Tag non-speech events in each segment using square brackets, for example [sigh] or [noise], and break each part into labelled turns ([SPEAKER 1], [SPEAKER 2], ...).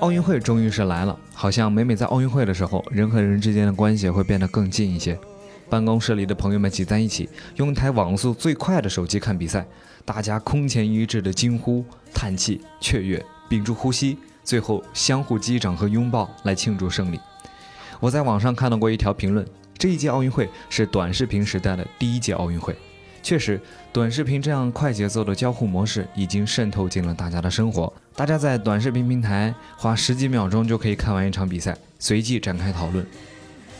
[SPEAKER 1] 奥运会终于是来了，好像每每在奥运会的时候，人和人之间的关系会变得更近一些。办公室里的朋友们挤在一起，用一台网速最快的手机看比赛，大家空前一致的惊呼、叹气、雀跃，屏住呼吸，最后相互击掌和拥抱来庆祝胜利。我在网上看到过一条评论：这一届奥运会是短视频时代的第一届奥运会。确实，短视频这样快节奏的交互模式已经渗透进了大家的生活。大家在短视频平台花十几秒钟就可以看完一场比赛，随即展开讨论。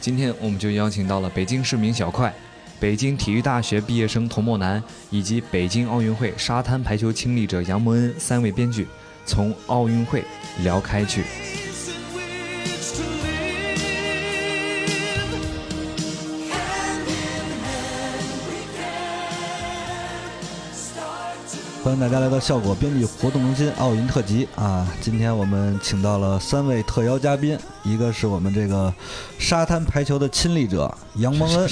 [SPEAKER 1] 今天我们就邀请到了北京市民小快、北京体育大学毕业生童墨南以及北京奥运会沙滩排球亲历者杨蒙恩三位编剧，从奥运会聊开去。
[SPEAKER 2] 欢迎大家来到效果编辑活动中心奥运特辑啊！今天我们请到了三位特邀嘉宾，一个是我们这个沙滩排球的亲历者杨蒙恩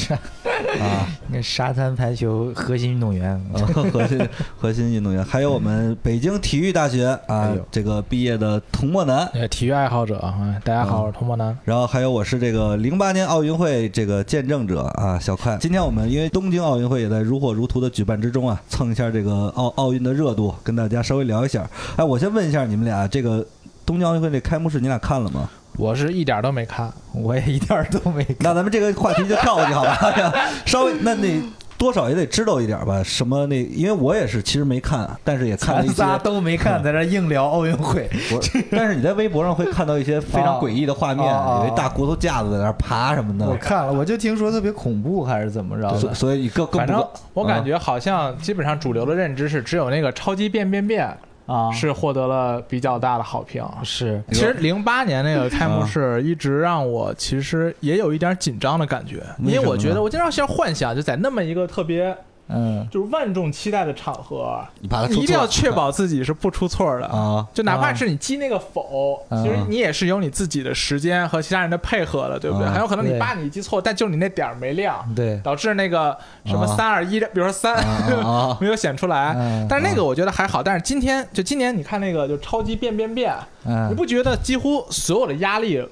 [SPEAKER 2] 啊，
[SPEAKER 3] 那沙滩排球核心运动员，
[SPEAKER 2] 呃 [laughs] 核心核心运动员，还有我们北京体育大学啊
[SPEAKER 3] 哎呦
[SPEAKER 2] 这个毕业的童墨南，
[SPEAKER 4] 呃，体育爱好者啊，大家
[SPEAKER 2] 嗯
[SPEAKER 4] 好，我是童博南。
[SPEAKER 2] 然后还有我是这个零八年奥运会这个见证者啊，小快。今天我们因为东京奥运会也在如火如荼的举办之中啊，蹭一下这个奥奥运的热度，跟大家稍微聊一下。哎，我先问一下你们俩，这个东京奥运会这开幕式你俩看了吗？
[SPEAKER 4] 我是一点儿都没看，
[SPEAKER 3] 我也一点儿都没
[SPEAKER 2] 那咱们这个话题就跳过去好吧？ [laughs] 哎呀稍微那那多少也得知道一点吧？什么那？因为我也是其实没看，但是也看了
[SPEAKER 3] 咱
[SPEAKER 2] 一些。
[SPEAKER 3] 仨都没看，在这硬聊奥运会，
[SPEAKER 2] 我但是你在微博上会看到一些非常诡异的画面，
[SPEAKER 4] 啊
[SPEAKER 3] 哦哦
[SPEAKER 2] 有一大骨头架子在那儿爬什么的。
[SPEAKER 3] 我看了，我就听说特别恐怖还嗯是怎么着
[SPEAKER 2] 所
[SPEAKER 3] 的。
[SPEAKER 2] 所以你更更
[SPEAKER 4] 反
[SPEAKER 2] 不嗯
[SPEAKER 4] 正
[SPEAKER 2] 够啊
[SPEAKER 4] 我感觉好像基本上主流的认知是，只有那个超级变变变
[SPEAKER 3] 啊，
[SPEAKER 4] 是获得了比较大的好评。
[SPEAKER 3] 是
[SPEAKER 4] 其实零八年那个开幕
[SPEAKER 2] 嗯
[SPEAKER 4] 式一直让我其实也有一点紧张的感觉，因
[SPEAKER 2] 为
[SPEAKER 4] 为
[SPEAKER 2] 什么
[SPEAKER 4] 我
[SPEAKER 2] 呢
[SPEAKER 4] 觉得我经常像幻想，就在那么一个特别
[SPEAKER 3] 嗯，
[SPEAKER 4] 就是万众期待的场合，
[SPEAKER 2] 你怕他
[SPEAKER 4] 你
[SPEAKER 2] 啊出
[SPEAKER 4] 一定要
[SPEAKER 2] 错
[SPEAKER 4] 确保自己是不出错的
[SPEAKER 2] 啊
[SPEAKER 4] 就哪怕
[SPEAKER 3] 啊
[SPEAKER 4] 是你击那个否，
[SPEAKER 3] 啊
[SPEAKER 4] 其实你也是有你自己的时间和其他人的配合的，对不对？
[SPEAKER 2] 啊嗯
[SPEAKER 4] 很有可能你
[SPEAKER 3] 对
[SPEAKER 4] 八你击错，但就你那点儿没亮，
[SPEAKER 3] 对，
[SPEAKER 4] 导致那个什么
[SPEAKER 2] 啊
[SPEAKER 4] 三二一，比如说三 [laughs]
[SPEAKER 2] 啊
[SPEAKER 4] 没有显出来。
[SPEAKER 3] 嗯
[SPEAKER 4] 哎但是那个我觉得还好，但是今天就今年你看那个就超级变变变，你
[SPEAKER 3] 嗯，
[SPEAKER 4] 不觉得几乎所有的压力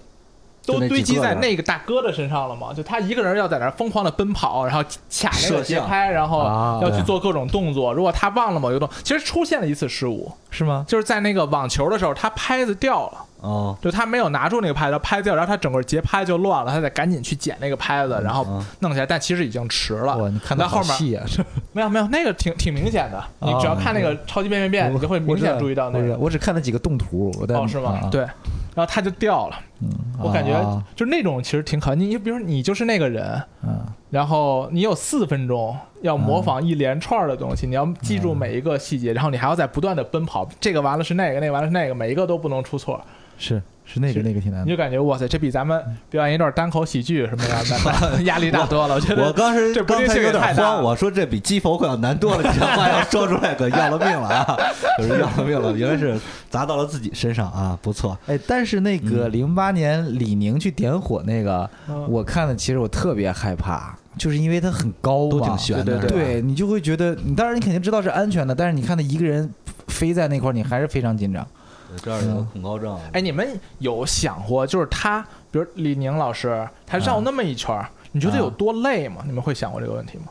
[SPEAKER 2] 就
[SPEAKER 4] 都
[SPEAKER 2] 那几
[SPEAKER 4] 堆积
[SPEAKER 2] 个
[SPEAKER 4] 在
[SPEAKER 2] 人
[SPEAKER 4] 那个大哥的身上了吗？就他一个人要在那儿疯狂的奔跑，然后卡那
[SPEAKER 2] 摄
[SPEAKER 4] 个节
[SPEAKER 2] 像
[SPEAKER 4] 拍，然后
[SPEAKER 3] 啊
[SPEAKER 4] 要去做各种动作。如果他忘了某一个动，其实出现了一次失误，
[SPEAKER 3] 是吗？
[SPEAKER 4] 就是在那个网球的时候，他拍子掉了，
[SPEAKER 2] 哦，
[SPEAKER 4] 就他没有拿住那个拍子，拍掉，然后他整个节拍就乱了，他得赶紧去捡那个拍子，然后
[SPEAKER 2] 啊
[SPEAKER 4] 弄起来，但其实已经迟
[SPEAKER 3] 嗯哇，
[SPEAKER 4] 了。
[SPEAKER 3] 你看的
[SPEAKER 4] 那后
[SPEAKER 3] 好
[SPEAKER 4] 面
[SPEAKER 3] 细啊！
[SPEAKER 4] 没有没有，那个挺挺明显的，你只要看那个超级变变变，你就会明显注意到那
[SPEAKER 3] 我知
[SPEAKER 4] 个
[SPEAKER 3] 道。我只看了几个动图，我在
[SPEAKER 4] 哦，是吗？
[SPEAKER 3] 啊
[SPEAKER 4] 对，然后他就掉了。我感觉
[SPEAKER 3] 啊
[SPEAKER 4] 就是那种其实挺可，你比如说你就是那个人，
[SPEAKER 3] 嗯
[SPEAKER 4] 然后你有四分钟要模仿一连串的东西，你要记住每一个细节，然后你还要在不断的奔跑，这个完了是那个，那个完了是那个，每一个都不能出错，
[SPEAKER 3] 是是那个
[SPEAKER 4] 是
[SPEAKER 3] 那个挺难的，
[SPEAKER 4] 你就感觉哇塞，这比咱们表演一段单口喜剧什么的压力大多了。我觉
[SPEAKER 2] 我
[SPEAKER 4] 得
[SPEAKER 2] 当时
[SPEAKER 4] 这不
[SPEAKER 2] 刚
[SPEAKER 4] 定
[SPEAKER 2] 才
[SPEAKER 4] 性
[SPEAKER 2] 有
[SPEAKER 4] 也
[SPEAKER 2] 点
[SPEAKER 4] 太大
[SPEAKER 2] 慌，
[SPEAKER 4] 了
[SPEAKER 2] 我说这比击否可要难多了，这话要说出来可要了命了啊！有人要了命了，原来是砸到了自己身上啊，不错。
[SPEAKER 3] 哎，但是那
[SPEAKER 2] 嗯
[SPEAKER 3] 个零八年李宁去点火那个，
[SPEAKER 4] 嗯
[SPEAKER 3] 我看了，其实我特别害怕，就是因为它很高嘛，啊
[SPEAKER 2] 都挺悬的
[SPEAKER 3] 对
[SPEAKER 2] 是吧
[SPEAKER 3] 你就会觉得，你当然你肯定知道是安全的，但是你看他一个人飞在那块儿，你还是非常紧张。
[SPEAKER 2] 这样有恐高症，
[SPEAKER 4] 哎，你们有想过，就是他，比如李宁老师，他绕那么一圈儿，你觉得有多累吗？你们会想过这个问题吗？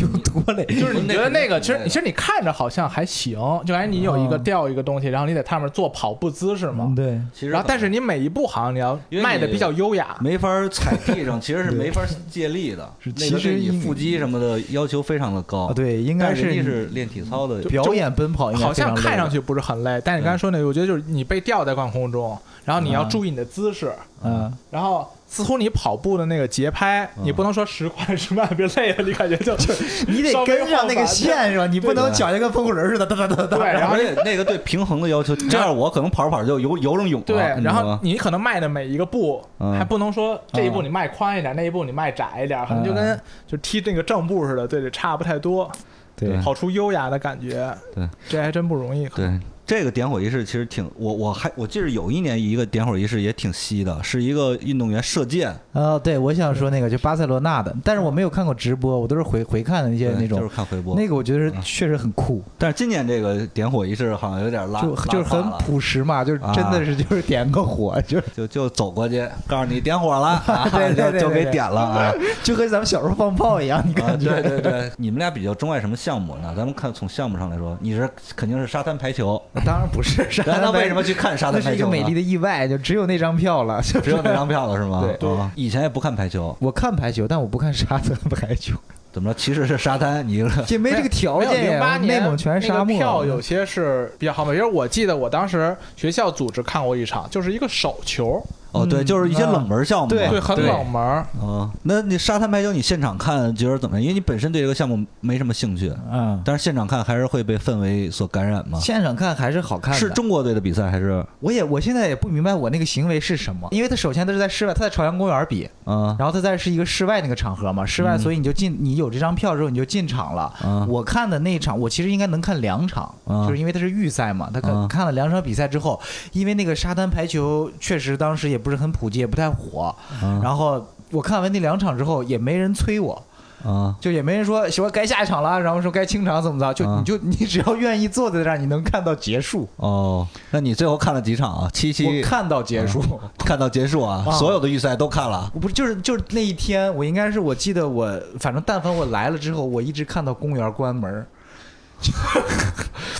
[SPEAKER 3] 有
[SPEAKER 2] 嗯
[SPEAKER 3] 多
[SPEAKER 2] [laughs]
[SPEAKER 3] 累？
[SPEAKER 4] 就是你觉得那个，其实
[SPEAKER 3] 嗯
[SPEAKER 2] 那
[SPEAKER 4] 你其实你看着好像还行，就哎，你有一个吊一个东西，然后你在上面做跑步姿势
[SPEAKER 2] 嗯
[SPEAKER 4] 嘛，
[SPEAKER 3] 对，
[SPEAKER 2] 其
[SPEAKER 4] 然后但是你每一步好像你要
[SPEAKER 2] 因为
[SPEAKER 4] 迈的
[SPEAKER 2] 你
[SPEAKER 4] 比较优雅，
[SPEAKER 2] 没法踩地上，其实是没法借力的，
[SPEAKER 3] 是
[SPEAKER 2] 那个
[SPEAKER 3] 其实
[SPEAKER 2] 对你
[SPEAKER 3] 应
[SPEAKER 2] 腹肌什么的要求非常的高
[SPEAKER 3] 啊，。对，应该
[SPEAKER 2] 但人家
[SPEAKER 3] 是
[SPEAKER 2] 是练体操的，
[SPEAKER 3] 表演奔跑，应该
[SPEAKER 4] 好
[SPEAKER 3] 非常
[SPEAKER 4] 像
[SPEAKER 3] 累的嗯
[SPEAKER 4] 看上去不是很累，但是你刚才说那个，我觉得就是你被吊在半空中，然后你要注意你的姿势，
[SPEAKER 3] 嗯，
[SPEAKER 4] 然后似乎你跑步的那个节拍，你不能说十快十慢，别累了，你感觉就
[SPEAKER 3] [laughs] 你
[SPEAKER 4] 稍
[SPEAKER 3] 得
[SPEAKER 4] 微
[SPEAKER 3] 跟上那个
[SPEAKER 4] 晃吧
[SPEAKER 3] 线是吧？你不能脚下跟风火轮似的
[SPEAKER 2] [laughs]
[SPEAKER 3] [laughs] 哒哒哒哒。
[SPEAKER 4] 对，然后
[SPEAKER 2] 而。且那个对平衡的要求，这样我可能跑着跑着就游游上泳了，
[SPEAKER 4] 对，
[SPEAKER 2] 你知
[SPEAKER 4] 然
[SPEAKER 2] 道
[SPEAKER 4] 后
[SPEAKER 2] 吗
[SPEAKER 4] 你可能迈的每一个步，
[SPEAKER 2] 啊嗯
[SPEAKER 4] 还不能说这一步你迈宽一点，那一步你迈窄一点，可能就跟就踢那个正步似的，对，这差不太多。
[SPEAKER 3] 对
[SPEAKER 2] 对
[SPEAKER 4] 跑出优雅的感觉，
[SPEAKER 2] 对，
[SPEAKER 4] 这还真不容易。可能
[SPEAKER 2] 对，这个点火仪式其实挺，我我还我记得有一年一个点火仪式也挺稀的，是一个运动员射箭，
[SPEAKER 3] 呃，对，我想说那个就巴塞罗那的，但是我没有看过直播，我都是回回看的那些
[SPEAKER 2] 对
[SPEAKER 3] 那
[SPEAKER 2] 就
[SPEAKER 3] 种
[SPEAKER 2] 是，嗯看回播。
[SPEAKER 3] 那个我觉得是确实很酷，
[SPEAKER 2] 但是今年这个点火仪式好像有点拉，
[SPEAKER 3] 就就是
[SPEAKER 2] 拉胯
[SPEAKER 3] 很
[SPEAKER 2] 了
[SPEAKER 3] 朴实嘛，就是真的是就是点个火，就是
[SPEAKER 2] 就就走过去，告诉你点火
[SPEAKER 3] [laughs]
[SPEAKER 2] 了，啊
[SPEAKER 3] 对对对对
[SPEAKER 2] 就就给
[SPEAKER 3] 对
[SPEAKER 2] 点了
[SPEAKER 3] [laughs]
[SPEAKER 2] 啊。
[SPEAKER 3] [laughs] 就跟咱们小时候放炮一样，你
[SPEAKER 2] 啊，
[SPEAKER 3] 感觉
[SPEAKER 2] 对对对，你们俩比较钟爱什么项目呢？咱们看从项目上来说，你是肯定是沙滩排
[SPEAKER 3] [laughs]
[SPEAKER 2] 球，
[SPEAKER 3] [laughs] 当然不是，是
[SPEAKER 2] 那他为什么去看沙
[SPEAKER 3] 那
[SPEAKER 2] 滩
[SPEAKER 3] 是
[SPEAKER 2] 排
[SPEAKER 3] 一个
[SPEAKER 2] 球呢？
[SPEAKER 3] 美丽的意外，就只有那张票了。就
[SPEAKER 2] 只有那张票了是吗？
[SPEAKER 3] 对
[SPEAKER 2] 啊以前也不看排球，
[SPEAKER 3] 我看排球，但我不看沙滩排 [laughs] 球，
[SPEAKER 2] 怎么着？其实是沙滩，你一
[SPEAKER 3] [laughs]
[SPEAKER 2] 个
[SPEAKER 3] 也没这个条
[SPEAKER 4] 没有
[SPEAKER 3] 件
[SPEAKER 4] 零八
[SPEAKER 3] 呀。
[SPEAKER 4] 年
[SPEAKER 3] 内蒙全是沙
[SPEAKER 4] 那个
[SPEAKER 3] 漠，啊
[SPEAKER 4] 票有些是比较好买，因为我记得我当时学校组织看过一场，就是一个手球，
[SPEAKER 2] 哦，对，
[SPEAKER 3] 嗯
[SPEAKER 2] 就是一些冷门项目嘛。
[SPEAKER 3] 对
[SPEAKER 4] 对，很
[SPEAKER 1] 对
[SPEAKER 4] 冷门儿。
[SPEAKER 2] 啊，那你沙滩排球你现场看觉得怎么样？因为你本身对这个项目没什么兴趣，
[SPEAKER 3] 嗯，
[SPEAKER 2] 但是现场看还是会被氛围所感染嘛。
[SPEAKER 3] 现场看还是好看的。
[SPEAKER 2] 是中国队的比赛还是
[SPEAKER 3] 我也我现在也不明白我那个行为是什么，因为他首先他是在室外，他在朝阳公园比，
[SPEAKER 2] 啊
[SPEAKER 3] 然后他在是一个室外那个场合嘛，室外，
[SPEAKER 2] 嗯
[SPEAKER 3] 所以你就进，你有这张票之后你就进场了。
[SPEAKER 2] 啊
[SPEAKER 3] 我看的那一场，我其实应该能看两场，
[SPEAKER 2] 啊
[SPEAKER 3] 就是因为它是预赛嘛。他看、
[SPEAKER 2] 啊
[SPEAKER 3] 看了两场比赛之后，因为那个沙滩排球确实当时也不是很普及，也不太火。
[SPEAKER 2] 啊
[SPEAKER 3] 然后我看完那两场之后，也没人催我，
[SPEAKER 2] 啊！
[SPEAKER 3] 就也没人说说该下一场了，然后说该清场怎么着，就、
[SPEAKER 2] 啊
[SPEAKER 3] 你就 [laughs] 你只要愿意坐在这儿，你能看到结束。
[SPEAKER 2] 哦，那你最后看了几场啊？七
[SPEAKER 3] 我
[SPEAKER 2] 七
[SPEAKER 3] 看到结束，
[SPEAKER 2] 看到结束啊，
[SPEAKER 3] 啊
[SPEAKER 2] 所有的预赛都看了。
[SPEAKER 3] 我不是就是就是那一天，我应该是我记得我反正但凡我来了之后，我一直看到公园关门儿。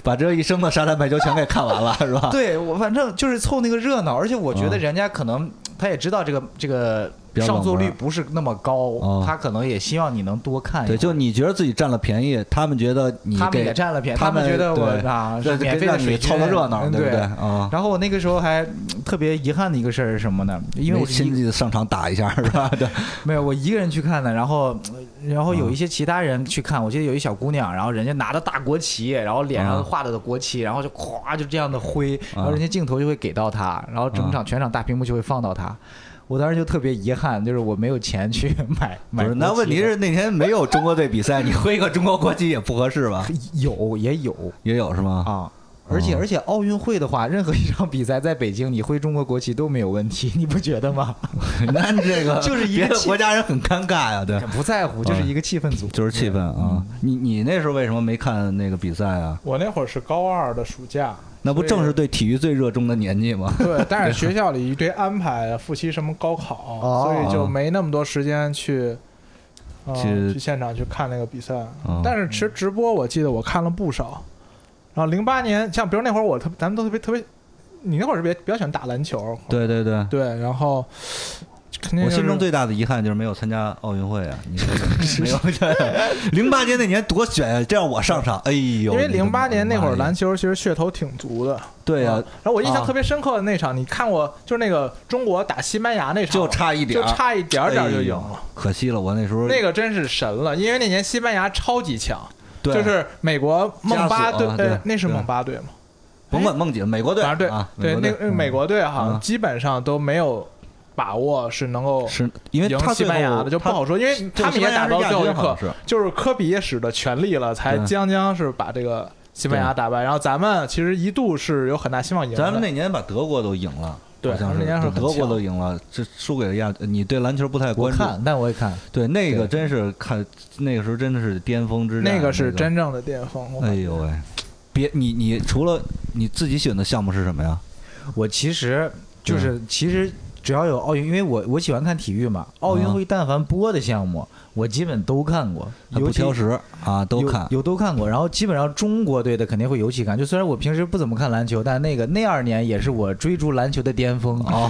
[SPEAKER 2] 把这一生的沙滩排球全给看完了，是 [laughs] 吧？
[SPEAKER 3] 对我反正就是凑那个热闹，而且我觉
[SPEAKER 2] 啊
[SPEAKER 3] 得人家可能他也知道这个这个
[SPEAKER 2] 比较冷
[SPEAKER 3] 上座率
[SPEAKER 2] 门
[SPEAKER 3] 不是那么
[SPEAKER 2] 啊
[SPEAKER 3] 高，他可能也希望你能多看一会
[SPEAKER 2] 对，
[SPEAKER 3] 儿。
[SPEAKER 2] 就你觉得自己占了便宜，他们觉得你
[SPEAKER 3] 他们
[SPEAKER 2] 给
[SPEAKER 3] 也占了便宜，
[SPEAKER 2] 他
[SPEAKER 3] 他
[SPEAKER 2] 们
[SPEAKER 3] 觉得我
[SPEAKER 2] 对
[SPEAKER 3] 啊
[SPEAKER 2] 这
[SPEAKER 3] 是免费的
[SPEAKER 2] 让你
[SPEAKER 3] 水
[SPEAKER 2] 凑个
[SPEAKER 3] 军
[SPEAKER 2] 热闹，
[SPEAKER 3] 嗯
[SPEAKER 2] 对不
[SPEAKER 3] 对
[SPEAKER 2] 对啊？
[SPEAKER 3] 然后我那个时候还嗯特别遗憾的一个事儿是什么呢？因为
[SPEAKER 2] 没
[SPEAKER 3] 我是一
[SPEAKER 2] 亲自上场打一下，是吧？ [laughs] 对，
[SPEAKER 3] 没有，我一个人去看的，然后，呃然后
[SPEAKER 2] 嗯
[SPEAKER 3] 有一些其他人去看，我记得有一小姑娘，然后人家拿着大国旗，然后脸
[SPEAKER 2] 啊
[SPEAKER 3] 上画着的国旗，然后就咵就这样的挥，然
[SPEAKER 2] 啊
[SPEAKER 3] 后人家镜头就会给到她，然后整场全场大屏幕就会放到她。我当时就特别遗憾，就是我没有钱去买
[SPEAKER 2] 不
[SPEAKER 3] 买。
[SPEAKER 2] 是，那问题是那天没有中国队比赛，你挥一个中国国旗也不合适吧？ [laughs]
[SPEAKER 3] 有也有
[SPEAKER 2] 也有是
[SPEAKER 3] [laughs]
[SPEAKER 2] 吗？
[SPEAKER 3] 啊。而且
[SPEAKER 2] 哦
[SPEAKER 3] 而且奥运会的话，任何一场比赛在北京，你挥中国国旗都没有问题，你不觉
[SPEAKER 2] [laughs]
[SPEAKER 3] 得吗？
[SPEAKER 2] 那这个
[SPEAKER 3] 就是一
[SPEAKER 2] 别
[SPEAKER 3] 个
[SPEAKER 2] 的
[SPEAKER 3] 气
[SPEAKER 2] 国家人很尴尬呀，对，
[SPEAKER 3] 不在乎，就是一个气氛组。
[SPEAKER 2] 啊就是气氛
[SPEAKER 3] 嗯
[SPEAKER 2] 啊。你你那时候为什么没看那个比赛啊？
[SPEAKER 4] 我那会儿是高二的暑假，
[SPEAKER 2] 那不
[SPEAKER 4] 所以
[SPEAKER 2] 正是对体育最热衷的年纪吗？ [laughs]
[SPEAKER 4] 对，但是学校里一堆安排，复习什么高考，
[SPEAKER 3] 哦
[SPEAKER 4] 所以就没那么多时间去。呃
[SPEAKER 2] 去
[SPEAKER 4] 去现场去看那个比赛，
[SPEAKER 2] 哦
[SPEAKER 4] 但是其实直播我记得我看了不少。然后零八年，像比如那会儿我特咱们都特别特别，你那会儿是比较比较喜欢打篮球，
[SPEAKER 2] 对对对，
[SPEAKER 4] 对，然后肯
[SPEAKER 2] 我
[SPEAKER 4] 定、就是、
[SPEAKER 2] 心中最大的遗憾就是没有参加奥运会啊！你说怎
[SPEAKER 3] [laughs]
[SPEAKER 2] 么没有？ [laughs] 零八年那年多选呀、这让我上场，哎呦！
[SPEAKER 4] 因为
[SPEAKER 2] 你的
[SPEAKER 4] 零八年那会
[SPEAKER 2] 妈
[SPEAKER 4] 儿
[SPEAKER 2] 呀
[SPEAKER 4] 篮球其实噱头挺足的，
[SPEAKER 2] 对呀、
[SPEAKER 4] 嗯然后我印象
[SPEAKER 2] 啊
[SPEAKER 4] 特别深刻的那场，你看过就是那个中国打西班牙那场
[SPEAKER 2] 就
[SPEAKER 4] 吗，
[SPEAKER 2] 差一点
[SPEAKER 4] 就
[SPEAKER 2] 儿，
[SPEAKER 4] 差一点儿点儿就赢
[SPEAKER 2] 哎呦
[SPEAKER 4] 了，
[SPEAKER 2] 可惜了，我那时候
[SPEAKER 4] 那个真是神了，因为那年西班牙超级强，
[SPEAKER 2] 对
[SPEAKER 4] 就是美国
[SPEAKER 2] 加
[SPEAKER 4] 梦
[SPEAKER 2] 索
[SPEAKER 4] 巴队，
[SPEAKER 2] 啊对
[SPEAKER 4] 呃，那是
[SPEAKER 2] 对
[SPEAKER 4] 梦巴队嘛，
[SPEAKER 2] 甭管梦姐，美国队
[SPEAKER 4] 反正对、
[SPEAKER 2] 啊，
[SPEAKER 4] 对，那
[SPEAKER 2] 队
[SPEAKER 4] 个美国队好
[SPEAKER 2] 啊
[SPEAKER 4] 像基本上都没有把握是能够
[SPEAKER 2] 嗯是因为
[SPEAKER 4] 赢
[SPEAKER 2] 他
[SPEAKER 4] 西班牙的，就不好说，因为他们也打到最后一刻，
[SPEAKER 2] 是
[SPEAKER 4] 就是科比也使的全力了，才
[SPEAKER 2] 对
[SPEAKER 4] 将将是把这个西班牙打败。然后咱们其实一度是有很大希望赢的，
[SPEAKER 2] 咱们那年把德国都赢了。
[SPEAKER 4] 对
[SPEAKER 2] 好像
[SPEAKER 4] 咱们那年是很
[SPEAKER 2] 德国
[SPEAKER 4] 强
[SPEAKER 2] 都赢了，这输给了亚。你对篮球不太
[SPEAKER 3] 我
[SPEAKER 2] 关注，
[SPEAKER 3] 看，但我也看，
[SPEAKER 2] 对那个真
[SPEAKER 3] 对
[SPEAKER 2] 是看那个时候真的是巅峰之战，
[SPEAKER 4] 那个是真正的巅峰。我
[SPEAKER 2] 哎呦喂，别你你除了你自己选的项目是什么呀？
[SPEAKER 3] 我其实就是
[SPEAKER 2] 嗯
[SPEAKER 3] 其实只要有奥运，因为我我喜欢看体育嘛，奥
[SPEAKER 2] 嗯
[SPEAKER 3] 运会但凡播的项目，我基本都看过，
[SPEAKER 2] 还
[SPEAKER 3] 尤
[SPEAKER 2] 不
[SPEAKER 3] 其
[SPEAKER 2] 挑食啊，都
[SPEAKER 3] 有
[SPEAKER 2] 看。
[SPEAKER 3] 有都看过。然后基本上中国队的肯定会尤其看，就虽然我平时不怎么看篮球，但那个那二年也是我追逐篮球的巅峰。 [laughs]
[SPEAKER 2] 哦，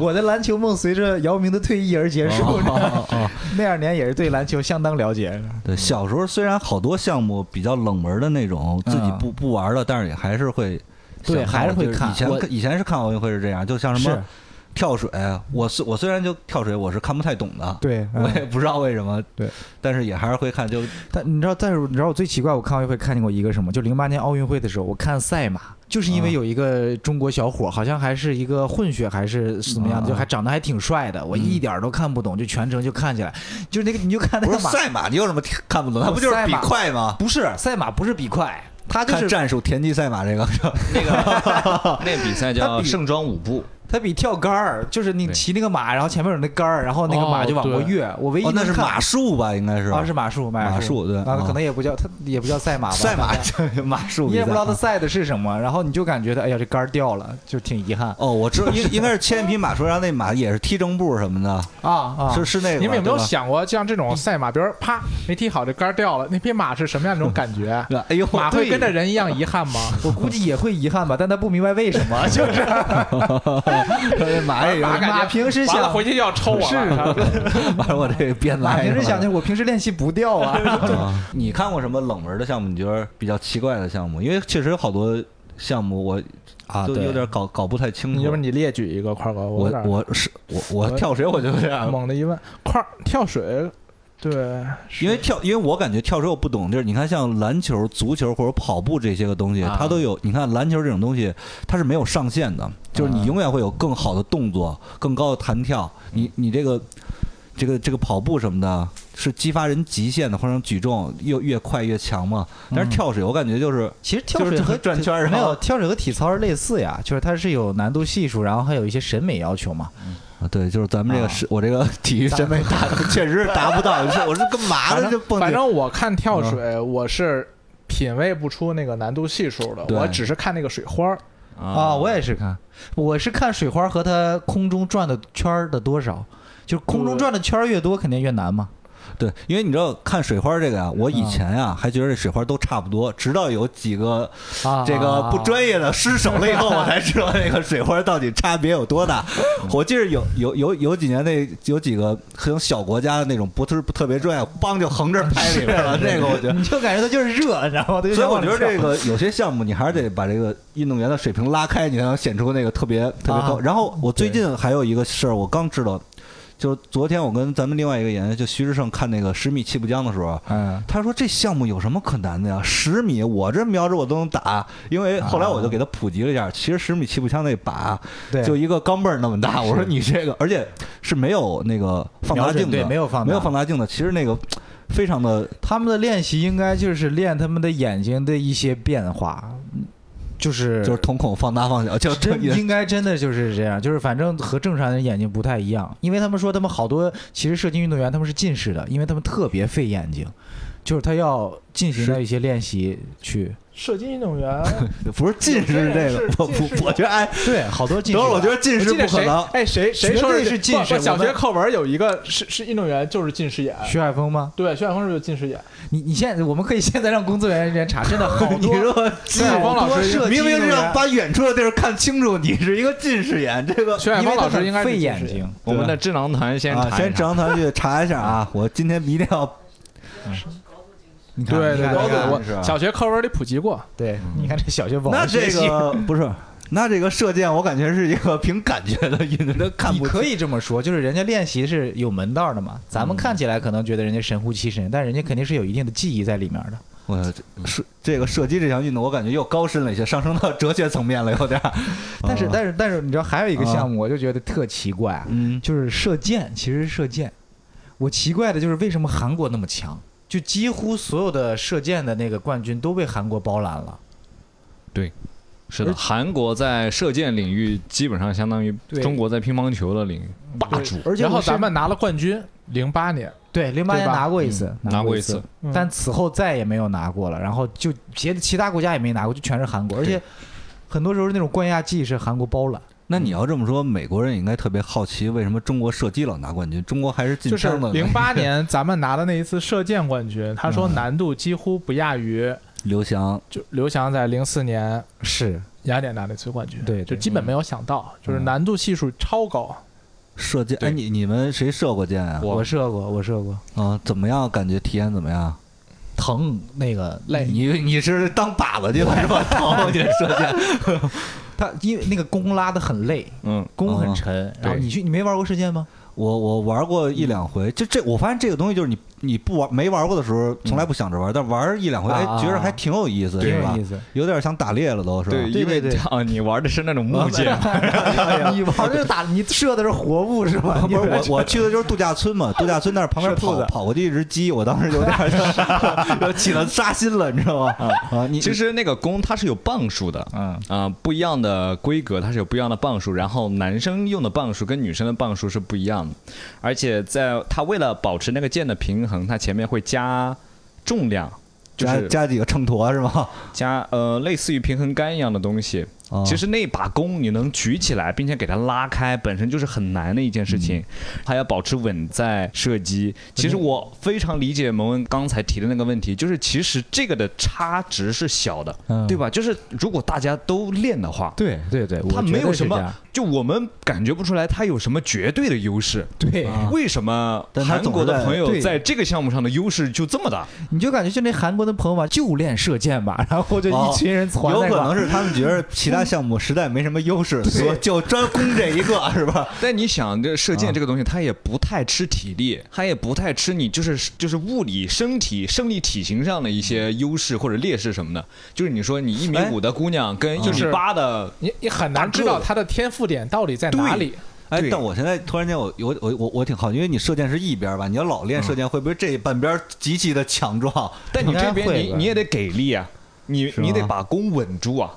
[SPEAKER 3] 我的篮球梦随着姚明的退役而结束，
[SPEAKER 2] 哦哦哦
[SPEAKER 3] [laughs] 那二年也是对篮球相当了解。
[SPEAKER 2] 对，小时候虽然好多项目比较冷门的那种，自己
[SPEAKER 3] 嗯
[SPEAKER 2] 不不玩了，但是也还是会想看。
[SPEAKER 3] 对还是会
[SPEAKER 2] 就是
[SPEAKER 3] 看
[SPEAKER 2] 以前
[SPEAKER 3] 我
[SPEAKER 2] 看以前是看奥运会是这样，就像什么
[SPEAKER 3] 是，
[SPEAKER 2] 跳水，我虽我虽然就跳水我是看不太懂的，
[SPEAKER 3] 对，嗯
[SPEAKER 2] 我也不知道为什么，
[SPEAKER 3] 对，
[SPEAKER 2] [laughs] 但是也还是会看。就
[SPEAKER 3] 但你知道，但是你知道我最奇怪，我看奥运会看见过一个什么？就零八年奥运会的时候，我看赛马，就是因
[SPEAKER 2] 啊
[SPEAKER 3] 为有一个中国小伙，好像还是一个混血还是是怎么样的，
[SPEAKER 2] 啊
[SPEAKER 3] 就还长得还挺帅的，
[SPEAKER 2] 嗯
[SPEAKER 3] 我一点儿都看不懂，就全程就看起来，就是那个你就看那
[SPEAKER 2] 不
[SPEAKER 3] 个
[SPEAKER 2] 是
[SPEAKER 3] 马，
[SPEAKER 2] 赛马，你有什么看不懂？它不就是
[SPEAKER 3] 赛
[SPEAKER 2] 比
[SPEAKER 3] 马
[SPEAKER 2] 快吗？
[SPEAKER 3] 不是赛马不是比快，
[SPEAKER 2] 他
[SPEAKER 5] 就是
[SPEAKER 2] 看战术田忌赛马这个，
[SPEAKER 1] 那个那比赛
[SPEAKER 3] 他
[SPEAKER 1] 叫
[SPEAKER 3] 比
[SPEAKER 1] 盛装舞步，
[SPEAKER 3] 它比跳杆儿，就是你
[SPEAKER 1] 对
[SPEAKER 3] 骑那个马，然后前面有那杆儿，然后那个马就往过跃。我唯一
[SPEAKER 2] 哦，那
[SPEAKER 3] 能
[SPEAKER 2] 是
[SPEAKER 3] 看
[SPEAKER 2] 马术吧？应该是
[SPEAKER 3] 啊，是马术，
[SPEAKER 2] 马
[SPEAKER 3] 术
[SPEAKER 2] 术对
[SPEAKER 3] 啊
[SPEAKER 2] 啊，
[SPEAKER 3] 可能也不叫它也不叫赛马吧，
[SPEAKER 2] 赛马
[SPEAKER 3] 反正
[SPEAKER 2] 马术比赛，啊
[SPEAKER 3] 你也不知道它赛的是什么，然后你就感觉它，哎呀，这杆儿掉了，就挺遗憾
[SPEAKER 2] 哦，我知道，应应该是牵一匹马说让那马也是踢正步什么的，
[SPEAKER 3] 啊啊！
[SPEAKER 2] 是是那个吧。
[SPEAKER 4] 你们有没有
[SPEAKER 2] 对吧嗯
[SPEAKER 4] 想过，像这种赛马，比如啪没踢好，这杆儿掉了，那匹马是什么样的那种感 [laughs] 觉？
[SPEAKER 2] 哎呦，
[SPEAKER 4] 马会
[SPEAKER 2] 对
[SPEAKER 4] 跟着人一样遗憾吗？
[SPEAKER 3] 我估计也会遗憾吧，但他不明白为什
[SPEAKER 2] [laughs]
[SPEAKER 3] 么，就是
[SPEAKER 2] 马也有
[SPEAKER 4] [laughs] 马感觉
[SPEAKER 3] 马平时
[SPEAKER 4] 完了
[SPEAKER 3] 想
[SPEAKER 4] 回去就要抽我了。
[SPEAKER 2] 马，我这个编
[SPEAKER 3] 马
[SPEAKER 2] 来
[SPEAKER 3] 平
[SPEAKER 2] 的
[SPEAKER 3] 时想的是我平时练习不掉啊，
[SPEAKER 2] 啊 [laughs] 你看过什么冷门的项目？你觉得比较奇怪的项目？因为确实有好多项目我
[SPEAKER 3] 啊
[SPEAKER 2] 就
[SPEAKER 3] 对
[SPEAKER 2] 有点搞搞不太清
[SPEAKER 4] [laughs] 你要不
[SPEAKER 2] 楚。
[SPEAKER 4] 你列举一个块儿哥，
[SPEAKER 2] 我
[SPEAKER 4] 有点
[SPEAKER 2] 我是我我
[SPEAKER 4] 我
[SPEAKER 2] 跳水我就这样，
[SPEAKER 4] 猛的一问，块儿跳水，对，是
[SPEAKER 2] 因为跳，因为我感觉跳水我不懂地儿。你看，像篮球、足球或者跑步这些个东西，
[SPEAKER 3] 啊
[SPEAKER 2] 它都有。你看篮球这种东西，它是没有上限的，就是你永远会有更好的动作、更高的弹跳。你你这个这个这个跑步什么的，是激发人极限的，或者让举重越越快越强嘛。但是跳水，我感觉就是
[SPEAKER 3] 其实跳水
[SPEAKER 2] 就是
[SPEAKER 3] 和
[SPEAKER 2] 转圈儿然
[SPEAKER 3] 没
[SPEAKER 2] 后
[SPEAKER 3] 有跳水和体操是类似呀，就是它是有难度系数，然后还有一些审美要求嘛。
[SPEAKER 2] 啊，对，就是咱们这个
[SPEAKER 3] 啊
[SPEAKER 2] 是我这个体育审美达确实是达不到。是我是干嘛
[SPEAKER 4] 反
[SPEAKER 2] 的？
[SPEAKER 4] 正
[SPEAKER 2] 就蹦嗯
[SPEAKER 4] 反
[SPEAKER 2] 迪
[SPEAKER 4] 正我看跳水，我是品味不出那个难度系数的，
[SPEAKER 2] 对
[SPEAKER 4] 我只是看那个水花儿。
[SPEAKER 3] 啊，我也是看，我是看水花和它空中转的圈儿的多少，就是空中转的圈儿越多，肯定越难嘛。
[SPEAKER 2] 对，因为你知道看水花这个呀，我
[SPEAKER 3] 嗯
[SPEAKER 2] 以前呀还觉得这水花都差不多，直到有几个
[SPEAKER 3] 啊，
[SPEAKER 2] 这个不专业的失手了以后，我才知道这个水花到底差别有多大。
[SPEAKER 3] 嗯
[SPEAKER 2] [laughs] 我记得有有有有几年那有几个很有小国家的那种不是特别专业，梆就横着拍里边
[SPEAKER 3] [laughs]
[SPEAKER 2] 了，这个我觉得。
[SPEAKER 3] 你就感觉它就是热，你知道吗？所
[SPEAKER 2] 啊所以我觉得这个有些项目你还是得把这个运动员的水平拉开，你才能显出那个特别特别高。
[SPEAKER 3] 啊
[SPEAKER 2] 然后我最近还有一个事儿，我刚知道，就是昨天我跟咱们另外一个演员就徐志胜看那个十米气步枪的时候，啊
[SPEAKER 3] 嗯，
[SPEAKER 2] 他说这项目有什么可难的呀？十米，我这瞄着我都能打。因为后来我就给他普及了一下，其实十米气步枪那靶
[SPEAKER 3] 对，
[SPEAKER 2] 就一个钢镚儿那么大。我说你这个，而且是没有那个放大
[SPEAKER 3] 瞄准
[SPEAKER 2] 镜的，
[SPEAKER 3] 对没有放大
[SPEAKER 2] 没有放大镜的。其实那个非常的
[SPEAKER 3] 他们的练习应该就是练他们的眼睛的一些变化，就是
[SPEAKER 2] 就是瞳孔放大放小，就是
[SPEAKER 3] 真
[SPEAKER 2] 你的
[SPEAKER 3] 应该真的就是这样，就是反正和正常人眼睛不太一样，因为他们说他们好多其实射击运动员他们是近视的，因为他们特别费眼睛，就是他要进行到一些练习去。
[SPEAKER 4] 射击运
[SPEAKER 2] [laughs]
[SPEAKER 4] 动员，
[SPEAKER 2] 不是近视这
[SPEAKER 4] 有些
[SPEAKER 2] 个
[SPEAKER 4] 人是，
[SPEAKER 2] 我
[SPEAKER 4] 近视
[SPEAKER 2] 不，我觉得哎，
[SPEAKER 3] 对，好多近
[SPEAKER 2] 等
[SPEAKER 3] 视
[SPEAKER 2] 会
[SPEAKER 3] 的。
[SPEAKER 2] 儿我觉得近
[SPEAKER 4] 我
[SPEAKER 2] 视
[SPEAKER 4] 记得
[SPEAKER 2] 不可
[SPEAKER 4] 谁
[SPEAKER 2] 能。
[SPEAKER 4] 哎谁谁
[SPEAKER 3] 绝
[SPEAKER 4] 说
[SPEAKER 3] 对
[SPEAKER 4] 的
[SPEAKER 3] 是近视
[SPEAKER 4] 不不小
[SPEAKER 3] 我们
[SPEAKER 4] 学课文有一个是是运动员就是近视眼，
[SPEAKER 3] 徐海峰吗？
[SPEAKER 4] 对，徐海峰是不是就近视眼？
[SPEAKER 3] 你你现在我们可以现在让工作人员查，真的好
[SPEAKER 2] 你
[SPEAKER 3] 多。
[SPEAKER 2] 说
[SPEAKER 4] 徐海峰
[SPEAKER 3] 好
[SPEAKER 4] 老
[SPEAKER 3] 多
[SPEAKER 4] 师
[SPEAKER 3] 射击
[SPEAKER 2] 明明
[SPEAKER 3] 运动
[SPEAKER 2] 是要
[SPEAKER 3] 员
[SPEAKER 2] 把远处的地儿看清楚，你是一个近视眼，这个
[SPEAKER 4] 徐海
[SPEAKER 3] 因为
[SPEAKER 4] 峰老
[SPEAKER 3] 他
[SPEAKER 4] 师
[SPEAKER 3] 很
[SPEAKER 4] 应该是
[SPEAKER 3] 费
[SPEAKER 4] 近视
[SPEAKER 3] 眼睛。
[SPEAKER 1] 我们的智囊团先
[SPEAKER 2] 啊，
[SPEAKER 1] 查一
[SPEAKER 2] 先
[SPEAKER 1] 查。
[SPEAKER 2] 让他去查一下啊！我今天一定要
[SPEAKER 3] 你看，
[SPEAKER 4] 对
[SPEAKER 3] 你
[SPEAKER 4] 对
[SPEAKER 3] 看
[SPEAKER 4] 对
[SPEAKER 3] 你看
[SPEAKER 4] 对，
[SPEAKER 2] 是
[SPEAKER 4] 我
[SPEAKER 2] 吧
[SPEAKER 4] 小学课文里普及过。
[SPEAKER 3] 对，你嗯看这小学宝，
[SPEAKER 2] 那这
[SPEAKER 3] [laughs]
[SPEAKER 2] 个 [laughs] 不是，那这个射箭，我感觉是一个凭感觉的运动， [laughs] 看
[SPEAKER 3] 你
[SPEAKER 2] 不
[SPEAKER 3] 可以这么说，就是人家练习是有门道的嘛。咱们看起来可能觉得人家神乎其神，但人家肯定是有一定的技艺在里面的。
[SPEAKER 2] 我射这个射击这项运动，我感觉又高深了一些，上升到哲学层面了，有 [laughs] 点儿。
[SPEAKER 3] 但是
[SPEAKER 2] 啊，
[SPEAKER 3] 但是但是，你知道还有一个
[SPEAKER 2] 啊
[SPEAKER 3] 项目，我就觉得特奇怪，啊
[SPEAKER 2] 嗯，
[SPEAKER 3] 就是射箭，其实是射箭。我奇怪的就是为什么韩国那么强，就几乎所有的射箭的那个冠军都被韩国包揽了。
[SPEAKER 1] 是的，韩国在射箭领域基本上相当于
[SPEAKER 4] 对
[SPEAKER 1] 中国在乒乓球的领域霸主，
[SPEAKER 3] 而且
[SPEAKER 4] 然后
[SPEAKER 3] 我是
[SPEAKER 4] 咱们拿了冠军，零八年。
[SPEAKER 3] 对零八
[SPEAKER 4] 对
[SPEAKER 3] 年
[SPEAKER 4] 吧
[SPEAKER 3] 拿过一次，
[SPEAKER 1] 拿过
[SPEAKER 3] 一
[SPEAKER 1] 一次，
[SPEAKER 4] 嗯
[SPEAKER 3] 但此后再也没有拿过了。然后就别的其他国家也没拿过，就全是韩国，而且很多时候那种冠亚季是韩国包揽。
[SPEAKER 2] 那你要这么说，美国人也应该特别好奇，为什么中国射击老拿冠军？中国还是
[SPEAKER 4] 就
[SPEAKER 2] 晋
[SPEAKER 4] 是
[SPEAKER 2] 升的
[SPEAKER 4] 零
[SPEAKER 3] [laughs]
[SPEAKER 4] 八年咱们拿的那一次射箭冠军，他
[SPEAKER 3] 嗯
[SPEAKER 4] 说难度几乎不亚于
[SPEAKER 2] 刘翔，
[SPEAKER 4] 就刘翔在零四年
[SPEAKER 3] 是，
[SPEAKER 4] 雅典拿那次冠军，
[SPEAKER 3] 对对
[SPEAKER 4] 就基本没有想到，就是
[SPEAKER 3] 嗯
[SPEAKER 4] 难度系数超高。
[SPEAKER 2] 射箭。
[SPEAKER 1] 对
[SPEAKER 2] 哎，你你们谁射过箭啊？
[SPEAKER 1] 我
[SPEAKER 3] 我射过，我射过，
[SPEAKER 2] 啊，怎么样？感觉体验怎么样？
[SPEAKER 3] 疼那个累。
[SPEAKER 2] 你你是当靶子去了是吧？疼，你射箭。
[SPEAKER 3] 他因为那个弓拉的很累，
[SPEAKER 1] 嗯，
[SPEAKER 3] 弓很沉。然后
[SPEAKER 1] 对
[SPEAKER 3] 你去，你没玩过射箭吗？
[SPEAKER 2] 我我玩过一两回，就这，我发现这个东西就是你你不玩没玩过的时候，从来不想着玩，但玩一两回，哎，
[SPEAKER 3] 嗯啊
[SPEAKER 2] 觉着还挺有意思，
[SPEAKER 3] 挺
[SPEAKER 2] 是吧
[SPEAKER 3] 有意？思。
[SPEAKER 2] 有点想打猎了都，是吧？
[SPEAKER 1] 因为
[SPEAKER 3] 对对
[SPEAKER 1] 啊，你玩的是那种木剑，
[SPEAKER 3] [laughs] 你玩的是打，你射的是活物是 [laughs] 吧？
[SPEAKER 2] 不
[SPEAKER 3] 你
[SPEAKER 2] 是我，我去的就是度假村
[SPEAKER 3] [laughs]
[SPEAKER 2] 嘛，度假村那儿旁边
[SPEAKER 3] 是兔
[SPEAKER 2] 跑
[SPEAKER 3] 子
[SPEAKER 2] 跑过去一只鸡，我当时有点
[SPEAKER 3] [laughs]
[SPEAKER 2] 儿有起了杀心了，你知道吗？啊，你
[SPEAKER 1] [laughs] 其实那个弓它是有磅数的，
[SPEAKER 2] 嗯
[SPEAKER 1] 啊、不一样的规格，它是有不一样的磅数，然后男生用的磅数跟女生的磅数是不一样的，而且在它为了保持那个剑的平衡，它前面会加重量，就
[SPEAKER 2] 加
[SPEAKER 1] 是
[SPEAKER 2] 加几个秤砣是吗？
[SPEAKER 1] 加呃类似于平衡杆一样的东西。
[SPEAKER 2] 啊
[SPEAKER 3] 哦
[SPEAKER 1] 其实那把弓你能举起来，并且给它拉开，本身就是很难的一件事情，
[SPEAKER 3] 嗯
[SPEAKER 1] 还要保持稳在射击。其实我非常理解蒙恩刚才提的那个问题，就是其实这个的差值是小的，
[SPEAKER 3] 嗯
[SPEAKER 1] 对吧？就是如果大家都练的话，
[SPEAKER 3] 对对对，
[SPEAKER 1] 它
[SPEAKER 3] 我觉
[SPEAKER 1] 没
[SPEAKER 3] 得
[SPEAKER 1] 有
[SPEAKER 3] 是
[SPEAKER 1] 什
[SPEAKER 3] 这
[SPEAKER 1] 么
[SPEAKER 3] 样，
[SPEAKER 1] 就我们感觉不出来它有什么绝对的优势。
[SPEAKER 3] 对，
[SPEAKER 2] 啊
[SPEAKER 1] 为什么
[SPEAKER 2] 但它
[SPEAKER 1] 韩
[SPEAKER 2] 总
[SPEAKER 1] 国
[SPEAKER 2] 是
[SPEAKER 1] 的
[SPEAKER 2] 在
[SPEAKER 1] 朋友
[SPEAKER 3] 对
[SPEAKER 1] 在这个项目上的优势就这么大？
[SPEAKER 3] 你就感觉就那韩国的朋友吧，就练射箭吧，然后就
[SPEAKER 2] 哦
[SPEAKER 3] 一群人攒
[SPEAKER 2] 有
[SPEAKER 3] 在一块
[SPEAKER 2] 可
[SPEAKER 3] 儿
[SPEAKER 2] 能是他们觉得其他项目实在没什么优势，所以就专攻这一个，是吧？
[SPEAKER 1] 但你想，这射
[SPEAKER 2] 啊
[SPEAKER 1] 箭这个东西，它也不太吃体力，它也不太吃你就是就是物理身体生理体型上的一些优势或者劣势什么的。就是你说你一米
[SPEAKER 2] 哎
[SPEAKER 1] 五的姑娘跟一
[SPEAKER 4] 就
[SPEAKER 1] 米
[SPEAKER 4] 是
[SPEAKER 1] 八的，
[SPEAKER 4] 你你很
[SPEAKER 1] 大
[SPEAKER 4] 难
[SPEAKER 1] 个
[SPEAKER 4] 知道
[SPEAKER 1] 子
[SPEAKER 4] 他的天赋点到底在哪里。
[SPEAKER 2] 哎
[SPEAKER 1] 对，
[SPEAKER 2] 但我现在突然间我，我我我我挺好奇，因为你射箭是一边吧，你要老练射箭，会不会这半边极其的强壮？
[SPEAKER 1] 嗯但你这
[SPEAKER 3] 应该
[SPEAKER 1] 边
[SPEAKER 3] 会
[SPEAKER 1] 你
[SPEAKER 3] 吧
[SPEAKER 1] 你也得给力啊，你
[SPEAKER 2] 吗
[SPEAKER 1] 你得把弓稳住啊。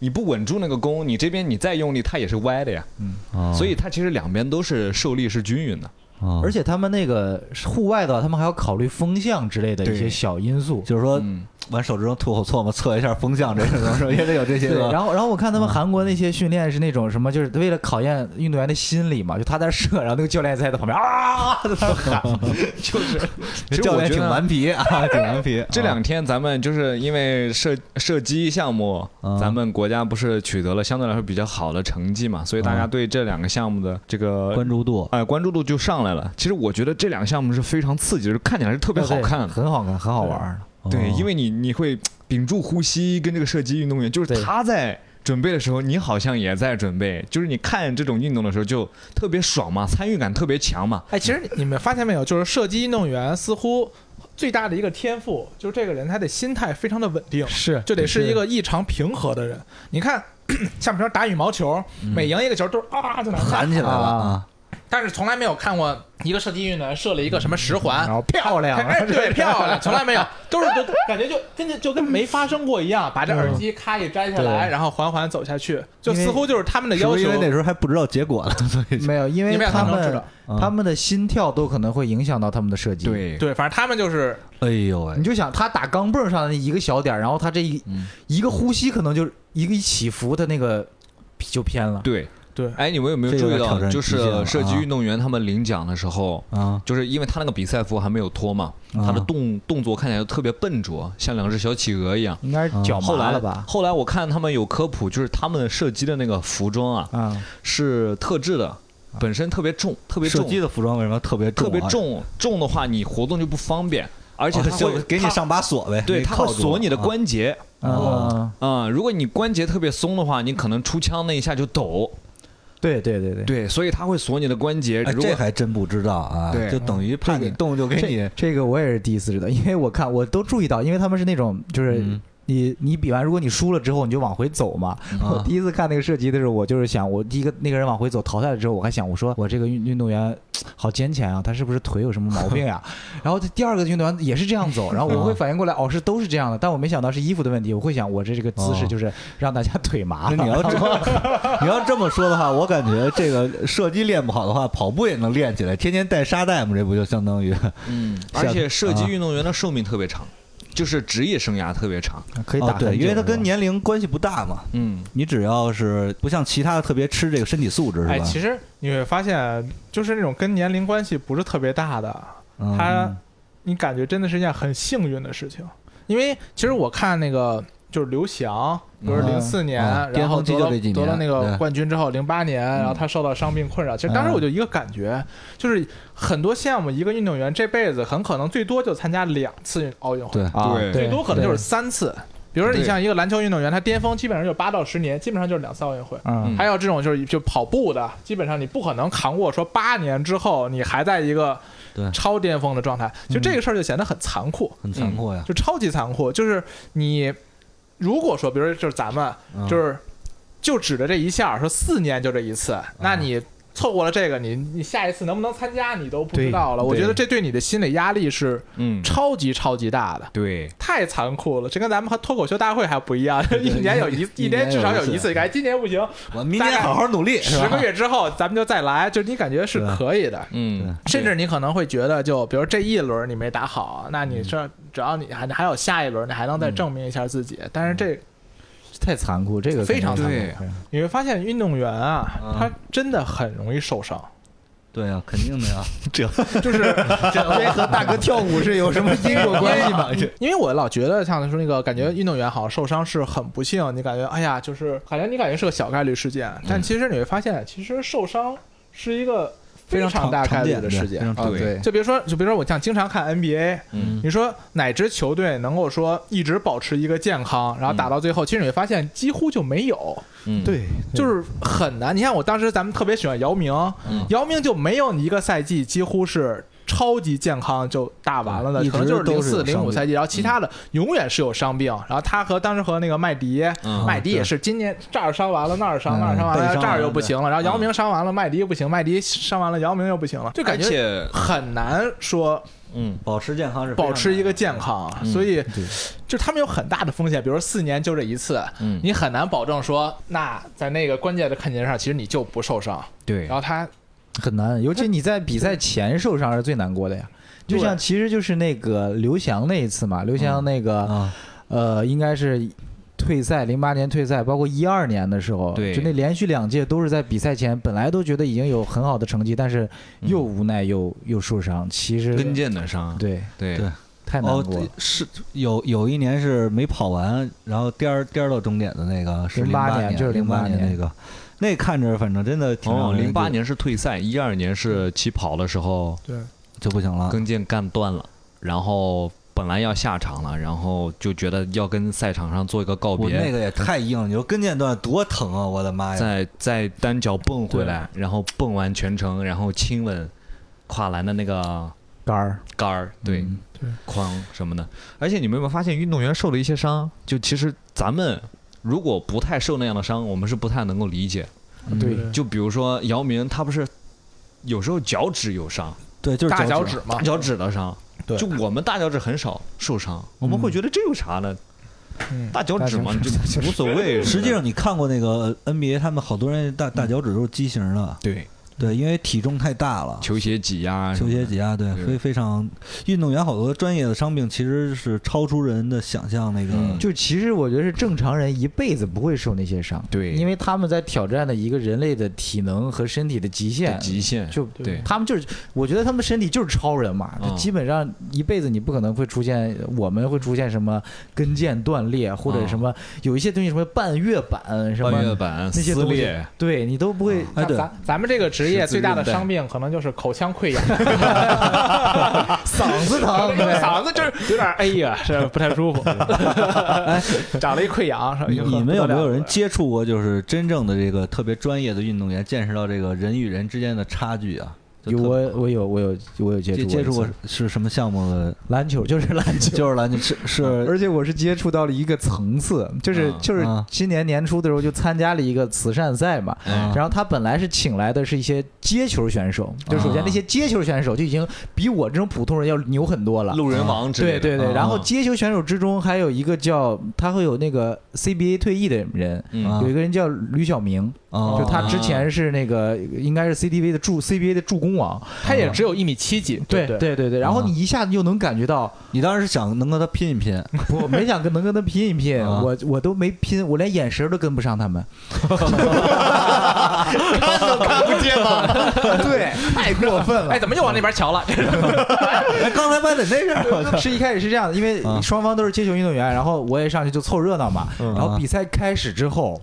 [SPEAKER 1] 你不稳住那个弓，你这边你再用力，它也是歪的呀。
[SPEAKER 2] 啊哦
[SPEAKER 1] 所以它其实两边都是受力是均匀的。 [laughs]
[SPEAKER 3] 而
[SPEAKER 1] 嗯
[SPEAKER 2] 而且
[SPEAKER 3] 且他们那个户外的，他们还要考虑风向之类的一
[SPEAKER 1] 对
[SPEAKER 3] 些小因素。
[SPEAKER 2] 就是说，
[SPEAKER 1] 嗯，
[SPEAKER 2] 完手指头吐口唾沫，测一下风向，这种是吧也得有这
[SPEAKER 1] [laughs]
[SPEAKER 2] 些
[SPEAKER 3] 对，
[SPEAKER 1] 啊
[SPEAKER 2] 个。
[SPEAKER 3] 然后然后我看他
[SPEAKER 1] 嗯
[SPEAKER 3] 们韩国那些训练是那种什么，就是为了考验运动员的心理嘛，就他在射，然后那个教练在他旁边啊，在那喊，就是
[SPEAKER 1] 其实
[SPEAKER 2] 教
[SPEAKER 1] 我
[SPEAKER 2] 练
[SPEAKER 1] 觉
[SPEAKER 2] 挺
[SPEAKER 1] 得
[SPEAKER 2] 顽皮啊，挺顽
[SPEAKER 1] [laughs]
[SPEAKER 2] 皮。
[SPEAKER 1] [laughs] 这两天咱们就是因为射射击项目
[SPEAKER 2] 啊，
[SPEAKER 1] 咱们国家不是取得了相对来说比较好的成绩嘛，所以大
[SPEAKER 2] 啊
[SPEAKER 1] 家对这两个项目的这
[SPEAKER 2] 啊
[SPEAKER 1] 个
[SPEAKER 2] 关注度，
[SPEAKER 1] 哎关注度就上来了。其实我觉得这两个项目是非常刺激，就是看起来是特别好看的。
[SPEAKER 3] 很好看，很好玩儿。
[SPEAKER 1] 对，因
[SPEAKER 2] 为
[SPEAKER 1] 为你你会屏住呼吸，跟这个射击运动员，就是
[SPEAKER 3] 对
[SPEAKER 1] 他在准备的时候，你好像也在准备，就是你看这种运动的时候就特别爽嘛，参与感特别强嘛。
[SPEAKER 4] 哎，其实你们发现没有，就是射击运动员似乎最大的一个天赋，就是这个人他的心态非常的稳定，
[SPEAKER 3] 是
[SPEAKER 4] 就得是一个异常平和的人。你看，像比如说打羽毛球，每赢一个球都是啊就拿
[SPEAKER 2] 喊起来了
[SPEAKER 3] 啊
[SPEAKER 2] 啊，
[SPEAKER 4] 但是从来没有看过一个射击运动员射了一个什么十环，
[SPEAKER 3] 然后漂亮
[SPEAKER 4] 哎，对，漂亮，从来没有，都是都感觉就真的就跟没发生过一样，把这耳机咔一摘下来，
[SPEAKER 3] 对
[SPEAKER 4] 然后缓缓走下去，就
[SPEAKER 3] 因为
[SPEAKER 4] 似乎就是他们的
[SPEAKER 2] 是
[SPEAKER 4] 要
[SPEAKER 2] 不
[SPEAKER 4] 求。
[SPEAKER 2] 是因为那时候还不知道结果呢？所
[SPEAKER 1] [laughs]
[SPEAKER 2] 以就
[SPEAKER 3] 没有，因
[SPEAKER 4] 你
[SPEAKER 3] 为
[SPEAKER 4] 们俩
[SPEAKER 3] 他
[SPEAKER 4] 可能知
[SPEAKER 3] 们
[SPEAKER 4] 道
[SPEAKER 2] 啊
[SPEAKER 3] 他们的心跳都可能会影响到他们的射击。，
[SPEAKER 1] 嗯对，
[SPEAKER 4] 对，反正他们就是
[SPEAKER 2] 哎呦喂
[SPEAKER 3] 你，就想他打钢镚儿上的那一个小点儿，然后他这一
[SPEAKER 1] 嗯
[SPEAKER 3] 一个呼吸可能就一个一起伏，他那个就偏了。
[SPEAKER 1] 对
[SPEAKER 4] 对
[SPEAKER 1] 哎，你们有没有
[SPEAKER 2] 这
[SPEAKER 1] 注
[SPEAKER 2] 有
[SPEAKER 1] 意
[SPEAKER 2] 点挑
[SPEAKER 1] 到，
[SPEAKER 2] 战
[SPEAKER 1] 就
[SPEAKER 2] 极限了
[SPEAKER 1] 是射击
[SPEAKER 2] 啊
[SPEAKER 1] 运动员他们领奖的时候，
[SPEAKER 2] 啊，
[SPEAKER 1] 就是因为他那个比赛服还没有脱嘛，
[SPEAKER 2] 啊
[SPEAKER 1] 他的动动作看起来就特别笨拙，像两只小企鹅一样。
[SPEAKER 3] 应该是脚
[SPEAKER 1] 后
[SPEAKER 3] 麻
[SPEAKER 1] 来
[SPEAKER 3] 了吧？
[SPEAKER 1] 后来我看他们有科普，就是他们射击的那个服装啊
[SPEAKER 3] 啊，
[SPEAKER 1] 是特制
[SPEAKER 2] 啊
[SPEAKER 1] 的，本身特别重，特别
[SPEAKER 2] 射
[SPEAKER 1] 重，
[SPEAKER 2] 击的服装为什么特别重
[SPEAKER 1] 特
[SPEAKER 2] 啊？
[SPEAKER 1] 别重，重的话你活动就不方便，而
[SPEAKER 2] 而
[SPEAKER 1] 且它会
[SPEAKER 2] 啊就给你
[SPEAKER 1] 它
[SPEAKER 2] 上把锁呗，
[SPEAKER 1] 对，
[SPEAKER 2] 你
[SPEAKER 1] 它
[SPEAKER 2] 靠
[SPEAKER 1] 会
[SPEAKER 2] 住
[SPEAKER 1] 锁你的
[SPEAKER 2] 啊
[SPEAKER 1] 关节
[SPEAKER 3] 啊，
[SPEAKER 1] 啊、如果你关节特别松的话，你可能出枪那一下就抖，
[SPEAKER 3] 对对对对，
[SPEAKER 1] 对，所以它会锁你的关节。
[SPEAKER 2] 哎，
[SPEAKER 1] 如
[SPEAKER 2] 这
[SPEAKER 1] 果
[SPEAKER 2] 还真不知道啊，
[SPEAKER 1] 对嗯
[SPEAKER 2] 就等于怕你动就给你
[SPEAKER 3] 这这个我也是第一次知道，因为我看我都注意到，因为他们是那种就是。
[SPEAKER 2] 嗯
[SPEAKER 3] 你你比完，如果你输了之后，你就往回走嘛。
[SPEAKER 2] 啊
[SPEAKER 3] 我第一次看那个射击的时候，我就是想，我第一个那个人往回走淘汰了之后，我还想，我说我这个运运动员好艰险啊，他是不是腿有什么毛病呀、啊然后第二个运动员也是这样走，然后我会反应过来，哦，是都是这样的，但我没想到是衣服的问题，我会想我这这个姿势
[SPEAKER 2] 哦
[SPEAKER 3] 就是让大家腿麻
[SPEAKER 2] 那
[SPEAKER 3] 了。
[SPEAKER 2] 你要这么
[SPEAKER 3] 啊
[SPEAKER 2] [laughs] 你要这么说的话，我感觉这个射击练不好的话，跑步也能练起来，天天带沙袋嘛，这不就相当于
[SPEAKER 1] 嗯，
[SPEAKER 2] 下
[SPEAKER 1] 而且射击运动员的寿命特别长，就是职业生涯特别长。
[SPEAKER 3] [laughs] 可以
[SPEAKER 2] 哦
[SPEAKER 3] 打很久、
[SPEAKER 2] 对，因为它
[SPEAKER 3] 是吧
[SPEAKER 2] 跟年龄关系不大嘛。
[SPEAKER 1] 嗯，
[SPEAKER 2] 你只要是不像其他的特别吃这个身体素质是吧？
[SPEAKER 4] 哎，其实你会发现，就是那种跟年龄关系不是特别大的，
[SPEAKER 2] 嗯
[SPEAKER 4] 他你感觉真的是一件很幸运的事情。因为其实我看那个就是刘翔，比如
[SPEAKER 2] 嗯
[SPEAKER 4] 零四年，
[SPEAKER 2] 嗯
[SPEAKER 4] 然
[SPEAKER 2] 巅
[SPEAKER 4] 后
[SPEAKER 2] 峰期
[SPEAKER 4] 得
[SPEAKER 2] 就
[SPEAKER 4] 了
[SPEAKER 2] 这几年
[SPEAKER 4] 得了那个
[SPEAKER 2] 对
[SPEAKER 4] 冠军之后，零八年，然后他受到伤病困扰。其实当时
[SPEAKER 2] 嗯
[SPEAKER 4] 我就一个感觉，就是很多项目一个运动员这辈子很可能最多就参加两次奥运会，
[SPEAKER 2] 对
[SPEAKER 3] 啊，
[SPEAKER 1] 对
[SPEAKER 4] 最多可能就是
[SPEAKER 3] 对
[SPEAKER 4] 三次。比如说你像一个篮球运动员，他巅峰基本上就八到十年，基本上就是两次奥运会。
[SPEAKER 3] 嗯
[SPEAKER 1] 嗯
[SPEAKER 4] 还有这种就是就跑步的，基本上你不可能扛过说八年之后你还在一个
[SPEAKER 2] 对
[SPEAKER 4] 超巅峰的状态。就这个事儿就显得很残酷，
[SPEAKER 2] 很残酷呀。
[SPEAKER 4] 就超级残酷。就是你如果说，比如说就是咱们
[SPEAKER 2] 嗯
[SPEAKER 4] 就是就指着这一下儿说四年就这一次，那你错过了这个，你你下一次能不能参加你都不知
[SPEAKER 3] 对
[SPEAKER 4] 道了。我
[SPEAKER 1] 对
[SPEAKER 4] 觉得这对你的心理压力是
[SPEAKER 1] 嗯，
[SPEAKER 4] 超级超级大的。
[SPEAKER 1] 对，
[SPEAKER 4] 太残酷了，这跟咱们和脱口秀大会还不一样， [laughs] 一年有一
[SPEAKER 2] 一
[SPEAKER 4] 一年
[SPEAKER 2] 年
[SPEAKER 4] 至少
[SPEAKER 2] 有一
[SPEAKER 4] 有一
[SPEAKER 2] 次
[SPEAKER 4] 次，感觉今年不行，
[SPEAKER 2] 我明年好好努力，是
[SPEAKER 4] 十
[SPEAKER 2] 吧
[SPEAKER 4] 个月之后咱们就再来，就是你感觉是
[SPEAKER 2] 对
[SPEAKER 4] 可以的，
[SPEAKER 1] 嗯，
[SPEAKER 4] 甚至你可能会觉得，就比如这一轮你没打好，那
[SPEAKER 2] 嗯
[SPEAKER 4] 你这只要你还还有下一轮，你还能再证明一下自己。但
[SPEAKER 2] 嗯
[SPEAKER 4] 是这
[SPEAKER 3] 太残酷，这个
[SPEAKER 4] 非常
[SPEAKER 3] 肯定
[SPEAKER 1] 对
[SPEAKER 3] 残酷
[SPEAKER 4] 你会发现，运动员啊
[SPEAKER 2] 嗯，
[SPEAKER 4] 他真的很容易受伤，
[SPEAKER 2] 对呀，肯定的呀。这
[SPEAKER 4] 就是
[SPEAKER 2] [laughs] 这和大哥跳舞是有什么因果关系吗？嗯这
[SPEAKER 4] [laughs] 因为我老觉得像说那个感觉运动员好像受伤是很不幸，你感觉哎呀，就是好像你感觉是个小概率事件，
[SPEAKER 2] 嗯
[SPEAKER 4] 但其实你会发现，其实受伤是一个非常大概率的事件。
[SPEAKER 2] 常
[SPEAKER 1] 啊对
[SPEAKER 2] 对，
[SPEAKER 4] 就比如说，就比如说，我像经常看 NBA，
[SPEAKER 1] 嗯
[SPEAKER 4] 你说哪支球队能够说一直保持一个健康，然后
[SPEAKER 2] 嗯
[SPEAKER 4] 打到最后，其实你会发现几乎就没有，
[SPEAKER 1] 嗯，
[SPEAKER 3] 对，
[SPEAKER 4] 就是很难。你看我当时咱们特别喜欢姚明，
[SPEAKER 1] 嗯
[SPEAKER 4] 姚明就没有你一个赛季几乎是超级健康就打完了
[SPEAKER 2] 对
[SPEAKER 4] 的，
[SPEAKER 2] 嗯一直
[SPEAKER 4] 可能就是
[SPEAKER 2] 都
[SPEAKER 4] 零
[SPEAKER 2] 是有
[SPEAKER 4] 四零
[SPEAKER 2] 伤
[SPEAKER 4] 五
[SPEAKER 2] 病嗯
[SPEAKER 4] 赛季，然后其他的永远是有伤病。然后他和当时和那个麦迪，
[SPEAKER 1] 嗯
[SPEAKER 4] 麦迪也是今年这儿伤完了，那儿伤那儿伤完
[SPEAKER 2] 嗯被
[SPEAKER 4] 了，
[SPEAKER 2] 伤
[SPEAKER 4] 这儿
[SPEAKER 2] 完
[SPEAKER 4] 又
[SPEAKER 2] 了
[SPEAKER 4] 不
[SPEAKER 2] 对嗯
[SPEAKER 4] 行了，然后姚明伤完了，麦迪又不行，麦迪伤完了，姚明又不行了，就
[SPEAKER 1] 而
[SPEAKER 4] 感觉
[SPEAKER 1] 且，
[SPEAKER 4] 很难说
[SPEAKER 1] 嗯
[SPEAKER 2] 保持健康是非常
[SPEAKER 4] 保持一个健康，啊所以
[SPEAKER 3] 对
[SPEAKER 4] 就他们有很大的风险，比如说四年就这一次，
[SPEAKER 1] 嗯，
[SPEAKER 4] 你很难保证说，那在那个关键的看节上，其实你就不受伤。
[SPEAKER 1] 对
[SPEAKER 4] 然，后他
[SPEAKER 3] 很难，尤其你在比赛前受伤是最难过的呀。就像
[SPEAKER 4] 对
[SPEAKER 3] 其实就是那个刘翔那一次嘛，刘翔那个、
[SPEAKER 2] 啊，
[SPEAKER 3] 呃，应该是退赛，零八年退赛，包括一二年的时候，
[SPEAKER 1] 对
[SPEAKER 3] 就那连续两届都是在比赛前，本来都觉得已经有很好的成绩，但是又无奈又、又受伤，其实
[SPEAKER 1] 嗯跟腱的伤，
[SPEAKER 3] 对
[SPEAKER 1] 对
[SPEAKER 2] 对
[SPEAKER 3] 太难
[SPEAKER 2] 哦
[SPEAKER 3] 过了。，
[SPEAKER 2] 是有有一年是没跑完，然后颠儿颠儿到终点的那个是
[SPEAKER 3] 08
[SPEAKER 2] 八
[SPEAKER 3] 年就是
[SPEAKER 2] 零八
[SPEAKER 3] 08年
[SPEAKER 2] 那个，那看着反正真的挺
[SPEAKER 1] 哦，
[SPEAKER 2] 让人
[SPEAKER 1] 零八年是退赛，一二年是起跑的时候
[SPEAKER 4] 对
[SPEAKER 2] 就就不行了，
[SPEAKER 1] 跟腱干断了，然后本来要下场了，然后就觉得要跟赛场上做一个告
[SPEAKER 2] 我那
[SPEAKER 1] 别，
[SPEAKER 2] 个也太硬了，你说跟腱断多疼啊！我的妈
[SPEAKER 4] 嗯
[SPEAKER 2] 呀！
[SPEAKER 1] 再再单脚蹦回来，然后蹦完全程，然后亲吻跨栏的那个
[SPEAKER 3] 杆儿，
[SPEAKER 1] 杆儿，对，
[SPEAKER 3] 嗯
[SPEAKER 1] 框什么的。而且你们有没有发现，运动员受了一些伤，就其实咱们如果不太受那样的伤，我们是不太能够理解。
[SPEAKER 3] 嗯对
[SPEAKER 1] 就比如说姚明，他不是有时候脚趾有伤，
[SPEAKER 2] 对，就是
[SPEAKER 4] 大
[SPEAKER 2] 脚
[SPEAKER 4] 脚趾嘛
[SPEAKER 1] 大，脚趾的伤。
[SPEAKER 4] 对
[SPEAKER 1] 就我们大脚趾很少受伤，我们会觉得这有啥呢？
[SPEAKER 4] 嗯，
[SPEAKER 1] 大脚趾嘛，
[SPEAKER 3] 大脚
[SPEAKER 1] 就无所
[SPEAKER 2] [laughs]
[SPEAKER 1] 谓。
[SPEAKER 2] 实际上，你看过那个呃 NBA，他们好多人大
[SPEAKER 4] 嗯
[SPEAKER 2] 大脚趾都是畸形的，
[SPEAKER 1] 对
[SPEAKER 2] 对，因为体重太大了，
[SPEAKER 1] 球鞋挤压，
[SPEAKER 2] 球鞋挤压，对，
[SPEAKER 1] 对
[SPEAKER 2] 非非常运动员好多专业的伤病其实是超出人的想象，那个、
[SPEAKER 1] 嗯
[SPEAKER 3] 就其实我觉得是正常人一辈子不会受那些伤，
[SPEAKER 1] 对
[SPEAKER 3] 因为他们在挑战的一个人类的体能和身体的极限，
[SPEAKER 1] 极限，
[SPEAKER 3] 就
[SPEAKER 1] 对
[SPEAKER 3] 他们就是，我觉得他们身体就是超人嘛，
[SPEAKER 1] 嗯
[SPEAKER 3] 就基本上一辈子你不可能会出现，我们会出现什么跟腱断裂或者
[SPEAKER 1] 嗯
[SPEAKER 3] 什么，有一些东西什么半月板什
[SPEAKER 1] 半月
[SPEAKER 3] 么
[SPEAKER 1] 板
[SPEAKER 3] 那些
[SPEAKER 1] 撕
[SPEAKER 3] 东西
[SPEAKER 1] 裂，，
[SPEAKER 3] 对你都不 [laughs] 会。
[SPEAKER 2] 哎对
[SPEAKER 4] 咱咱们这个职业最大的伤病可能就是口腔溃疡，嗓 [laughs]
[SPEAKER 3] [laughs]
[SPEAKER 4] 子疼，对嗓子就是有点哎呀，这不太舒服，长了一溃疡。是吧
[SPEAKER 2] 你你们有没有人
[SPEAKER 4] 不得了
[SPEAKER 2] 接触过，就是真正的这个特别专业的运动员，见识到这个人与人之间的差距啊？就
[SPEAKER 3] 有
[SPEAKER 2] 特
[SPEAKER 3] 我我有我有我有接
[SPEAKER 2] 接
[SPEAKER 3] 触
[SPEAKER 2] 接触
[SPEAKER 3] 过
[SPEAKER 2] 过
[SPEAKER 3] 一次
[SPEAKER 2] 是什么项目的？
[SPEAKER 3] 篮球，就是篮
[SPEAKER 2] [laughs]
[SPEAKER 3] 球，
[SPEAKER 2] 就是篮球，是是
[SPEAKER 3] [laughs] 而且我是接触到了一个层次，就是
[SPEAKER 1] 嗯
[SPEAKER 3] 就是
[SPEAKER 2] 嗯
[SPEAKER 3] 今年年初的时候就参加了一个慈善赛嘛，
[SPEAKER 2] 啊
[SPEAKER 1] 嗯
[SPEAKER 3] 然后他本来是请来的是一些接球选手，就首先那些接球选手就已经比我这种普通人要牛很多了。
[SPEAKER 1] 路人王之类
[SPEAKER 3] 啊对
[SPEAKER 1] 的。
[SPEAKER 3] 对对，然后
[SPEAKER 1] 嗯
[SPEAKER 3] 接球选手之中还有一个叫他会有那个 CBA 退役的人，
[SPEAKER 1] 嗯
[SPEAKER 3] 有一个人叫吕晓明，
[SPEAKER 2] 啊，
[SPEAKER 3] 就他之
[SPEAKER 1] 啊
[SPEAKER 3] 前是那个应该是 CDV 的助 CBA 的助攻
[SPEAKER 1] 啊
[SPEAKER 3] 王，
[SPEAKER 4] 他也只有一米七几，
[SPEAKER 3] 对啊
[SPEAKER 4] 对，
[SPEAKER 3] 对对对，然后你一下子就能感觉到，
[SPEAKER 2] 你当时想能跟他拼一拼，
[SPEAKER 3] [laughs] 我没想跟能跟他拼一拼，
[SPEAKER 2] 啊
[SPEAKER 3] 我我都没拼，我连眼神都跟不上他 [laughs] 们，
[SPEAKER 4] 看都看不见吗？
[SPEAKER 3] 对， [laughs] 太过分
[SPEAKER 4] 哎，
[SPEAKER 3] 了。
[SPEAKER 4] 怎么又往那边瞧了？
[SPEAKER 2] 哎，刚才不还在那边儿吗？
[SPEAKER 3] 是一开始是这样的，因为
[SPEAKER 2] 啊嗯
[SPEAKER 3] 双方都是接球运动员，然后我也上去就凑热闹嘛。然后比赛开始之后，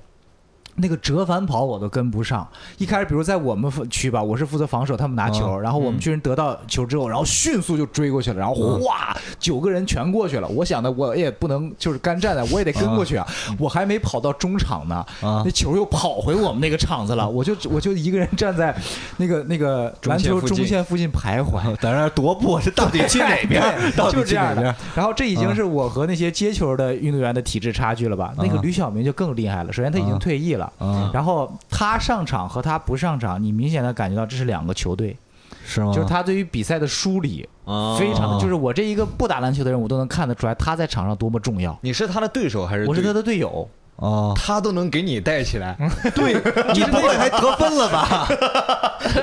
[SPEAKER 3] 那个折返跑我都跟不上。一开始比如在我们区吧，
[SPEAKER 2] 嗯嗯
[SPEAKER 3] 我是负责防守，他们拿球，然后我们区人得到球之后，然后迅速就追过去了，然后哗九个人全过去了，我想的我也不能就是干站在，我也得跟过去啊，
[SPEAKER 2] 嗯
[SPEAKER 3] 我还没跑到中场呢，
[SPEAKER 2] 啊
[SPEAKER 3] 那球又跑回我们那个场子了，我就我就一个人站在那个那个
[SPEAKER 1] 中
[SPEAKER 3] 篮
[SPEAKER 1] 线
[SPEAKER 3] 球
[SPEAKER 1] 附
[SPEAKER 3] 中
[SPEAKER 1] 近
[SPEAKER 3] 线附近徘徊，
[SPEAKER 2] 在那儿踱步，这到底去哪边儿？到
[SPEAKER 3] 就
[SPEAKER 2] 底去
[SPEAKER 3] 是这
[SPEAKER 2] 哪
[SPEAKER 3] 样
[SPEAKER 2] 边
[SPEAKER 3] 的
[SPEAKER 2] 儿？。
[SPEAKER 3] 然后这已经是我和那些接球的运动员的体质差距了吧？那个
[SPEAKER 2] 啊
[SPEAKER 3] 吕晓明就更厉害了。首先他已
[SPEAKER 2] 啊
[SPEAKER 3] 经退役了，
[SPEAKER 2] 啊，
[SPEAKER 3] 然后他上场和他不上场，你明显的感觉到这是两个球队，
[SPEAKER 2] 是吗？
[SPEAKER 3] 就是他对于比赛的梳理
[SPEAKER 1] 啊
[SPEAKER 3] 非常
[SPEAKER 2] 哦
[SPEAKER 3] 的，就是我这一个不打篮球的人，我都能看得出来他在场上多么重要。
[SPEAKER 1] 你是他的对手还是
[SPEAKER 3] 我是
[SPEAKER 1] 对
[SPEAKER 3] 他的队友，
[SPEAKER 2] 哦，
[SPEAKER 1] 他都能给你带起来，
[SPEAKER 4] 嗯
[SPEAKER 3] [laughs]
[SPEAKER 2] 对，你不会还得分了吧？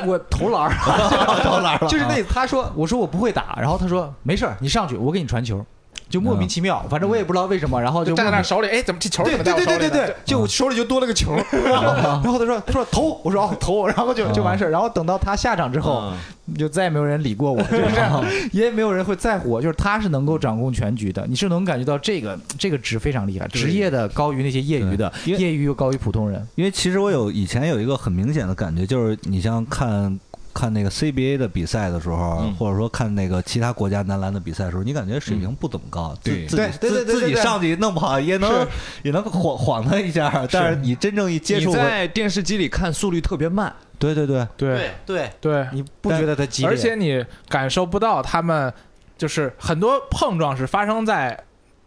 [SPEAKER 3] 我投 [laughs] 篮儿，啊投篮就是那他说我说我不会打，然后他说没事儿，你上去，我给你传球，就莫名其妙，反正我也不知道为什么，然后嗯就
[SPEAKER 4] 站
[SPEAKER 3] 莫
[SPEAKER 4] 在那
[SPEAKER 3] 名
[SPEAKER 4] 手里，哎，怎么这球
[SPEAKER 3] 对
[SPEAKER 4] 怎么在
[SPEAKER 3] 对
[SPEAKER 4] 我
[SPEAKER 3] 对
[SPEAKER 4] 手
[SPEAKER 3] 对
[SPEAKER 4] 里
[SPEAKER 3] 对
[SPEAKER 4] 呢？
[SPEAKER 3] 对，就我
[SPEAKER 1] 嗯
[SPEAKER 3] 手里就多了个球，然后 [laughs] 然后他说他说投，我说哦投，然后就就完事儿，然后等到他下场之后，就再也没有人理过我，就是这样， [laughs] 也没有人会在乎我，就是他是能够掌控全局的，你是能感觉到这个这个值非常厉害，职业的高于那些业余的，
[SPEAKER 2] 因为
[SPEAKER 3] 业余又高于普通人，
[SPEAKER 2] [laughs] 因为其实我有以前有一个很明显的感觉，就是你像看看那个 CBA 的比赛的时候，
[SPEAKER 1] 嗯
[SPEAKER 2] 或者说看那个其他国家男篮的比赛的时候，你感觉水平不怎么高，自
[SPEAKER 1] 对
[SPEAKER 2] 自
[SPEAKER 4] 对
[SPEAKER 2] 己
[SPEAKER 4] 对
[SPEAKER 2] 自
[SPEAKER 4] 对对
[SPEAKER 2] 自己
[SPEAKER 4] 对对
[SPEAKER 2] 上去弄不好也能也能晃晃他一下，但是你真正一接
[SPEAKER 1] 你
[SPEAKER 2] 触过，
[SPEAKER 1] 在电视机里看速率特别慢，
[SPEAKER 2] 对对对，
[SPEAKER 4] 对
[SPEAKER 3] 对，
[SPEAKER 4] 对，
[SPEAKER 3] 你不觉得他激烈？
[SPEAKER 4] 而且你感受不到他们就是很多碰撞是发生在。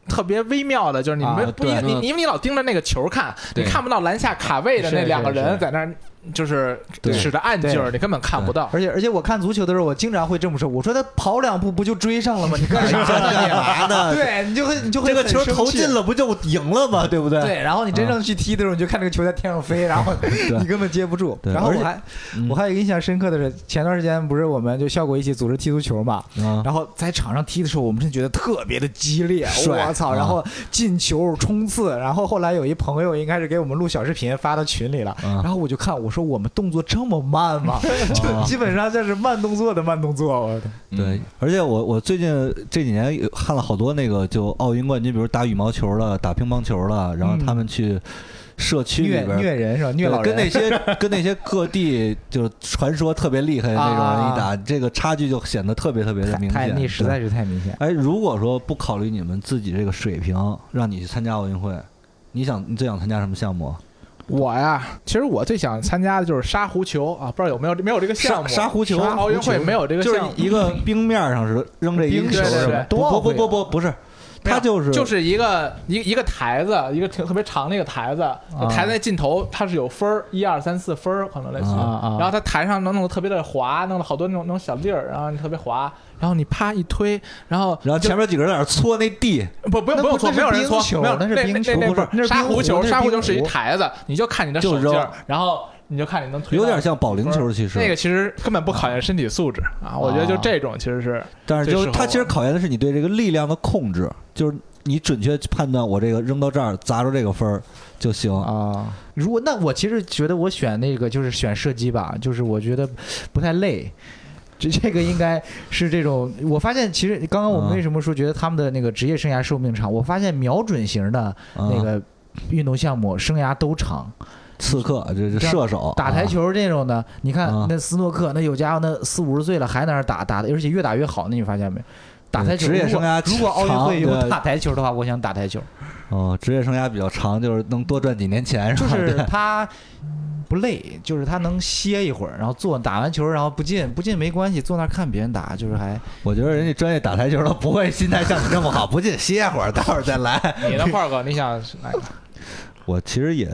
[SPEAKER 4] 特别微妙的，就是你们
[SPEAKER 3] 啊
[SPEAKER 4] 不一、
[SPEAKER 1] 对
[SPEAKER 4] 你你因为你老盯着那个球看，你
[SPEAKER 1] 对
[SPEAKER 4] 看不到篮下卡位的
[SPEAKER 3] 是
[SPEAKER 4] 那
[SPEAKER 3] 是
[SPEAKER 4] 两个
[SPEAKER 3] 是
[SPEAKER 4] 人在那儿就是
[SPEAKER 1] 对
[SPEAKER 4] 使着按劲儿，
[SPEAKER 3] 对
[SPEAKER 4] 你根本看不到。
[SPEAKER 3] 而且而且我看足球的时候，我经常会这么说，我说他跑两步不就追上了吗？你干啥
[SPEAKER 2] 干
[SPEAKER 3] 呢
[SPEAKER 2] 嘛
[SPEAKER 3] 你？
[SPEAKER 2] 呢？
[SPEAKER 3] [laughs] 对你就会你就会
[SPEAKER 2] 这个球
[SPEAKER 3] 很生
[SPEAKER 2] 投
[SPEAKER 3] 气
[SPEAKER 2] 进了不就赢了吗？对不对？嗯
[SPEAKER 3] 对，然后你真正去踢的时候，你就看这个球在天上飞，然后 [laughs] 你根本接不住。
[SPEAKER 2] 对
[SPEAKER 3] 然后
[SPEAKER 2] 而
[SPEAKER 3] 我
[SPEAKER 2] 且
[SPEAKER 3] 还
[SPEAKER 2] 嗯
[SPEAKER 3] 我还有一个印象深刻的是，前段时间不是我们就效果一起组织踢足球嘛，
[SPEAKER 2] 啊，
[SPEAKER 3] 然后在场上踢的时候，我们是觉得特别的激烈，
[SPEAKER 2] 帅
[SPEAKER 3] 我操！
[SPEAKER 2] 啊
[SPEAKER 3] 然后进球冲刺，然后后来有一朋友应该是给我们录小视频发到群里了，
[SPEAKER 2] 啊
[SPEAKER 3] 然后我就看我说我们动作这么慢吗？ [laughs]
[SPEAKER 2] 啊
[SPEAKER 3] 就基本上就是慢动作的慢动作，我的
[SPEAKER 2] 对，而且我我最近这几年有看了好多那个就奥运冠军，比如打羽毛球了、打乒乓球了，然后他们去社区里
[SPEAKER 3] 虐
[SPEAKER 2] 边儿
[SPEAKER 3] 虐人是吧？虐
[SPEAKER 2] 对
[SPEAKER 3] 老
[SPEAKER 2] 跟
[SPEAKER 3] 人
[SPEAKER 2] 那些跟那些各地就是传说特别厉害的那种人一打，这个差距就显得特别特别的明
[SPEAKER 3] 太
[SPEAKER 2] 显。
[SPEAKER 3] 太
[SPEAKER 2] 对
[SPEAKER 3] 腻，实在是太明显。
[SPEAKER 2] 哎，如果说不考虑你们自己这个水平，让你去参加奥运会，你想你最想参加什么项目？
[SPEAKER 4] 我呀，其实我最想参加的就是沙壶球啊，不知道有没有没有这个项目？
[SPEAKER 2] 沙沙壶
[SPEAKER 3] 啊
[SPEAKER 2] 球
[SPEAKER 4] 奥运会没有这个
[SPEAKER 2] 就是
[SPEAKER 4] 项目，
[SPEAKER 2] 一个冰面上是扔这一个
[SPEAKER 4] 冰
[SPEAKER 2] 球
[SPEAKER 4] 对对
[SPEAKER 2] 是
[SPEAKER 4] 对
[SPEAKER 2] 吧？
[SPEAKER 3] 冬奥
[SPEAKER 2] 不不
[SPEAKER 3] 会
[SPEAKER 2] 不不不是，它就是
[SPEAKER 4] 就是一个一一个台子，一个挺特别长的一个台子，
[SPEAKER 3] 啊
[SPEAKER 4] 台子尽头它是有分儿，一二三四分儿，可能类似于。
[SPEAKER 3] 啊啊！
[SPEAKER 4] 然后它台上能弄得特别的滑，弄了好多那种那种小粒儿，然后你特别滑，然后你啪一推，然后
[SPEAKER 2] 然后前面几个人在那儿搓那地，
[SPEAKER 4] 不不用
[SPEAKER 3] 那
[SPEAKER 4] 不用
[SPEAKER 3] 不
[SPEAKER 4] 搓，
[SPEAKER 3] 那是
[SPEAKER 4] 没有人
[SPEAKER 3] 冰
[SPEAKER 4] 搓
[SPEAKER 3] 球，
[SPEAKER 4] 没有
[SPEAKER 3] 那是
[SPEAKER 4] 那
[SPEAKER 3] 冰球
[SPEAKER 4] 那
[SPEAKER 3] 不是那是
[SPEAKER 4] 沙
[SPEAKER 3] 冰
[SPEAKER 4] 壶
[SPEAKER 3] 壶
[SPEAKER 4] 球，
[SPEAKER 3] 那是
[SPEAKER 4] 沙壶
[SPEAKER 3] 冰
[SPEAKER 4] 球是一
[SPEAKER 3] 壶
[SPEAKER 4] 台子，你就看你的
[SPEAKER 2] 就
[SPEAKER 4] 手劲
[SPEAKER 2] 扔
[SPEAKER 4] 儿，然后你就看你能推
[SPEAKER 2] 有
[SPEAKER 4] 到
[SPEAKER 2] 点像保龄球，其实
[SPEAKER 4] 那个其实根本不考验身体素质啊，我觉得就这种其实是
[SPEAKER 2] 但是
[SPEAKER 4] 最
[SPEAKER 2] 就
[SPEAKER 4] 适合
[SPEAKER 2] 它其实
[SPEAKER 4] 我
[SPEAKER 2] 考验的是你对这个力量的控制，就是你准确判断我这个扔到这儿砸着这个分儿就行。
[SPEAKER 3] 啊，如果那我其实觉得我选那个就是选射击吧，就是我觉得不太累。这这个应该是这种，我发现其实刚刚我们
[SPEAKER 2] 啊
[SPEAKER 3] 为什么说觉得他们的那个职业生涯寿命长？我发现瞄准型的
[SPEAKER 2] 啊
[SPEAKER 3] 那个运动项目生涯都长，
[SPEAKER 2] 刺客，这是
[SPEAKER 3] 这样
[SPEAKER 2] 射手，
[SPEAKER 3] 打台球这种的，你看
[SPEAKER 2] 啊
[SPEAKER 3] 那斯诺克，那有家伙那四五十岁了还在那儿打打的，而且越打越好呢，你发现没？打台球
[SPEAKER 2] 职业
[SPEAKER 3] 如果
[SPEAKER 2] 生涯
[SPEAKER 3] 如果奥运会
[SPEAKER 2] 长
[SPEAKER 3] 有
[SPEAKER 2] 对
[SPEAKER 3] 打台球的话，我想打台球，
[SPEAKER 2] 啊。哦，职业生涯比较长，就是能多赚几年钱，
[SPEAKER 3] 就是
[SPEAKER 2] 吧？
[SPEAKER 3] 是
[SPEAKER 2] 对
[SPEAKER 3] 他不累，就是他能歇一会儿，然后坐打完球，然后不进不进没关系，坐那儿看别人打，就是还
[SPEAKER 2] 我觉得人家专业打台球的不会心态像你这么好，不进歇会儿，待会儿再来。
[SPEAKER 3] [laughs]
[SPEAKER 4] 你的画哥，你想哎哪个？
[SPEAKER 2] 我其实也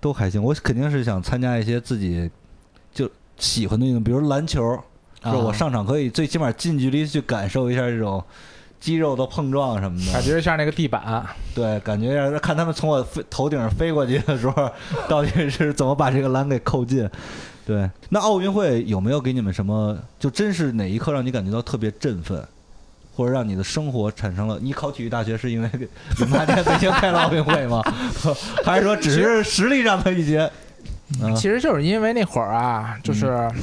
[SPEAKER 2] 都还行，我肯定是想参加一些自己就喜欢的运动，比如篮球，就是我
[SPEAKER 3] 啊
[SPEAKER 2] 上场可以最起码近距离去感受一下这种肌肉的碰撞什么的，
[SPEAKER 4] 感觉一下那个地板，啊
[SPEAKER 2] 对，感觉让看他们从我飞头顶上飞过去的时候，到底是怎么把这个篮给扣进。对，那奥运会有没有给你们什么？就真是哪一刻让你感觉到特别振奋，或者让你的生活产生了？你考体育大学是因为零八年北京开了奥运会吗？ [laughs] 还是说只是实力上的一些？嗯
[SPEAKER 4] 其实就是因为那会儿啊，就是
[SPEAKER 3] 嗯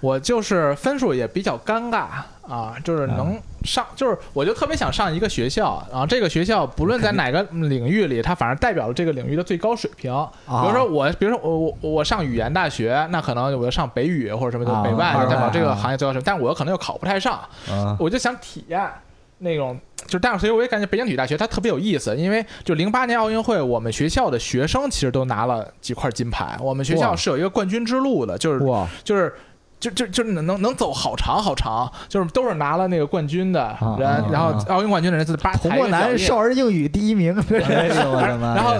[SPEAKER 4] 我就是分数也比较尴尬啊，就是
[SPEAKER 3] 嗯
[SPEAKER 4] 能上，就是我就特别想上一个学校，然后这个学校不论在哪个领域里，它反正代表了这个领域的最高水平。
[SPEAKER 3] 啊
[SPEAKER 4] 比如说我，比如说我我我上语言大学，那可能我就上北语或者什么，就
[SPEAKER 3] 啊
[SPEAKER 4] 北外
[SPEAKER 3] 二
[SPEAKER 4] 就代
[SPEAKER 3] 外
[SPEAKER 4] 表这
[SPEAKER 3] 啊
[SPEAKER 4] 个行业最高水平，但是我可能又考不太上，
[SPEAKER 2] 啊
[SPEAKER 4] 我就想体验。那种就是大，所以我也感觉北京体育大学它特别有意思，因为就零八年奥运会，我们学校的学生其实都拿了几块金牌，我们学校
[SPEAKER 3] 哇
[SPEAKER 4] 是有一个冠军之路的，就是
[SPEAKER 3] 哇，
[SPEAKER 4] 就是。就就就是能能能走好长好长，就是都是拿了那个冠军的
[SPEAKER 3] 啊
[SPEAKER 4] 人，
[SPEAKER 2] 啊
[SPEAKER 4] 然后
[SPEAKER 2] 啊
[SPEAKER 4] 奥运冠军的人是八
[SPEAKER 3] 童墨南少儿英语第一名，
[SPEAKER 2] 哎呦我的妈！
[SPEAKER 4] 然后，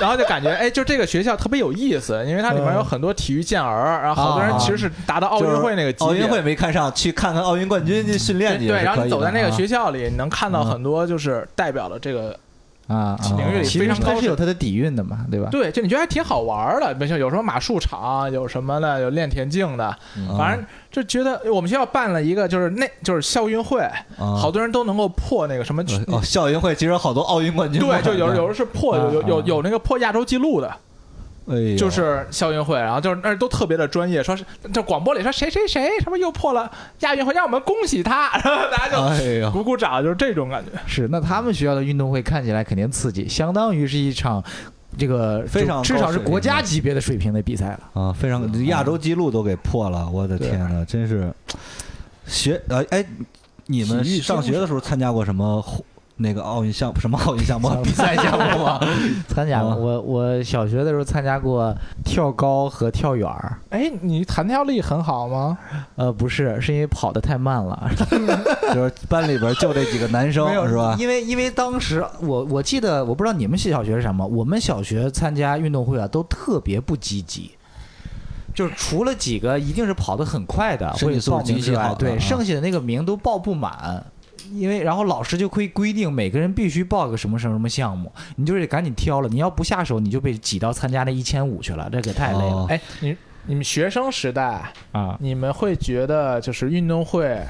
[SPEAKER 4] 然后就感觉，哎，就这个学校特别有意思，因为它里
[SPEAKER 2] 嗯
[SPEAKER 4] 面有很多体育健儿，然后好多人
[SPEAKER 2] 啊
[SPEAKER 4] 其实是达到奥运会那个级别。
[SPEAKER 2] 奥运会没看上，去看看奥运冠军去训练去。
[SPEAKER 4] 对，然后你走在那个
[SPEAKER 2] 啊嗯
[SPEAKER 4] 学校里，你能看到很多就是代表了这个，
[SPEAKER 3] [laughs] 啊，啊
[SPEAKER 4] 领域里
[SPEAKER 3] 其
[SPEAKER 4] 非
[SPEAKER 3] 实
[SPEAKER 4] 常高
[SPEAKER 3] 它是
[SPEAKER 4] 深
[SPEAKER 3] 有它的底蕴的嘛，
[SPEAKER 2] 啊
[SPEAKER 3] 对吧？
[SPEAKER 4] 对，就你觉得还挺好玩儿的。没事，有什么马术场，有什么的，有练田径的，
[SPEAKER 2] 嗯
[SPEAKER 4] 反正就觉得哎我们学校办了一个，就是那就是校运会，
[SPEAKER 2] 啊
[SPEAKER 4] 好多人都能够破那个什么。
[SPEAKER 2] 哦，校运会其实有好多奥运冠军。 [laughs]
[SPEAKER 4] 对，就有有的是破有有有有那个破亚洲纪录的，
[SPEAKER 2] 嗯哎呦
[SPEAKER 4] 就是校运会，然后就是那儿都特别的专业，说是这广播里说谁谁谁什么又破了亚运会，让我们恭喜他， [laughs] 然后大家
[SPEAKER 2] 哎
[SPEAKER 4] 就
[SPEAKER 2] 呦
[SPEAKER 4] 鼓鼓掌，就是这种感觉。
[SPEAKER 3] 是，那他们学校的运动会看起来肯定刺激，相当于是一场这个
[SPEAKER 2] 非常高
[SPEAKER 3] 至少是
[SPEAKER 2] 水平
[SPEAKER 3] 国家级别的水平的比赛了。
[SPEAKER 2] 啊，非
[SPEAKER 4] 嗯
[SPEAKER 2] 常亚洲纪录都给破了，我的天呐，真是学呃哎，你们
[SPEAKER 3] 体育
[SPEAKER 2] 上学的时候参加过什么活那个奥运项目？什么奥运项目比赛项目
[SPEAKER 4] [laughs]
[SPEAKER 2] 吗？
[SPEAKER 3] 参加过
[SPEAKER 2] 啊
[SPEAKER 3] 我我小学的时候参加过跳高和跳远儿，
[SPEAKER 4] 哎，你弹跳力很好吗？
[SPEAKER 3] 呃，不是，是因为跑得太慢了，
[SPEAKER 2] 就是班里边就这几个男生
[SPEAKER 3] 没有
[SPEAKER 2] 是吧？
[SPEAKER 3] 因为因为当时我我记得，我不知道你们小学是什么，我们小学参加运动会啊，都特别不积极。就是除了几个一定是跑得很快的，
[SPEAKER 2] 身体
[SPEAKER 3] 或者
[SPEAKER 2] 素质
[SPEAKER 3] 报名
[SPEAKER 2] 极其
[SPEAKER 3] 之
[SPEAKER 2] 好
[SPEAKER 3] 外
[SPEAKER 2] 的，啊
[SPEAKER 3] 对，剩下的那个名都报不满，因为然后老师就会规定每个人必须报个什么什么什么项目，你就是得赶紧挑了，你要不下手你就被挤到参加那一千五去了，这可太累了
[SPEAKER 2] 哦
[SPEAKER 4] 哎，你你们学生时代，
[SPEAKER 3] 啊！
[SPEAKER 4] 你们会觉得就是运动会。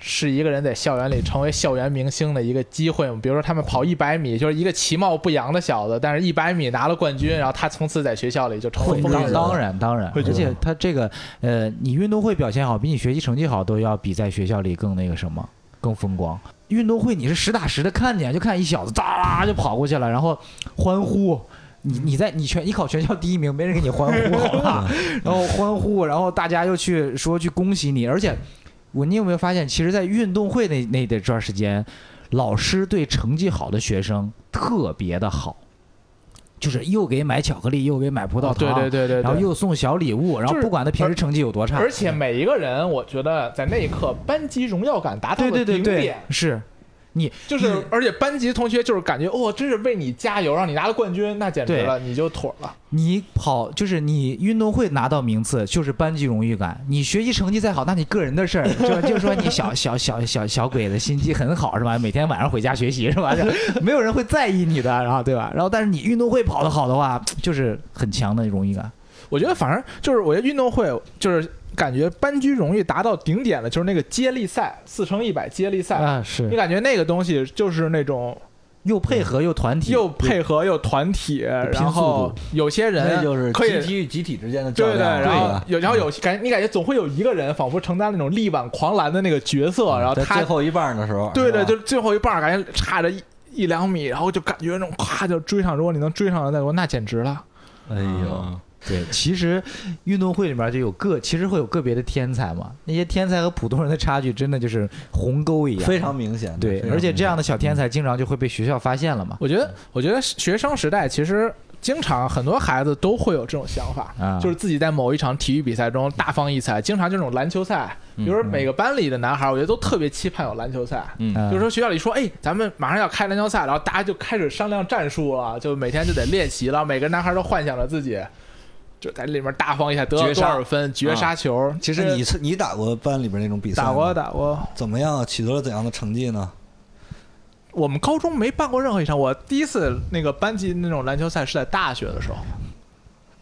[SPEAKER 4] 是一个人在校园里成为校园明星的一个机会吗？比如说他们跑一百米，就是一个其貌不扬的小子，但是一百米拿了冠军，然后他从此在学校里就成
[SPEAKER 3] 会
[SPEAKER 4] 为风云
[SPEAKER 3] [laughs] 当
[SPEAKER 4] 人
[SPEAKER 3] 当
[SPEAKER 4] 物。
[SPEAKER 3] 然当然，
[SPEAKER 4] 会觉
[SPEAKER 3] 而
[SPEAKER 4] 得
[SPEAKER 3] 且他这个呃，你运动会表现好，比你学习成绩好都要比在学校里更那个什么，更风光。运动会你是实打实的看见，就看一小子哒啦就跑过去了，然后欢呼。你你在你全你考全校第一名，没人给你欢呼，好
[SPEAKER 4] [laughs]
[SPEAKER 3] 吧？
[SPEAKER 4] 嗯
[SPEAKER 3] 然后欢呼，然后大家又去说去恭喜你，而且我你有没有发现，其实，在运动会那那那段时间，老师对成绩好的学生特别的好，就是又给买巧克力，又给买葡萄
[SPEAKER 4] 哦
[SPEAKER 3] 糖，
[SPEAKER 4] 对对对对对，
[SPEAKER 3] 然后又送小礼物，然后不管他平时成绩有多差，
[SPEAKER 4] 而且每一个人，我觉得在那一刻，班级荣耀感达到
[SPEAKER 3] 对
[SPEAKER 4] 了
[SPEAKER 3] 对对
[SPEAKER 4] 顶
[SPEAKER 3] 对
[SPEAKER 4] 点。，
[SPEAKER 3] 是
[SPEAKER 4] 就是
[SPEAKER 3] 嗯，
[SPEAKER 4] 而且班级同学就是感觉，哦，真是为你加油，让你拿了冠军，那简直
[SPEAKER 3] 对
[SPEAKER 4] 了，你就妥了。
[SPEAKER 3] 你跑就是你运动会拿到名次，就是班级荣誉感。你学习成绩再好，那你个人的事儿，就就说你小小小小小鬼子心机很好是吧？每天晚上回家学习是吧？就没有人会在意你的，然后对吧？然后但是你运动会跑得好的话，就是很强的荣誉感。
[SPEAKER 4] 我觉得反正就是，我觉得运动会就是感觉班级荣誉达到顶点了，就是那个接力赛，四乘一百接力赛，
[SPEAKER 3] 啊，
[SPEAKER 4] 你
[SPEAKER 3] 是
[SPEAKER 4] 感觉那个东西就是那种
[SPEAKER 3] 又配合又团体，
[SPEAKER 4] 又配合又团体，
[SPEAKER 3] 拼
[SPEAKER 4] 然
[SPEAKER 3] 速
[SPEAKER 4] 后
[SPEAKER 3] 度
[SPEAKER 4] 有些
[SPEAKER 2] 那
[SPEAKER 4] 人
[SPEAKER 2] 就是
[SPEAKER 4] 可以
[SPEAKER 2] 集体与集体之间的较
[SPEAKER 4] 对对，
[SPEAKER 2] 量，
[SPEAKER 4] 然后
[SPEAKER 2] 吧嗯啊
[SPEAKER 4] 有，然后有感觉，你感觉总会有一个人仿佛承担那种力挽狂澜的那个角色，然后
[SPEAKER 2] 啊在
[SPEAKER 4] 他
[SPEAKER 2] 最后一半的时候，
[SPEAKER 4] 对
[SPEAKER 2] 是吧
[SPEAKER 4] 对，就是最后一棒儿感觉差着一一两米，然后就感觉那种咵就追上，如果你能追上了再说，那简直了。
[SPEAKER 2] 哎呦，
[SPEAKER 1] 嗯
[SPEAKER 3] 对，其实运动会里面就有个，其实会有个别的天才嘛，那些天才和普通人的差距真的就是鸿沟一样。
[SPEAKER 2] 非常明显的。
[SPEAKER 3] 对
[SPEAKER 2] 非，常
[SPEAKER 3] 而且
[SPEAKER 2] 明
[SPEAKER 3] 这
[SPEAKER 2] 显
[SPEAKER 3] 样的小天才经常就会被学校发现了嘛。
[SPEAKER 4] 我觉得，我觉得学生时代其实经常很多孩子都会有这种想法，
[SPEAKER 3] 啊，
[SPEAKER 4] 就是自己在某一场体育比赛中大放异彩，经常这种篮球赛，比如说每个班里的男孩儿，我觉得都特别期盼有篮球赛。
[SPEAKER 3] 啊
[SPEAKER 4] 嗯就是说学校里说，哎，咱们马上要开篮球赛，然后大家就开始商量战术了，就每天就得练习了。每个男孩儿都幻想着自己就在里面大放异彩，得了
[SPEAKER 1] 绝
[SPEAKER 4] 多
[SPEAKER 1] 杀
[SPEAKER 4] 少分，绝
[SPEAKER 1] 啊
[SPEAKER 4] 杀球。
[SPEAKER 2] 其实你是你打过班里边那种比赛吗？
[SPEAKER 4] 打过打过，
[SPEAKER 2] 怎么样？取得了怎样的成绩呢？
[SPEAKER 4] 我们高中没办过任何一场，我第一次那个班级那种篮球赛是在大学的时候，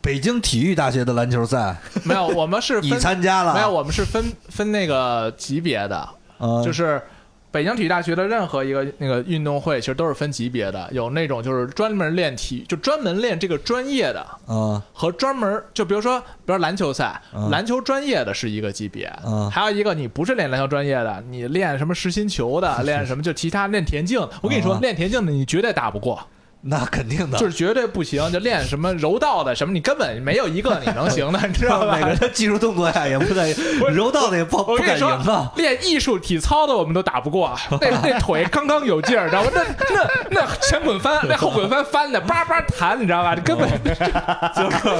[SPEAKER 2] 北京体育大学的篮球赛，
[SPEAKER 4] 没有，我们
[SPEAKER 2] [laughs]
[SPEAKER 4] 是
[SPEAKER 2] 你
[SPEAKER 4] 分
[SPEAKER 2] 参加了？
[SPEAKER 4] 没有，我们是分分那个级别的，
[SPEAKER 2] 呃，
[SPEAKER 4] 就是北京体育大学的任何一个那个运动会，其实都是分级别的，有那种就是专门练体，就专门练这个专业的。
[SPEAKER 2] 啊
[SPEAKER 4] 和专门就比如说，比如篮球赛，
[SPEAKER 2] 嗯
[SPEAKER 4] 篮球专业的是一个级别，
[SPEAKER 2] 嗯
[SPEAKER 4] 还有一个你不是练篮球专业的，
[SPEAKER 2] [laughs]
[SPEAKER 4] 你练什么实心球的，练什么就其他练田径。我跟你说，
[SPEAKER 2] 啊
[SPEAKER 4] 练田径的你绝对打不过，
[SPEAKER 2] 那肯定的，
[SPEAKER 4] 就是绝对不行，就练什么柔道的什么，你根本没有一个你能
[SPEAKER 2] [laughs]
[SPEAKER 4] 行的，你知道
[SPEAKER 2] [laughs]
[SPEAKER 4] 吧
[SPEAKER 2] 每？个人的技术动作呀也不
[SPEAKER 4] [laughs]
[SPEAKER 2] 在，柔道的也不
[SPEAKER 4] 我
[SPEAKER 2] 不
[SPEAKER 4] 跟
[SPEAKER 2] 敢
[SPEAKER 4] 你
[SPEAKER 2] 赢
[SPEAKER 4] 说
[SPEAKER 2] 啊，。
[SPEAKER 4] 练艺术体操的我们都打不过，
[SPEAKER 2] [laughs]
[SPEAKER 4] 那那腿刚刚有劲儿，知道吗？那那那前滚翻，
[SPEAKER 2] [laughs]
[SPEAKER 4] 那后滚翻翻的叭叭弹，你知道吧？根本
[SPEAKER 2] 就是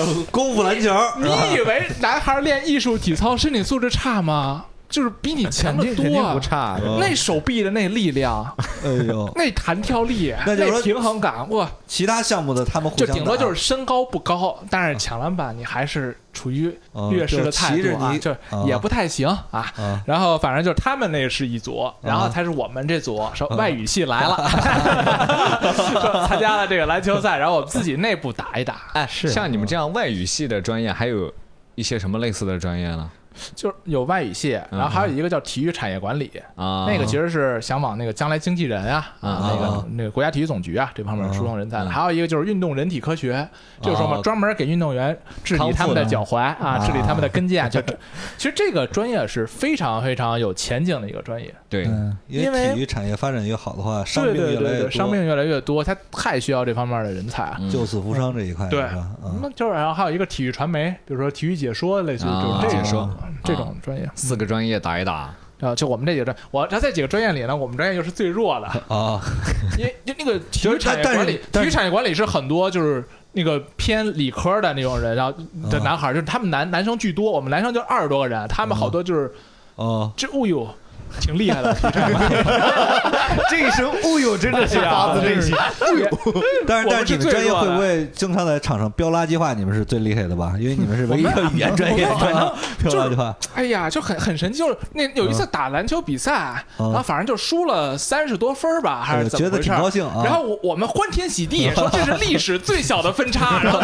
[SPEAKER 2] [laughs] 功夫篮球，啊
[SPEAKER 4] 你以为男孩练艺术体操身体素质差吗？就是比你强
[SPEAKER 3] 肯
[SPEAKER 4] 得
[SPEAKER 3] 定肯
[SPEAKER 4] 多
[SPEAKER 3] 定
[SPEAKER 4] 啊
[SPEAKER 3] 不。
[SPEAKER 2] [laughs]
[SPEAKER 3] 差。
[SPEAKER 4] [laughs]
[SPEAKER 2] 嗯
[SPEAKER 4] 那手臂的那
[SPEAKER 2] [laughs]
[SPEAKER 4] 力量，
[SPEAKER 2] 哎呦，
[SPEAKER 4] 那弹跳力，
[SPEAKER 2] 那就是说
[SPEAKER 4] 平衡感，哇，
[SPEAKER 2] 其他项目的他们互
[SPEAKER 4] 就
[SPEAKER 2] 相
[SPEAKER 4] 顶多
[SPEAKER 2] 打
[SPEAKER 4] 就是身高不高，但是抢篮板你还是处于
[SPEAKER 2] 嗯
[SPEAKER 4] 劣势的态
[SPEAKER 2] 就是骑着
[SPEAKER 4] 度啊
[SPEAKER 2] 你，
[SPEAKER 4] 就是
[SPEAKER 2] 啊
[SPEAKER 4] 也不太行啊。
[SPEAKER 2] 啊，
[SPEAKER 4] 然后反正就是他们那是一组，然后才是我们这组，说外语系来了， [laughs] 说参加了这个篮球赛，然后我们自己内部打一打。
[SPEAKER 1] 哎，
[SPEAKER 3] 是嗯
[SPEAKER 1] 像你们这样外语系的专业，还有一些什么类似的专业呢？
[SPEAKER 4] 就是有外语系，然后还有一个叫体育产业管理，
[SPEAKER 1] 啊，
[SPEAKER 4] 那个其实是想往那个将来经纪人啊啊那
[SPEAKER 2] 啊
[SPEAKER 4] 个那个国家体育总局啊这方面输送人才的，
[SPEAKER 1] 嗯
[SPEAKER 4] 还有一个就是运动人体科学，就是说嘛
[SPEAKER 1] 哦
[SPEAKER 4] 专门给运动员治
[SPEAKER 1] 康
[SPEAKER 4] 理
[SPEAKER 1] 复
[SPEAKER 4] 他们的
[SPEAKER 1] 的
[SPEAKER 4] 脚踝啊，
[SPEAKER 2] 啊
[SPEAKER 4] 治理他们的跟腱，就这其实这个专业是非常非常有前景的一个专业。
[SPEAKER 1] 对，
[SPEAKER 2] 嗯，因
[SPEAKER 4] 因为
[SPEAKER 2] 为体育产业发展越好的话，伤
[SPEAKER 4] 对
[SPEAKER 2] 病
[SPEAKER 4] 对
[SPEAKER 2] 越来
[SPEAKER 4] 对
[SPEAKER 2] 越
[SPEAKER 4] 对，
[SPEAKER 2] 多，
[SPEAKER 4] 伤病越来越多，他太需要这方面的人才了。
[SPEAKER 1] 嗯
[SPEAKER 2] 救死扶伤这一块，
[SPEAKER 4] 对
[SPEAKER 2] 是吧？嗯
[SPEAKER 4] 那就是然后还有一个体育传媒，比如说体育解说，类似于
[SPEAKER 1] 啊
[SPEAKER 4] 就是这
[SPEAKER 1] 解
[SPEAKER 4] 种、
[SPEAKER 1] 说
[SPEAKER 4] 这种专业
[SPEAKER 1] 四个专业打一打，
[SPEAKER 4] 啊，就我们这几个专，我这在几个专业里呢，我们专业又是最弱的，
[SPEAKER 2] 啊，
[SPEAKER 4] 因为就那个体育产业
[SPEAKER 2] 但是
[SPEAKER 4] 管理，
[SPEAKER 2] 但是
[SPEAKER 4] 体育产业管理是很多就是那个偏理科的那种人，然后的
[SPEAKER 2] 啊
[SPEAKER 4] 男孩儿，就是他们男男生居多，我们男生就二十多个人，他们好多就是
[SPEAKER 2] 哦，
[SPEAKER 4] 这，哦呦，挺厉害的，体
[SPEAKER 2] [laughs]
[SPEAKER 4] 育产业管理
[SPEAKER 5] 这一声“哦呦”真的是
[SPEAKER 4] 对啊
[SPEAKER 5] 发自
[SPEAKER 2] [laughs]
[SPEAKER 5] 内心。
[SPEAKER 4] 也
[SPEAKER 2] 哎但是
[SPEAKER 4] 我
[SPEAKER 2] 但是
[SPEAKER 4] 们是
[SPEAKER 2] 你们专业
[SPEAKER 4] 最弱
[SPEAKER 2] 会
[SPEAKER 4] 的
[SPEAKER 2] 不会经常在场上飙垃圾话？你们是最厉害的吧？因为你们是唯一一个语言专业，
[SPEAKER 4] 我们
[SPEAKER 2] 飙垃圾话。
[SPEAKER 4] 哎呀，就很很神奇，就是那有一次打篮球比赛，啊
[SPEAKER 2] 嗯
[SPEAKER 4] 然后反正就输了三十多分儿吧，还
[SPEAKER 2] 哎
[SPEAKER 4] 是怎么
[SPEAKER 2] 觉得
[SPEAKER 4] 回事儿？
[SPEAKER 2] 挺高兴啊
[SPEAKER 4] 然后我我们欢天喜地，说这是历史最小的
[SPEAKER 2] [laughs]
[SPEAKER 4] 分差，然后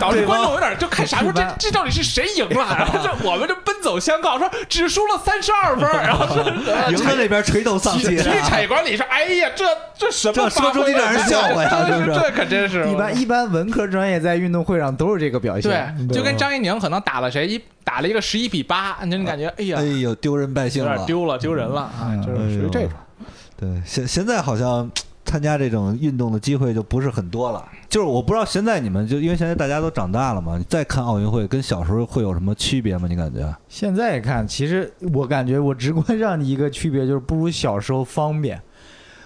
[SPEAKER 4] 导致观众有点就看傻，说这这到底是谁
[SPEAKER 2] [laughs]
[SPEAKER 4] 赢了？然后就我们就奔走相告，说只输了三十二分
[SPEAKER 2] [laughs]
[SPEAKER 4] 儿，然后呃说
[SPEAKER 3] [laughs]
[SPEAKER 2] 赢的那边垂头丧
[SPEAKER 4] 体
[SPEAKER 2] 气啊
[SPEAKER 4] 育，产业管理说，哎呀，这这什么
[SPEAKER 2] 这
[SPEAKER 4] 发
[SPEAKER 2] 说出
[SPEAKER 4] 挥
[SPEAKER 2] 去
[SPEAKER 4] [laughs]
[SPEAKER 2] 让人
[SPEAKER 4] 啊
[SPEAKER 2] 笑话呀
[SPEAKER 4] 这
[SPEAKER 2] 是不是
[SPEAKER 4] 这可真是
[SPEAKER 3] 一般一般文科专业在运动会上都是这个表
[SPEAKER 4] 对
[SPEAKER 3] 现，，
[SPEAKER 4] 就跟张怡宁可能打了谁一打了一个十一比八，你就感觉哎呀
[SPEAKER 2] 哎呦，丢人败兴
[SPEAKER 4] 有点
[SPEAKER 2] 了。
[SPEAKER 4] 丢了丢人了啊，就
[SPEAKER 2] 哎
[SPEAKER 4] 是属
[SPEAKER 2] 呦
[SPEAKER 4] 于这种。
[SPEAKER 2] 对，现现在好像参加这种运动的机会就不是很多了。就是我不知道现在你们就因为现在大家都长大了嘛，你再看奥运会跟小时候会有什么区别吗？你感觉？
[SPEAKER 3] 现在看，其实我感觉我直观上的一个区别就是不如小时候方便。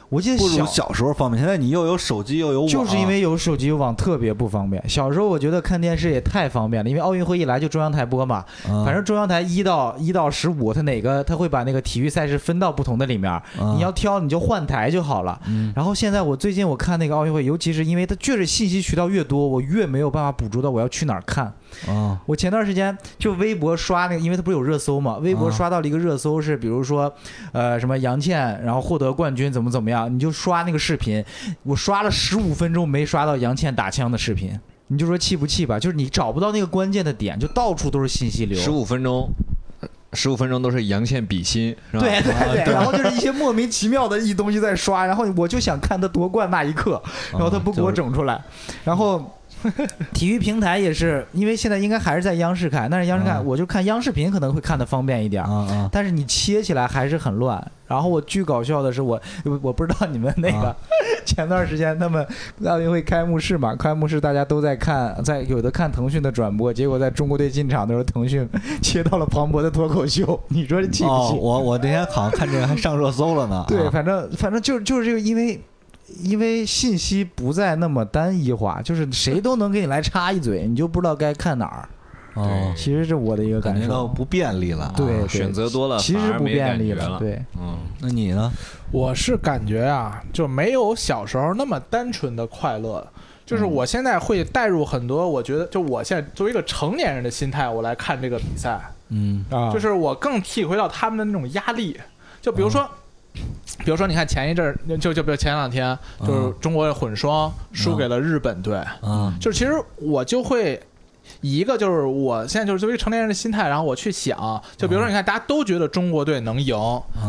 [SPEAKER 3] 我记得
[SPEAKER 2] 不如
[SPEAKER 3] 小
[SPEAKER 2] 小时啊候方便，现在你又有手机又有网，
[SPEAKER 3] 就是因为有手机有网特别不方便。小时候我觉得看电视也太方便了，因为奥运会一来就中央台播嘛，
[SPEAKER 2] 嗯
[SPEAKER 3] 反正中央台一到一到十五，它哪个它会把那个体育赛事分到不同的里面，
[SPEAKER 2] 嗯
[SPEAKER 3] 你要挑你就换台就好了。
[SPEAKER 2] 嗯
[SPEAKER 3] 然后现在我最近我看那个奥运会，尤其是因为它确实信息渠道越多，我越没有办法捕捉到我要去哪儿看。
[SPEAKER 2] 啊
[SPEAKER 3] 我前段时间就微博刷那个，因为它不是有热搜嘛，微博
[SPEAKER 2] 啊
[SPEAKER 3] 刷到了一个热搜是，比如说，呃，什么杨倩然后获得冠军怎么怎么样，你就刷那个视频，我刷了十五分钟没刷到杨倩打枪的视频，你就说气不气吧？就是你找不到那个关键的点，就到处都是信息流。
[SPEAKER 1] 十五分钟，十五分钟都是杨倩比心，是吧？啊
[SPEAKER 3] 对对对，然后就是一些莫名其妙的一东西在刷，然后我就想看他夺冠那一刻，然后他不给我整出来，然后。体育平台也是，因为现在应该还是在央视看，但是央视看、
[SPEAKER 2] 嗯
[SPEAKER 3] 我就看央视频可能会看的方便一点
[SPEAKER 2] 啊
[SPEAKER 3] 儿，
[SPEAKER 2] 啊！
[SPEAKER 3] 但是你切起来还是很乱。然后我巨搞笑的是我，我我不知道你们那个、
[SPEAKER 2] 啊
[SPEAKER 3] [laughs] 前段时间他们奥运会开幕式嘛，开幕式大家都在看，在有的看腾讯的转播，结果在中国队进场的时候，腾讯切到了庞博的脱口秀，你说这气不
[SPEAKER 2] 哦，
[SPEAKER 3] 气？
[SPEAKER 2] 我我那天好像看这个还上热搜了呢。
[SPEAKER 3] 对，
[SPEAKER 2] 啊
[SPEAKER 3] 反正反正就是就是这个，因为因为信息不再那么单一化，就是谁都能给你来插一嘴，你就不知道该看哪儿。
[SPEAKER 2] 哦，
[SPEAKER 3] 其实是我的一个
[SPEAKER 2] 感
[SPEAKER 3] 感
[SPEAKER 2] 觉到
[SPEAKER 3] 受，
[SPEAKER 2] 不便利了。
[SPEAKER 3] 对对
[SPEAKER 1] 选择多了，
[SPEAKER 3] 其实
[SPEAKER 1] 反而
[SPEAKER 3] 不
[SPEAKER 1] 没
[SPEAKER 3] 便利
[SPEAKER 1] 感觉
[SPEAKER 3] 了，
[SPEAKER 1] 了。
[SPEAKER 3] 对。
[SPEAKER 1] 嗯，
[SPEAKER 2] 那你呢？
[SPEAKER 4] 我是感觉啊，就没有小时候那么单纯的快乐。就是我现在会带入很多，我觉得就我现在作为一个成年人的心态，我来看这个比赛，
[SPEAKER 2] 嗯
[SPEAKER 3] 啊
[SPEAKER 4] 就是我更体会到他们的那种压力。就比如说，比如说，你看前一阵儿，就就比如前两天，就是中国的混双输给了日本队，
[SPEAKER 2] 啊
[SPEAKER 4] 就是其实我就会。以一个就是我现在就是作为一个成年人的心态，然后我去想，就比如说，你看，大家都觉得中国队能赢，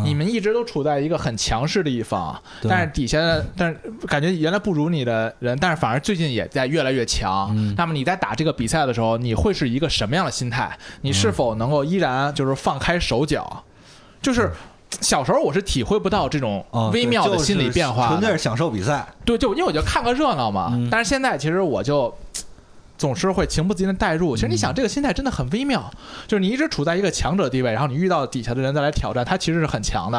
[SPEAKER 4] 你们一直都处在一个很强势的一方，
[SPEAKER 2] 嗯对
[SPEAKER 4] 但是底下的，但是感觉原来不如你的人，但是反而最近也在越来越强。
[SPEAKER 2] 嗯
[SPEAKER 4] 那么你在打这个比赛的时候，你会是一个什么样的心态？你是否能够依然就是放开手脚？就是小时候我是体会不到这种
[SPEAKER 2] 啊，
[SPEAKER 4] 微妙的
[SPEAKER 2] 嗯对
[SPEAKER 4] 心理变
[SPEAKER 2] 就
[SPEAKER 4] 化
[SPEAKER 2] 是
[SPEAKER 4] 的，
[SPEAKER 2] 纯粹是享受比赛。
[SPEAKER 4] 对，就因为我就看个热闹嘛。
[SPEAKER 2] 嗯
[SPEAKER 4] 但是现在其实我就总是会情不自禁的代入。其实你
[SPEAKER 2] 嗯
[SPEAKER 4] 想，这个心态真的很微妙，就是你一直处在一个强者地位，然后你遇到底下的人再来挑战，他其实是很强的。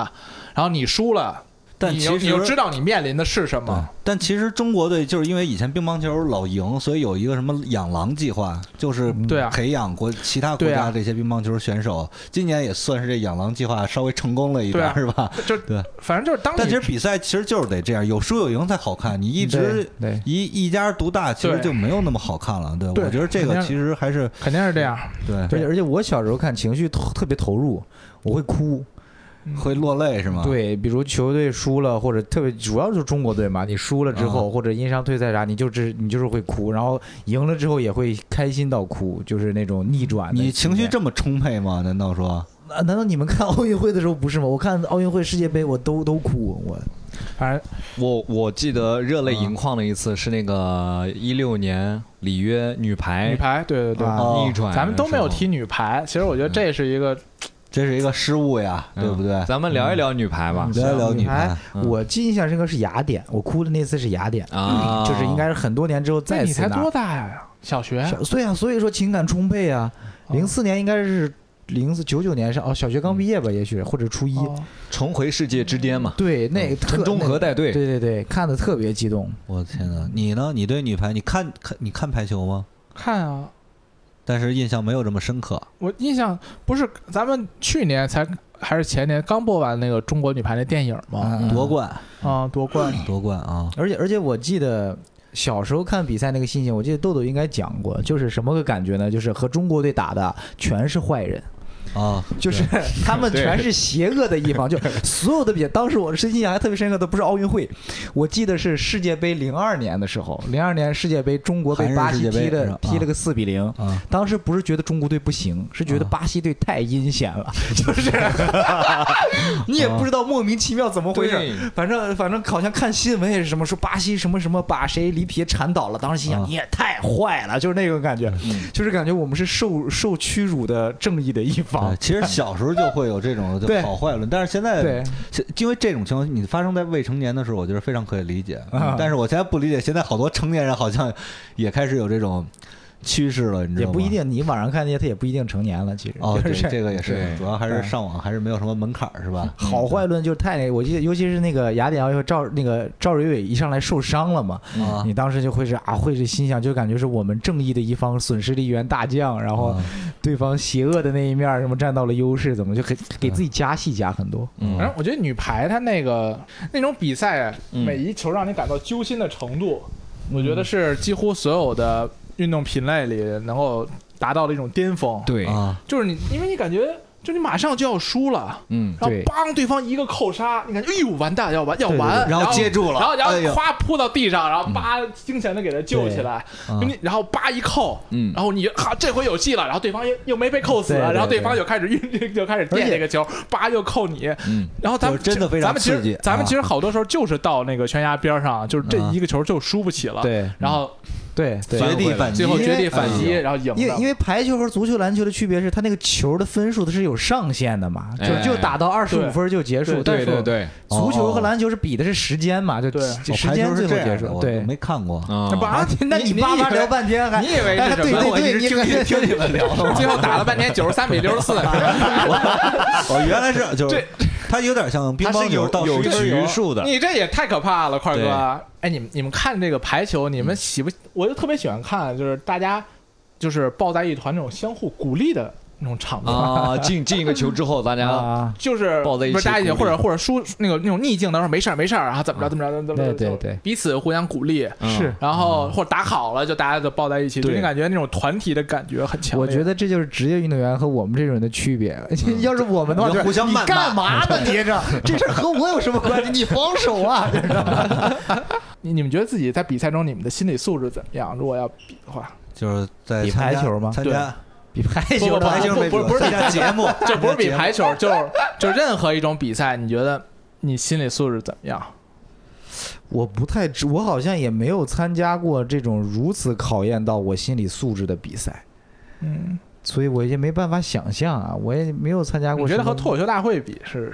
[SPEAKER 4] 然后你输了，
[SPEAKER 2] 但
[SPEAKER 4] 你
[SPEAKER 2] 其
[SPEAKER 4] 又
[SPEAKER 2] 实嗯
[SPEAKER 4] 你又知道你面临的是什么。
[SPEAKER 2] 但其实中国队就是因为以前乒乓球老赢，所以有一个什么养狼计划，就是
[SPEAKER 4] 对啊
[SPEAKER 2] 培养国其他国
[SPEAKER 4] 对
[SPEAKER 2] 家
[SPEAKER 4] 啊
[SPEAKER 2] 这些乒乓球选手。今年也算是这养狼计划稍微成功了一点儿，
[SPEAKER 4] 对
[SPEAKER 2] 是吧？
[SPEAKER 4] 就
[SPEAKER 2] 对
[SPEAKER 4] 反正就是当
[SPEAKER 2] 但其
[SPEAKER 4] 你
[SPEAKER 2] 实比赛其实就是得这样，有输有赢才好看。你一
[SPEAKER 3] 对
[SPEAKER 2] 直
[SPEAKER 3] 对
[SPEAKER 2] 一一家独大，其实
[SPEAKER 4] 对
[SPEAKER 2] 就没有那么好看了。对，
[SPEAKER 4] 对
[SPEAKER 2] 我觉得这
[SPEAKER 4] 肯
[SPEAKER 2] 个
[SPEAKER 4] 定
[SPEAKER 2] 其实还是
[SPEAKER 4] 肯定是这样，
[SPEAKER 2] 对
[SPEAKER 3] 对，而且我小时候看情绪特特别投入，我会哭。
[SPEAKER 2] 会落泪是吗？，
[SPEAKER 3] 对，比如球队输了，或者特别主要就是中国队嘛，你输了之
[SPEAKER 2] 啊
[SPEAKER 3] 后，或者因伤退赛啥，你就只你就是会哭，然后赢了之后也会开心到哭，就是那种逆转的。
[SPEAKER 2] 你情绪，这么充沛吗？难道说？
[SPEAKER 3] 啊难道你们看奥运会的时候不是吗？我看奥运会、世界杯，我都都哭，我
[SPEAKER 4] 反正
[SPEAKER 1] 我我记得热泪盈眶的一次是那个一六年里约女排
[SPEAKER 2] 哎
[SPEAKER 4] 女排，对对对。
[SPEAKER 3] 啊
[SPEAKER 2] 哦
[SPEAKER 1] 逆转，
[SPEAKER 4] 咱们都没有踢。女排，其实我觉
[SPEAKER 2] 嗯
[SPEAKER 4] 得这是一个，
[SPEAKER 2] 这是一个失误呀，对不对？
[SPEAKER 1] 咱们聊一聊女排吧
[SPEAKER 3] 嗯。
[SPEAKER 2] 聊一聊女
[SPEAKER 3] 女
[SPEAKER 2] 排
[SPEAKER 3] 排，
[SPEAKER 1] 嗯
[SPEAKER 3] 我记印象深刻是雅典，我哭的那次是雅典，
[SPEAKER 1] 啊，
[SPEAKER 3] 就是应该是很多年之后
[SPEAKER 4] 那
[SPEAKER 3] 再
[SPEAKER 4] 你
[SPEAKER 3] 次
[SPEAKER 4] 才
[SPEAKER 3] 拿
[SPEAKER 4] 多大呀？小学
[SPEAKER 3] 小对啊，所以说情感充沛啊。
[SPEAKER 4] 哦
[SPEAKER 3] 零四年应该是零四九九年上哦，小学刚毕业吧，也许或者初一。
[SPEAKER 4] 哦
[SPEAKER 1] 重回世界之巅嘛。
[SPEAKER 3] 对，那个哎
[SPEAKER 1] 嗯
[SPEAKER 3] 特
[SPEAKER 1] 陈忠
[SPEAKER 3] 那个
[SPEAKER 1] 和带队
[SPEAKER 3] 对对对，看的特别激动。
[SPEAKER 2] 我的天哪！你呢？你对女排，你看看你看排球吗？
[SPEAKER 4] 看啊，
[SPEAKER 2] 但是印象没有这么深刻。
[SPEAKER 4] 我印象不是咱们去年才还是前年刚播完那个中国女排那电影吗？
[SPEAKER 3] 嗯
[SPEAKER 2] 夺冠，
[SPEAKER 4] 啊，夺冠
[SPEAKER 2] 夺冠啊！
[SPEAKER 3] 而且而且我记得小时候看比赛那个心情，我记得豆豆应该讲过，就是什么个感觉呢？就是和中国队打的全是坏人，
[SPEAKER 2] 啊，
[SPEAKER 3] [laughs] 就是他们全是邪恶的一方，就所有的比赛。当时我是印象还特别深刻的，不是奥运会，我记得是世界杯零二年的时候，零二年世界杯中国被巴
[SPEAKER 2] 韩日
[SPEAKER 3] 西
[SPEAKER 2] 世界杯
[SPEAKER 3] 踢
[SPEAKER 2] 是
[SPEAKER 3] 了
[SPEAKER 2] 吧
[SPEAKER 3] 踢了个四比零。
[SPEAKER 2] 啊，
[SPEAKER 3] 当时不是觉得中国队不行，是觉得
[SPEAKER 2] 啊
[SPEAKER 3] 巴西队太阴险了，就是
[SPEAKER 2] [laughs]
[SPEAKER 3] [laughs] 你也不知道莫名其妙怎么回事儿
[SPEAKER 1] 对，
[SPEAKER 3] 反正反正好像看新闻也是什么说巴西什么什么把谁里皮缠倒了，当时心
[SPEAKER 2] 啊嗯
[SPEAKER 3] 想你也太坏了，就是那种感觉，就是感觉我们是受受屈辱的正义的一方
[SPEAKER 2] 对，，其
[SPEAKER 3] [laughs]
[SPEAKER 2] 实小时候就会有这种就
[SPEAKER 3] 对
[SPEAKER 2] 好坏论，但是现在
[SPEAKER 3] 对，
[SPEAKER 2] 现因为这种情况你发生在未成年的时候，我觉得非常可以理解嗯
[SPEAKER 3] 啊。
[SPEAKER 2] 但是我现在不理解，现在好多成年人好像也开始有这种趋势了，你知
[SPEAKER 3] 也
[SPEAKER 2] 道吗？
[SPEAKER 3] 不一定，你网上看那些他也不一定成年了，其实
[SPEAKER 2] 哦，
[SPEAKER 3] 就
[SPEAKER 2] 对，
[SPEAKER 3] 是
[SPEAKER 2] 这个也是，
[SPEAKER 1] 对
[SPEAKER 2] 主要还是上网还是没有什么门槛儿是吧？
[SPEAKER 3] 好坏论就是太那个，我记得尤其是那个雅典奥运会赵那个赵蕊蕊一上来受伤了嘛，
[SPEAKER 2] 啊，
[SPEAKER 3] 你当时就会是啊，会是心想，就感觉是我们正义的一方损失了一员大将，然后
[SPEAKER 2] 啊
[SPEAKER 3] 对方邪恶的那一面儿什么占到了优势，怎么就给给自己加戏加很多？
[SPEAKER 2] 嗯
[SPEAKER 4] 反正我觉得女排她那个那种比赛啊，
[SPEAKER 1] 嗯
[SPEAKER 4] 每一球让你感到揪心的程度，我觉得是几乎所有的运动品类里能够达到的一种巅峰。，
[SPEAKER 1] 对，
[SPEAKER 2] 啊，
[SPEAKER 4] 就是你，因为你感觉就你马上就要输了。
[SPEAKER 1] 嗯，
[SPEAKER 4] 然后
[SPEAKER 3] 对
[SPEAKER 4] 帮对方一个扣杀，你感觉哎呦完蛋要完要完，
[SPEAKER 2] 然后接住了
[SPEAKER 4] 然后然
[SPEAKER 2] 哎呦
[SPEAKER 4] 后咵扑到地上，然后叭惊险的给他救起来，
[SPEAKER 2] 啊
[SPEAKER 4] 就你然后叭一扣，
[SPEAKER 1] 嗯
[SPEAKER 4] 然后你哈这回有戏了，然后对方又又没被扣死，
[SPEAKER 3] 对对
[SPEAKER 4] 然后对
[SPEAKER 3] 对
[SPEAKER 4] 方就开始运 [laughs] 就开始
[SPEAKER 3] 而
[SPEAKER 4] 垫
[SPEAKER 3] 且
[SPEAKER 4] 这个球，叭又扣你，
[SPEAKER 1] 嗯，
[SPEAKER 4] 然后咱们
[SPEAKER 2] 就是真的非常
[SPEAKER 4] 咱们其
[SPEAKER 2] 刺激
[SPEAKER 4] 实咱们
[SPEAKER 2] 啊
[SPEAKER 4] 其实好多时候就是到那个悬崖边上，就是这一个球就输不起了，
[SPEAKER 3] 对
[SPEAKER 4] 然后
[SPEAKER 3] 对对，
[SPEAKER 2] 绝地反击，
[SPEAKER 4] 最后绝地反击，
[SPEAKER 2] 哎呦
[SPEAKER 4] 然后赢了。
[SPEAKER 3] 因为因啊为排球和足球、篮球的区别是，它那个球的分数它是有上限的嘛，
[SPEAKER 1] 哎
[SPEAKER 3] 就就打到二十五
[SPEAKER 4] 对
[SPEAKER 3] 分就结束。
[SPEAKER 4] 对
[SPEAKER 3] 但
[SPEAKER 1] 对
[SPEAKER 3] 是
[SPEAKER 1] 对对，
[SPEAKER 3] 足球和篮球是比的是时间嘛，就
[SPEAKER 4] 对
[SPEAKER 3] 就
[SPEAKER 2] 哦
[SPEAKER 3] 时
[SPEAKER 2] 排
[SPEAKER 3] 间
[SPEAKER 2] 球
[SPEAKER 3] 最
[SPEAKER 2] 是
[SPEAKER 3] 后
[SPEAKER 2] 这样
[SPEAKER 3] 结
[SPEAKER 2] 的
[SPEAKER 3] 束。
[SPEAKER 2] 我
[SPEAKER 3] 对
[SPEAKER 2] 我，没看过
[SPEAKER 1] 啊
[SPEAKER 4] 那不
[SPEAKER 3] 啊， [laughs] 那
[SPEAKER 4] 你
[SPEAKER 3] 你
[SPEAKER 4] 你
[SPEAKER 3] 叭
[SPEAKER 4] 以
[SPEAKER 3] 叭
[SPEAKER 4] 为
[SPEAKER 3] 聊半天还
[SPEAKER 4] 你以为
[SPEAKER 3] 哎
[SPEAKER 4] 是
[SPEAKER 3] 对
[SPEAKER 4] 什么
[SPEAKER 3] 对
[SPEAKER 2] 我一
[SPEAKER 3] 对，
[SPEAKER 2] 直
[SPEAKER 3] 你
[SPEAKER 2] 听你听你们聊的
[SPEAKER 4] 最后打了半天九十三比六十四，
[SPEAKER 2] 哦，原来是就是
[SPEAKER 4] 这
[SPEAKER 2] 它有点像乒
[SPEAKER 1] 它
[SPEAKER 2] 乓
[SPEAKER 1] 是
[SPEAKER 2] 球
[SPEAKER 1] 有
[SPEAKER 2] 到
[SPEAKER 1] 有
[SPEAKER 2] 十一分
[SPEAKER 1] 局
[SPEAKER 2] 有
[SPEAKER 1] 数的，
[SPEAKER 4] 你这也太可怕了，块
[SPEAKER 1] 对
[SPEAKER 4] 哥！哎，你们你们看这个排球，你们喜不？我就特别喜欢看，就是大家就是抱在一团那种相互鼓励的那种场面，
[SPEAKER 1] 啊，进进一个球之后，大家
[SPEAKER 3] 啊，
[SPEAKER 4] 就是
[SPEAKER 1] 抱在一起
[SPEAKER 4] 不是大家一起，
[SPEAKER 1] 鼓
[SPEAKER 4] 或
[SPEAKER 1] 励
[SPEAKER 4] 者或者输那个那种逆境的时候，没事儿没事儿，然后怎么着怎么着怎
[SPEAKER 3] 对
[SPEAKER 4] 么着，怎么着
[SPEAKER 3] 对对，
[SPEAKER 4] 彼此互相鼓励。
[SPEAKER 1] 嗯
[SPEAKER 3] 是
[SPEAKER 4] 然后或者打好了，就大家就抱在一起，就
[SPEAKER 1] 对
[SPEAKER 4] 你感觉那种团体的感觉很强烈。
[SPEAKER 3] 我觉得这就是职业运动员和我们这种人的区别。 [laughs] 要是我们的话，就是
[SPEAKER 2] 互相
[SPEAKER 3] 嗯你
[SPEAKER 2] 谩骂
[SPEAKER 3] 干嘛 [laughs] 呢？你这这事儿和我有什么关系？你防守啊！这是
[SPEAKER 4] 你你们觉得自己在比赛中你们的心理素质怎么样？如果要比的话，
[SPEAKER 2] 就是在
[SPEAKER 3] 比
[SPEAKER 2] 参加
[SPEAKER 3] 排球吗
[SPEAKER 2] 参
[SPEAKER 4] 对
[SPEAKER 2] 加
[SPEAKER 3] 比排
[SPEAKER 4] 不
[SPEAKER 3] 球
[SPEAKER 4] 不
[SPEAKER 3] 的
[SPEAKER 2] 排球没
[SPEAKER 4] 不不是
[SPEAKER 2] 参加节目，
[SPEAKER 4] 这不是比
[SPEAKER 2] 参加节目
[SPEAKER 4] 排球，就是就任何一种比赛，你觉得你心理素质怎么样？
[SPEAKER 3] 我不太知，我好像也没有参加过这种如此考验到我心理素质的比赛，
[SPEAKER 4] 嗯，
[SPEAKER 3] 所以我也没办法想象啊，我也没有参加过
[SPEAKER 4] 我
[SPEAKER 3] 什
[SPEAKER 4] 觉
[SPEAKER 3] 么。
[SPEAKER 4] 得和脱口秀大会比是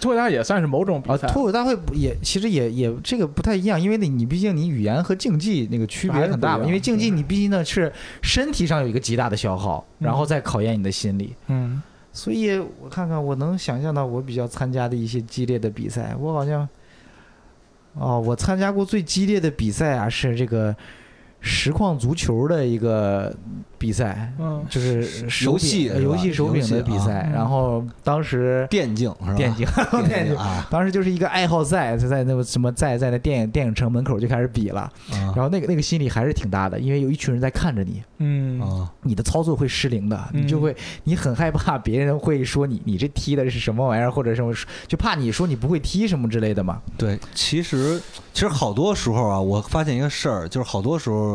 [SPEAKER 4] 脱口大会也算是某种比
[SPEAKER 3] 啊，
[SPEAKER 4] 赛，
[SPEAKER 3] 脱口大会不也其实也也这个不太一样，因为你你毕竟你语言和竞技那个区别
[SPEAKER 4] 还是
[SPEAKER 3] 很大嘛，
[SPEAKER 4] 不一样
[SPEAKER 3] 因为竞技你毕竟呢是身体上有一个极大的消耗，
[SPEAKER 4] 嗯
[SPEAKER 3] 然后再考验你的心理。
[SPEAKER 4] 嗯，
[SPEAKER 3] 所以我看看，我能想象到我比较参加的一些激烈的比赛，我好像，哦，我参加过最激烈的比赛啊，是这个实况足球的一个比赛，
[SPEAKER 4] 嗯，
[SPEAKER 3] 就是手
[SPEAKER 2] 游
[SPEAKER 3] 柄
[SPEAKER 2] 戏
[SPEAKER 3] 呃游戏手柄的比赛，
[SPEAKER 4] 啊
[SPEAKER 3] 然后当
[SPEAKER 2] [laughs]
[SPEAKER 3] 时
[SPEAKER 2] 电竞是吧？
[SPEAKER 3] 电竞， [laughs] 电
[SPEAKER 2] 竞
[SPEAKER 3] 竞。
[SPEAKER 2] 啊，
[SPEAKER 3] 当时就是一个爱好赛，就在那个什么在在那电影电影城门口就开始比了，
[SPEAKER 2] 啊
[SPEAKER 3] 然后那个那个心理还是挺大的，因为有一群人在看着你，
[SPEAKER 4] 嗯，
[SPEAKER 2] 啊
[SPEAKER 3] 你的操作会失灵的，
[SPEAKER 4] 嗯
[SPEAKER 3] 你就会你很害怕别人会说你你这踢的是什么玩意儿，或者什么，就怕你说你不会踢什么之类的嘛。
[SPEAKER 2] 对，其实其实好多时候啊，我发现一个事儿，就是好多时候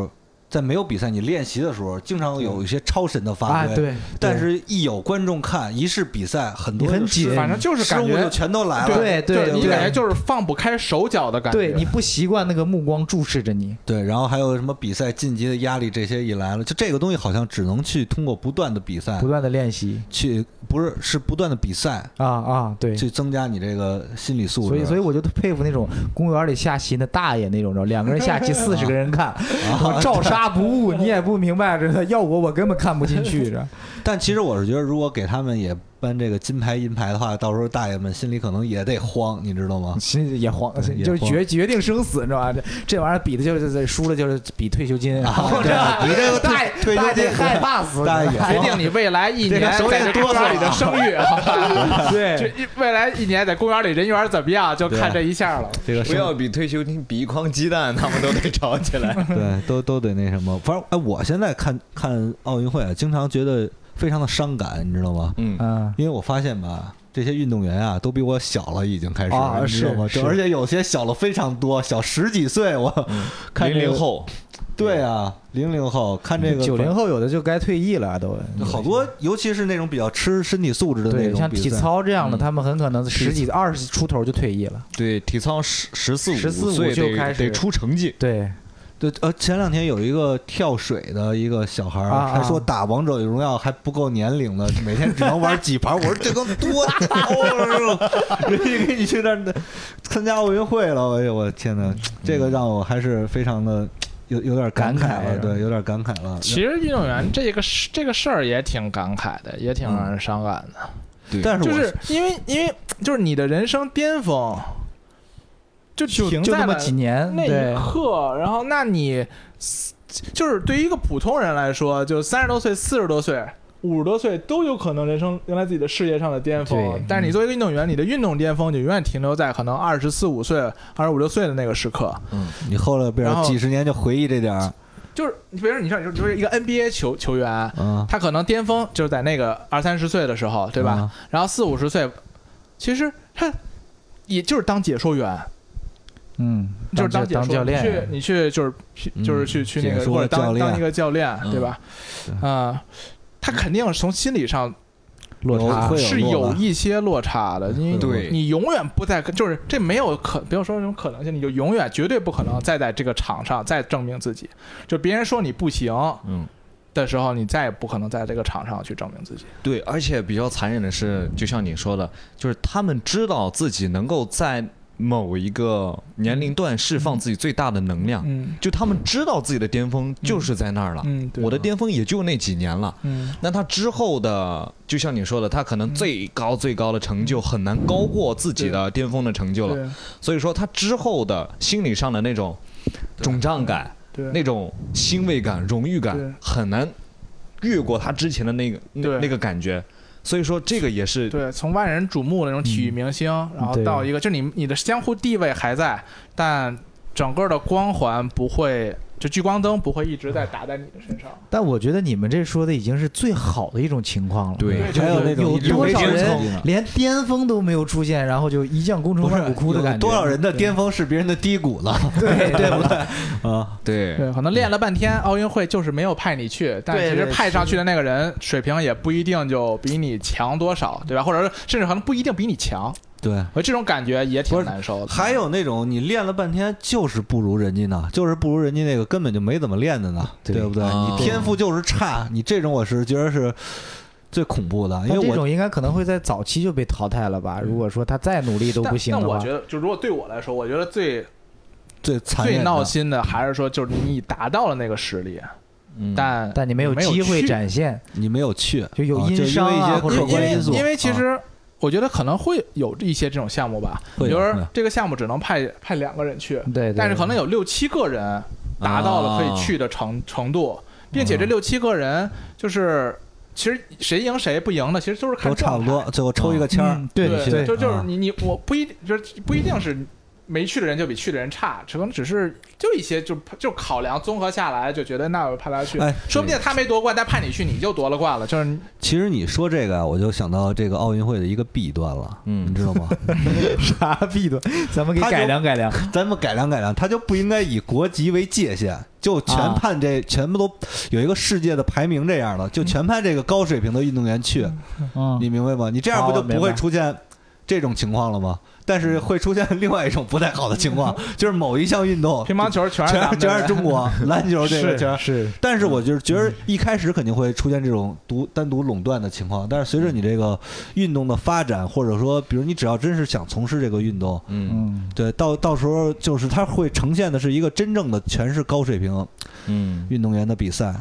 [SPEAKER 2] 在没有比赛你练习的时候，经常有一些超神的发
[SPEAKER 3] 啊，
[SPEAKER 2] 挥。
[SPEAKER 3] 对，
[SPEAKER 2] 但是，一有观众看，一是比赛，很多
[SPEAKER 3] 你很
[SPEAKER 2] 就失
[SPEAKER 3] 紧
[SPEAKER 4] 反正就是
[SPEAKER 2] 失
[SPEAKER 4] 感
[SPEAKER 2] 误就
[SPEAKER 4] 觉，
[SPEAKER 2] 全都来了。
[SPEAKER 3] 对
[SPEAKER 4] 对
[SPEAKER 3] 对
[SPEAKER 4] 你感觉
[SPEAKER 3] 对，
[SPEAKER 4] 就是放不开手脚的感觉，
[SPEAKER 3] 对你不习惯那个目光注视着你，
[SPEAKER 2] 对，然后还有什么比赛晋级的压力，这些一来了，就这个东西好像只能去通过不断的比
[SPEAKER 4] 哎
[SPEAKER 2] 赛
[SPEAKER 3] 不断的练习
[SPEAKER 2] 去，不是是不断的比赛
[SPEAKER 3] 啊啊，对。
[SPEAKER 2] 去增加你这个心理素质。
[SPEAKER 3] 所以，所以我就佩服那种公园里下棋的大爷那种，然后两个人下棋四十个
[SPEAKER 2] [laughs]
[SPEAKER 3] 人看，
[SPEAKER 2] 啊
[SPEAKER 3] 我照杀不误，你也不明白，这个要我我根本看不进
[SPEAKER 2] [laughs]
[SPEAKER 3] 去，这
[SPEAKER 2] 但其实我是觉得，如果给他们也颁这个金牌银牌的话，到时候大爷们心里可能也得慌，你知道
[SPEAKER 3] [laughs]
[SPEAKER 2] 吗？
[SPEAKER 3] 心里也慌，
[SPEAKER 2] 对嗯也
[SPEAKER 3] 就是
[SPEAKER 2] 慌
[SPEAKER 3] 决决定生死，你知道吧？这这玩意儿比的就是输了就是比退休金，然 [laughs] 后这
[SPEAKER 2] 你啊这个
[SPEAKER 3] 大爷
[SPEAKER 2] 退退休
[SPEAKER 3] 大爷
[SPEAKER 2] 金
[SPEAKER 3] 害怕死，
[SPEAKER 2] 大爷也
[SPEAKER 4] 决
[SPEAKER 2] 慌
[SPEAKER 4] 定你未来一
[SPEAKER 2] 这个
[SPEAKER 4] 年在
[SPEAKER 2] 手也
[SPEAKER 4] 这
[SPEAKER 2] 哆
[SPEAKER 4] 公
[SPEAKER 2] 嗦
[SPEAKER 4] 园里
[SPEAKER 2] 了
[SPEAKER 4] 的声誉，好吧就
[SPEAKER 2] [laughs]
[SPEAKER 3] [laughs] 对，
[SPEAKER 4] 一未来一年在公园里人缘怎么样，就看这一下了。
[SPEAKER 2] 这个
[SPEAKER 5] 不要比退休金比一筐鸡蛋，他们都得吵起来。
[SPEAKER 2] 对，都都得那什么。反正哎，我现在看看奥运会啊，经常觉得非常的伤感，你知道吗？
[SPEAKER 5] 嗯，
[SPEAKER 3] 嗯，
[SPEAKER 2] 因为我发现吧，这些运动员啊，都比我小了，已经开始，
[SPEAKER 3] 啊
[SPEAKER 2] 你知道吗？
[SPEAKER 3] 是
[SPEAKER 2] 就是而且有些小了非常多，小十几岁。我、
[SPEAKER 3] 嗯
[SPEAKER 2] 看这
[SPEAKER 5] 零
[SPEAKER 2] 个
[SPEAKER 5] 零，后，
[SPEAKER 2] 对啊，零零后看这个
[SPEAKER 3] 九零。后有的就该退役了都，
[SPEAKER 2] 好多，尤其是那种比较吃身体素质的那
[SPEAKER 3] 对，
[SPEAKER 2] 种
[SPEAKER 3] 像
[SPEAKER 2] 比
[SPEAKER 3] 体
[SPEAKER 2] 赛
[SPEAKER 3] 操这样的，
[SPEAKER 5] 嗯
[SPEAKER 3] 他们很可能十几二十出头就退役了，
[SPEAKER 5] 对体操十十四
[SPEAKER 3] 14
[SPEAKER 5] 五岁
[SPEAKER 3] 就
[SPEAKER 5] 得
[SPEAKER 3] 开始
[SPEAKER 5] 得出成绩，
[SPEAKER 3] 对，
[SPEAKER 2] 对，呃，前两天有一个跳水的一个小孩儿、
[SPEAKER 3] 啊啊
[SPEAKER 2] 还说打王者荣耀还不够年龄呢，每天只能玩几盘。我说这都多高人家啊给你去那儿参加奥运会了，哎呦我天哪，这个让我还是非常的有有点感慨
[SPEAKER 3] 感慨
[SPEAKER 2] 了，
[SPEAKER 3] 是吧
[SPEAKER 2] 对，有点感慨了。
[SPEAKER 4] 其实运动员这个事这个事儿也挺感慨的，也挺让人伤感的。
[SPEAKER 5] 对
[SPEAKER 2] 但是
[SPEAKER 4] 嗯就
[SPEAKER 2] 我
[SPEAKER 4] 是因为因为就是你的人生巅峰就停
[SPEAKER 3] 就那
[SPEAKER 4] 在
[SPEAKER 3] 么
[SPEAKER 4] 了
[SPEAKER 3] 几年，
[SPEAKER 4] 那一
[SPEAKER 3] 对，
[SPEAKER 4] 刻，然后那你就是对于一个普通人来说，就三十多岁、四十多岁。五十多岁都有可能人生迎来自己的事业上的巅
[SPEAKER 3] 对
[SPEAKER 4] 峰，但是你作为一个运动员，你的运动巅峰就永远停留在可能二十四五岁、二十五六岁的那个时刻。
[SPEAKER 2] 你后来边
[SPEAKER 4] 然后
[SPEAKER 2] 几十年就回忆这点儿
[SPEAKER 4] 就是，你比如说，你像你就是一个 NBA 球球员，
[SPEAKER 2] 啊，
[SPEAKER 4] 他可能巅峰就是在那个二三十岁的时候，对吧？
[SPEAKER 3] 嗯
[SPEAKER 2] 啊
[SPEAKER 4] 然后四五十岁，其实他也就是当解说员，
[SPEAKER 3] 嗯，
[SPEAKER 4] 就是
[SPEAKER 3] 当
[SPEAKER 4] 解
[SPEAKER 3] 当教
[SPEAKER 4] 说你去
[SPEAKER 3] 练，
[SPEAKER 4] 你去就是去就是去去那
[SPEAKER 2] 解
[SPEAKER 4] 个
[SPEAKER 2] 说
[SPEAKER 4] 或者
[SPEAKER 2] 教
[SPEAKER 4] 当
[SPEAKER 2] 练
[SPEAKER 4] 当一个教练，对吧？啊，他肯定是从心理上
[SPEAKER 3] 落
[SPEAKER 2] 有
[SPEAKER 3] 差
[SPEAKER 2] 会
[SPEAKER 4] 是有
[SPEAKER 2] 落差
[SPEAKER 4] 一些落差的，因为
[SPEAKER 5] 对
[SPEAKER 4] 你永远不在，就是这没有可不要说什么可能性，你就永远绝对不可能再在这个场上再证明自己。就别人说你不行
[SPEAKER 5] 嗯，
[SPEAKER 4] 的时候，你再也不可能在这个场上去证明自己。
[SPEAKER 5] 对，而且比较残忍的是，就像你说的，就是他们知道自己能够在某一个年龄段释放自己最大的能量，
[SPEAKER 4] 嗯
[SPEAKER 5] 就他们知道自己的巅峰就是在那儿了。
[SPEAKER 4] 嗯，对
[SPEAKER 5] 我的巅峰也就那几年了，
[SPEAKER 4] 嗯
[SPEAKER 5] 那他之后的，就像你说的，他可能最高最高的成就很难高过自己的巅峰的成就了。
[SPEAKER 4] 对
[SPEAKER 5] 所以说他之后的心理上的那种肿胀感、
[SPEAKER 4] 对
[SPEAKER 5] 那种欣慰感、荣誉
[SPEAKER 4] 对
[SPEAKER 5] 感，很难越过他之前的那个那
[SPEAKER 4] 对
[SPEAKER 5] 那个感觉。所以说这个也是
[SPEAKER 4] 对，从万人瞩目的那种体育明星，然
[SPEAKER 3] 嗯
[SPEAKER 4] 后
[SPEAKER 3] 对
[SPEAKER 4] 到一个，就你你的江湖地位还在，但整个的光环不会，就聚光灯不会一直在打在你的身上。
[SPEAKER 3] 但我觉得你们这说的已经是最好的一种情况了。
[SPEAKER 5] 对
[SPEAKER 2] 还有那种
[SPEAKER 3] 有
[SPEAKER 2] 一直
[SPEAKER 3] 多
[SPEAKER 2] 没
[SPEAKER 3] 少
[SPEAKER 2] 成
[SPEAKER 3] 人
[SPEAKER 2] 绩呢
[SPEAKER 3] 连巅峰都没有出现，然后就一将功成
[SPEAKER 2] 不是
[SPEAKER 3] 万骨枯的
[SPEAKER 2] 有
[SPEAKER 3] 感觉？
[SPEAKER 2] 多少人的巅峰是别人的低谷了，
[SPEAKER 3] 对
[SPEAKER 2] [laughs] 对不对啊？
[SPEAKER 5] 对
[SPEAKER 4] 对，可能练了半天奥运会就是没有派你去，
[SPEAKER 3] 嗯
[SPEAKER 4] 但
[SPEAKER 3] 对
[SPEAKER 4] 其实
[SPEAKER 3] 对
[SPEAKER 4] 派上去的那个人水平也不一定就比你强多少，对吧？或者是甚至可能不一定比你强，
[SPEAKER 2] 对。
[SPEAKER 4] 我这种感觉也
[SPEAKER 2] 不
[SPEAKER 4] 挺
[SPEAKER 2] 是
[SPEAKER 4] 难受的。
[SPEAKER 2] 还有那种你练了半天就是不如人家呢，就是不如人家那个根本就没怎么练的呢，
[SPEAKER 3] 对
[SPEAKER 2] 对不对？
[SPEAKER 5] 啊
[SPEAKER 2] 你天赋就是差，你这种我是觉得是最恐怖的，因
[SPEAKER 3] 但
[SPEAKER 2] 为
[SPEAKER 3] 这
[SPEAKER 2] 我
[SPEAKER 3] 种应该可能会在早期就被淘汰了吧？如果说他再努力都不行
[SPEAKER 4] 但
[SPEAKER 3] 的
[SPEAKER 4] 但
[SPEAKER 3] 话
[SPEAKER 4] 我觉，得，就如果对我来说，我觉得最
[SPEAKER 2] 最残
[SPEAKER 4] 最
[SPEAKER 2] 忍的
[SPEAKER 4] 闹心的还是说，就是你达到了那个实力，
[SPEAKER 5] 嗯
[SPEAKER 4] 但
[SPEAKER 3] 但你没有
[SPEAKER 4] 没有
[SPEAKER 3] 机会
[SPEAKER 4] 去
[SPEAKER 3] 展现，
[SPEAKER 2] 你没有去，
[SPEAKER 3] 就有
[SPEAKER 2] 因
[SPEAKER 3] 因伤啊
[SPEAKER 2] 为一
[SPEAKER 3] 或
[SPEAKER 2] 些
[SPEAKER 3] 者
[SPEAKER 2] 客
[SPEAKER 4] 因
[SPEAKER 2] 观
[SPEAKER 4] 为
[SPEAKER 2] 因素，
[SPEAKER 4] 因为其
[SPEAKER 2] 啊
[SPEAKER 4] 实我觉得可能会有一些这种项目吧，比
[SPEAKER 2] 会有
[SPEAKER 4] 如
[SPEAKER 2] 会有
[SPEAKER 4] 说这个项目只能派派两个人去，
[SPEAKER 3] 对，对
[SPEAKER 4] 但是可能有六七个人达到了
[SPEAKER 2] 啊
[SPEAKER 4] 可以
[SPEAKER 5] 啊
[SPEAKER 4] 去的程程度，并
[SPEAKER 2] 嗯
[SPEAKER 4] 且这六七个人就是其实谁赢谁不赢的，其实都是看
[SPEAKER 2] 啊都差
[SPEAKER 4] 状
[SPEAKER 2] 不
[SPEAKER 4] 态
[SPEAKER 2] 多，最后抽一个签儿
[SPEAKER 3] 嗯，
[SPEAKER 4] 对
[SPEAKER 3] 对
[SPEAKER 2] 对
[SPEAKER 4] 就就是
[SPEAKER 2] 啊
[SPEAKER 4] 你你我不一就是不一定是没去的人就比去的人差，只可能只是就一些就就考量综合下来就觉得那我派他去，
[SPEAKER 2] 哎
[SPEAKER 4] 说不定他没夺冠，但派你去你就夺了冠了，就是
[SPEAKER 2] 其实你说这个啊，我就想到这个奥运会的一个弊端了，
[SPEAKER 5] 嗯
[SPEAKER 2] 你知道吗？
[SPEAKER 3] [laughs] 啥弊端，咱们给
[SPEAKER 2] 他就
[SPEAKER 3] 改良改良。
[SPEAKER 2] 咱们改良改良，它就不应该以国籍为界限，就全
[SPEAKER 4] 啊
[SPEAKER 2] 判这、全部都有一个世界的排名这样的，
[SPEAKER 4] 嗯
[SPEAKER 2] 就全判这个高水平的运动员去， [laughs]
[SPEAKER 3] 嗯，
[SPEAKER 2] 你明白吗？你这样不
[SPEAKER 3] 哦
[SPEAKER 2] 就
[SPEAKER 3] 我明白
[SPEAKER 2] 不会出现这种情况了吗？但
[SPEAKER 4] 嗯
[SPEAKER 2] 是会出现另外一种不太好的情
[SPEAKER 4] [laughs]
[SPEAKER 2] 况，就是某一项运动，
[SPEAKER 4] 乒乓球全是
[SPEAKER 2] 哦全
[SPEAKER 4] 咱们
[SPEAKER 2] 全
[SPEAKER 4] 的嗯
[SPEAKER 2] 是中
[SPEAKER 4] [laughs]
[SPEAKER 2] 国，篮球这个全是
[SPEAKER 3] 是
[SPEAKER 2] 但是我就是觉得一开始肯定会出现这种独单独垄断的情况，但是随着你这个运动的发展，或者说，比如你只要真是想从事这个运动，
[SPEAKER 5] 嗯
[SPEAKER 3] 嗯，
[SPEAKER 2] 对，到到时候就是它会呈现的是一个真正的全是高水平
[SPEAKER 5] 嗯，
[SPEAKER 2] 运动员的比
[SPEAKER 3] [laughs]
[SPEAKER 2] 赛，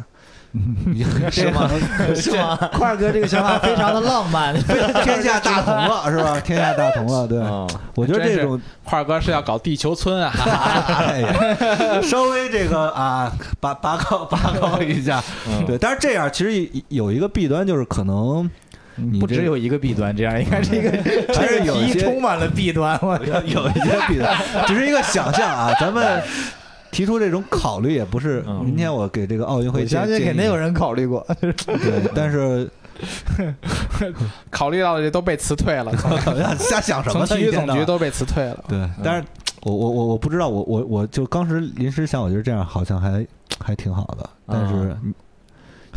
[SPEAKER 2] 你是吗？
[SPEAKER 3] 是吗？块儿哥这个想法非常的浪漫，
[SPEAKER 2] 天下大同了是吧？天下大同了，对，
[SPEAKER 5] 啊
[SPEAKER 2] 我觉得这种
[SPEAKER 4] 块儿哥是要搞地球村啊，
[SPEAKER 3] [laughs]
[SPEAKER 2] 哎呀，稍微这个啊，拔拔高拔高一下，
[SPEAKER 5] 嗯
[SPEAKER 2] 对，但是这样其实有有一个弊端就是可能。 [laughs] 你
[SPEAKER 3] 嗯不
[SPEAKER 2] 这
[SPEAKER 3] 只有一个弊端，这样应该是一个，
[SPEAKER 2] 还是
[SPEAKER 3] 这
[SPEAKER 2] 有
[SPEAKER 3] 个
[SPEAKER 2] 一
[SPEAKER 3] 提议
[SPEAKER 2] 些
[SPEAKER 3] 充满了弊端，我觉得
[SPEAKER 2] 有一些比的，只是一个想象啊。咱们提出这种考虑也不是。
[SPEAKER 5] 嗯
[SPEAKER 2] 明天我给这个奥运会
[SPEAKER 3] 我相信肯定有
[SPEAKER 2] 人
[SPEAKER 3] 人考虑过， [laughs]
[SPEAKER 2] 对，但是
[SPEAKER 4] 考虑到的都被辞退了， [laughs] 从
[SPEAKER 2] 瞎想什么
[SPEAKER 4] 从
[SPEAKER 2] 呢？
[SPEAKER 4] 体育
[SPEAKER 2] 一天
[SPEAKER 4] 总
[SPEAKER 2] 到
[SPEAKER 4] 局
[SPEAKER 2] 晚
[SPEAKER 4] 都被嗯辞退了。
[SPEAKER 2] 对，但是我我我我不知道，我我我就当时临时想，我觉得这样好像还还挺好的，但
[SPEAKER 4] 啊
[SPEAKER 2] 是你。 [laughs]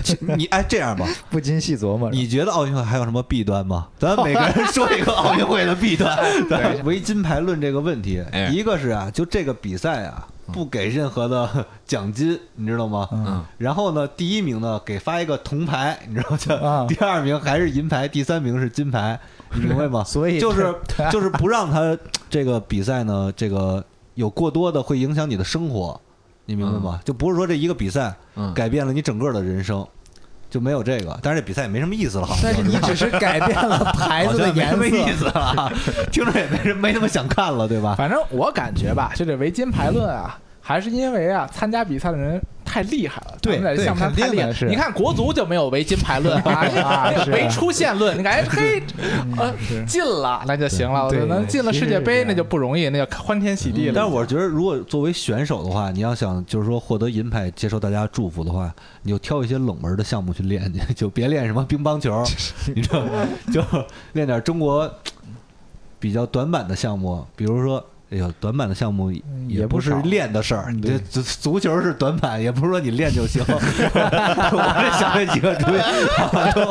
[SPEAKER 2] 其你哎，这
[SPEAKER 4] [laughs]
[SPEAKER 2] 样吧，
[SPEAKER 3] 不禁细琢磨。
[SPEAKER 2] 你觉得奥运会还有什么弊端吗？咱每个
[SPEAKER 4] [laughs]
[SPEAKER 2] 人说一个奥运会的弊端，咱唯金牌论这个问题，
[SPEAKER 5] 哎
[SPEAKER 2] 一个是啊，就这个比赛啊，
[SPEAKER 4] 嗯
[SPEAKER 2] 不给任何的奖金，你知道吗？
[SPEAKER 3] 嗯
[SPEAKER 5] 啊
[SPEAKER 2] 然后呢，第一名呢给发一个铜牌，你知道
[SPEAKER 3] 啊
[SPEAKER 2] 吗？第二名还是银牌，第三名是金牌，你明白吗？
[SPEAKER 3] [laughs] 所以
[SPEAKER 2] 就是 [laughs] 就是不让他这个比赛呢，这个有过多的会影响你的生活，你明白
[SPEAKER 3] 嗯
[SPEAKER 2] 吗？就不是说这一个比赛
[SPEAKER 5] 嗯
[SPEAKER 2] 改变了你整个的人生，就没有这个。但是这比赛也没什么意思了，好像
[SPEAKER 3] 但是你只是改变了牌
[SPEAKER 2] 好
[SPEAKER 3] 子
[SPEAKER 2] 像
[SPEAKER 3] 的
[SPEAKER 2] 没什
[SPEAKER 3] 颜
[SPEAKER 2] 么意
[SPEAKER 3] 色，
[SPEAKER 2] 思了 [laughs] 啊，听着也没人没那么想看了，对吧？
[SPEAKER 4] 反正我感觉吧，就这围巾牌论啊，还是因为啊，参加比赛的人太厉害了，
[SPEAKER 3] 对
[SPEAKER 4] 咱们的
[SPEAKER 3] 对
[SPEAKER 4] 项目上太
[SPEAKER 3] 肯
[SPEAKER 4] 厉
[SPEAKER 3] 定
[SPEAKER 4] 害
[SPEAKER 3] 的是
[SPEAKER 4] 你看国足就没有围巾牌论啊，
[SPEAKER 3] [laughs] 啊
[SPEAKER 4] 那
[SPEAKER 3] 是嗯
[SPEAKER 4] 个围出线论，你
[SPEAKER 3] [laughs]
[SPEAKER 4] 感觉嘿，呃
[SPEAKER 3] 是，
[SPEAKER 4] 进了那就行了，
[SPEAKER 3] 对
[SPEAKER 4] 我能进了世界
[SPEAKER 3] 其实是这
[SPEAKER 4] 杯
[SPEAKER 3] 样嗯
[SPEAKER 4] 那就不容易，那就欢天喜地了。
[SPEAKER 2] 但是我觉得，如果作为选手的话，你要想就是说获得银牌，接受大家祝福的话，你就挑一些冷门的项目去练，去，就别练什么乒乓球，你知道吗？就练点中国比较短板的项目，比如说。哎呦，短板的项目也
[SPEAKER 3] 也不
[SPEAKER 2] 不是
[SPEAKER 3] 少
[SPEAKER 2] 练的事儿，你这
[SPEAKER 3] 对？
[SPEAKER 2] 足足球是短板，也不是说你练就行。 [laughs] 我这想这几个主意 [laughs] 都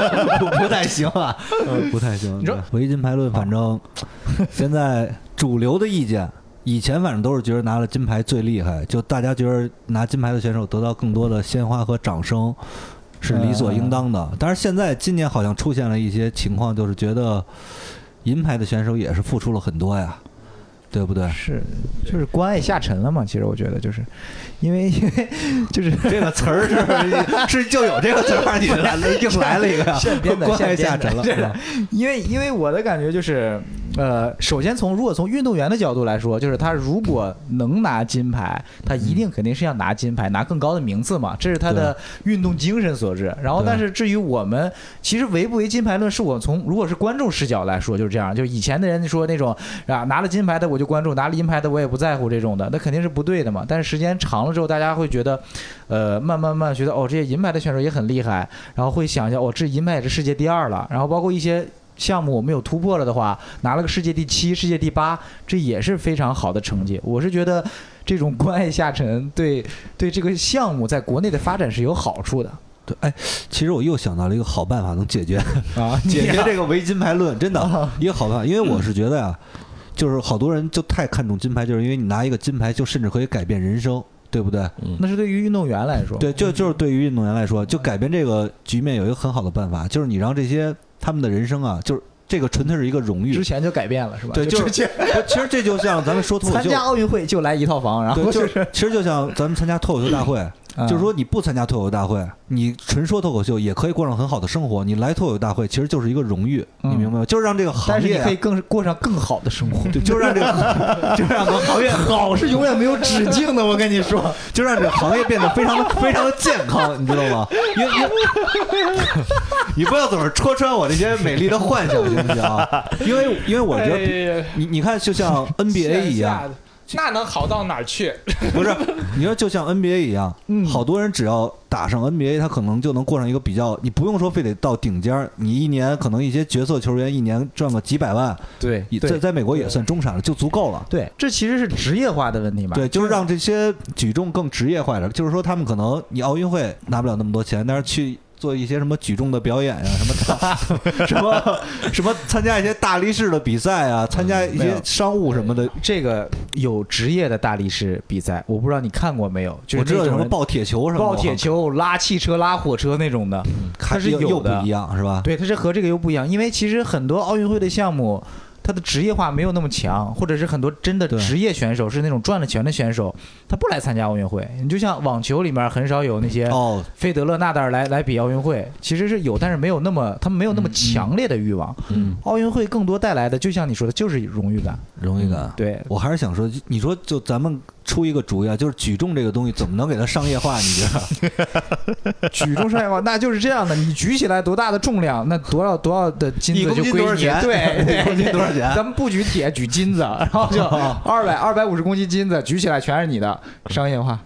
[SPEAKER 2] 不不太行啊，不太行。
[SPEAKER 4] 你说
[SPEAKER 2] 对围巾牌论，反正现在主流的意见，以前反正都是觉得拿了金牌最厉害，就大家觉得拿金牌的选手得到更多的鲜花和掌声是理所应当的。但是现在今年好像出现了一些情况，就是觉得银牌的选手也是付出了很多呀，对不对
[SPEAKER 3] [laughs] 是就是关爱下沉了嘛？其实我觉得就是，因为因为就是
[SPEAKER 2] [laughs] 这个词儿
[SPEAKER 3] [laughs]
[SPEAKER 2] 是是就有这个词儿，你来了硬来 [laughs] 了一个呀
[SPEAKER 3] 现编，的
[SPEAKER 2] 关爱
[SPEAKER 3] 现编
[SPEAKER 2] 下
[SPEAKER 3] 的
[SPEAKER 2] 沉了。
[SPEAKER 3] 是的因为因为我的感觉就是，呃，首先从如果从运动员的角度来说，就是他如果能拿金牌，他一定肯定是要拿金牌，拿更高的名次嘛，这是他的运动精神所致。然后，
[SPEAKER 2] 对
[SPEAKER 3] 但是至于我们，其实唯不唯金牌论，是我从如果是观众视角来说就是这样，就以前的人说那种啊拿了金牌的我就关注，拿了银牌的我也不在乎这种的，那肯定是不对的嘛。但是时间长了之后，大家会觉得，呃，慢慢慢慢觉得哦，这些银牌的选手也很厉害，然后会想一下，哦，这银牌也是世界第二了，然后包括一些。项目我们有突破了的话，拿了个世界第七、世界第八，这也是非常好的成绩。我是觉得这种关爱下沉对对这个项目在国内的发展是有好处的
[SPEAKER 2] 对，哎，其实我又想到了一个好办法，能解决
[SPEAKER 3] 啊。
[SPEAKER 2] [laughs] 解
[SPEAKER 3] 你啊嗯
[SPEAKER 2] 决这个唯金牌论，真的一个好办法。因为我是觉得呀、就是好多人就太看重金牌，就是因为你拿一个金牌，就甚至可以改变人生。对不对？
[SPEAKER 3] 那是对于运动员来说，
[SPEAKER 2] 对，就就是对于运动员来说，就改变这个局面有一个很好的办法，就是你让这些他们的人生啊，就是这个纯粹是一个荣誉
[SPEAKER 3] 之。前就改变了是吧？
[SPEAKER 2] 对，就是
[SPEAKER 3] 之前
[SPEAKER 2] 其实这就像咱们说脱口
[SPEAKER 3] 参
[SPEAKER 2] 秀
[SPEAKER 3] 加，奥运会就来一套房，然后
[SPEAKER 2] 对，
[SPEAKER 3] 嗯就
[SPEAKER 2] 就是是其实就像咱们参加脱口秀大会，就是说你不参加脱口秀大会，你纯说脱口秀也可以过上很好的生活。你来脱口秀大会其实就是一个荣誉，
[SPEAKER 3] 嗯
[SPEAKER 2] 你明白吗？就是让这个行
[SPEAKER 3] 但是你
[SPEAKER 2] 业啊
[SPEAKER 3] 可以，更过上更好的生活。
[SPEAKER 2] 对， [laughs] 就让这个，就让这个行 [laughs] 业，
[SPEAKER 3] 好是永远没有止境的，我跟你说，
[SPEAKER 2] 就让这个行业变得非常的非常的健康，你知道吗？因为因 [laughs] 为你不要总是戳穿我这些美丽的幻想，行不行啊？因为因为我觉得，
[SPEAKER 4] 哎呀
[SPEAKER 2] 你你看，就像 NBA 一样，，
[SPEAKER 4] 线下的那能好到哪儿去？
[SPEAKER 2] 不是，你说就像 NBA 一样，
[SPEAKER 3] 嗯
[SPEAKER 2] 好多人只要打上 NBA，他可能就能过上一个比较，你不用说非得到顶尖儿，你一年可能一些角色球员一年赚个几百万，
[SPEAKER 3] 对
[SPEAKER 2] 也在
[SPEAKER 3] 对
[SPEAKER 2] 在美国也算中产了，就足够了。
[SPEAKER 3] 对，这其实是职业化的问题嘛。
[SPEAKER 2] 对，就是让这些举重更职业化一点，就是说他们可能你奥运会拿不了那么多钱，但是去。做一些什么举重的表演呀、 [laughs] 什么什么什么参加一些大力士的比赛啊，参加一
[SPEAKER 3] 没
[SPEAKER 2] 些
[SPEAKER 3] 有
[SPEAKER 2] 商务什么的，
[SPEAKER 3] 这个有职业的大力士比赛，我不知道你看过没有？就是
[SPEAKER 2] 我知道
[SPEAKER 3] 那
[SPEAKER 2] 有
[SPEAKER 3] 种
[SPEAKER 2] 什么
[SPEAKER 3] 人
[SPEAKER 2] 抱铁球什么的，
[SPEAKER 3] 抱铁球、拉汽车、拉火车
[SPEAKER 2] [laughs]
[SPEAKER 3] 那种的，它
[SPEAKER 2] 还
[SPEAKER 3] 是
[SPEAKER 2] 又又
[SPEAKER 3] 有
[SPEAKER 2] 不
[SPEAKER 3] 的
[SPEAKER 2] 一。样是吧？
[SPEAKER 3] 对，它是和这个又不一样，因为其实很多奥运会的项目，它的职业化没有那么强，或者是很多真的
[SPEAKER 2] 对
[SPEAKER 3] 职业选手是那种赚了钱的选手，他不来参加奥运会。你就像网球里面很少有那些
[SPEAKER 2] 哦，
[SPEAKER 3] 费德勒、纳达尔来来比奥运会，其实是有，但是没有那么他们没有那么强烈的欲望。
[SPEAKER 2] 嗯，
[SPEAKER 3] 奥运会更多带来的，就像你说的，就是荣誉感。
[SPEAKER 2] 荣誉感。
[SPEAKER 3] 对，
[SPEAKER 2] 我还是想说，你说就咱们出一个主意啊，就是举重这个东西怎么能给它商业化？你
[SPEAKER 3] [laughs]
[SPEAKER 2] 觉得？
[SPEAKER 3] 举重上的话，那就是这样的，你举起来多大的重量，那多少多少的金
[SPEAKER 2] 一
[SPEAKER 3] 子
[SPEAKER 2] 公 [laughs]
[SPEAKER 3] 就
[SPEAKER 2] 斤
[SPEAKER 3] 归
[SPEAKER 2] 多少
[SPEAKER 3] 你。
[SPEAKER 2] 钱
[SPEAKER 3] 对，对
[SPEAKER 2] 一公斤多少钱
[SPEAKER 3] 咱 [laughs] 们不举铁，举金子，然后
[SPEAKER 2] [laughs]
[SPEAKER 3] 就二百二百五十公斤金子，举起来全是你的，商业化。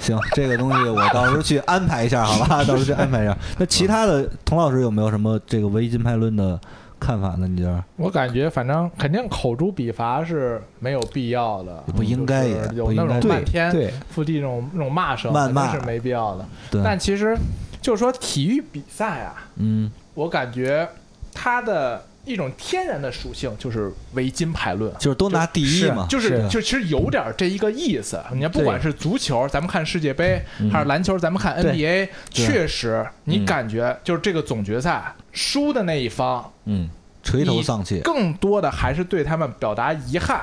[SPEAKER 2] 行，这个东西我到时候去安排一下，好吧？到时候去安排一下。那其他的，童老师有没有什么这个唯一金牌论的看法呢？你觉得？
[SPEAKER 4] 我感觉反正肯定口诛笔伐是没有必要的，
[SPEAKER 2] 不应该也
[SPEAKER 4] 就是
[SPEAKER 2] 不
[SPEAKER 4] 有
[SPEAKER 2] 应该
[SPEAKER 4] 那种
[SPEAKER 2] 对
[SPEAKER 4] 漫天
[SPEAKER 3] 对
[SPEAKER 4] 腹地那种那种骂声，
[SPEAKER 2] 谩骂
[SPEAKER 4] 肯定是没必要的。
[SPEAKER 2] 对，
[SPEAKER 4] 但其实就是说体育比赛啊，
[SPEAKER 2] 嗯，
[SPEAKER 4] 我感觉它的一种天然的属性就是唯金牌论。
[SPEAKER 2] 就是都拿第一嘛，啊
[SPEAKER 4] 就是是
[SPEAKER 2] 的
[SPEAKER 4] 就其实有点这一个意思，你看不管是足球，咱们看世界杯，
[SPEAKER 2] 嗯
[SPEAKER 4] 还是篮球，咱们看 NBA，确实你感觉就是这个总决赛输的那一方，
[SPEAKER 5] 嗯，
[SPEAKER 2] 垂头丧气。
[SPEAKER 4] 更多的还是对他们表达遗憾，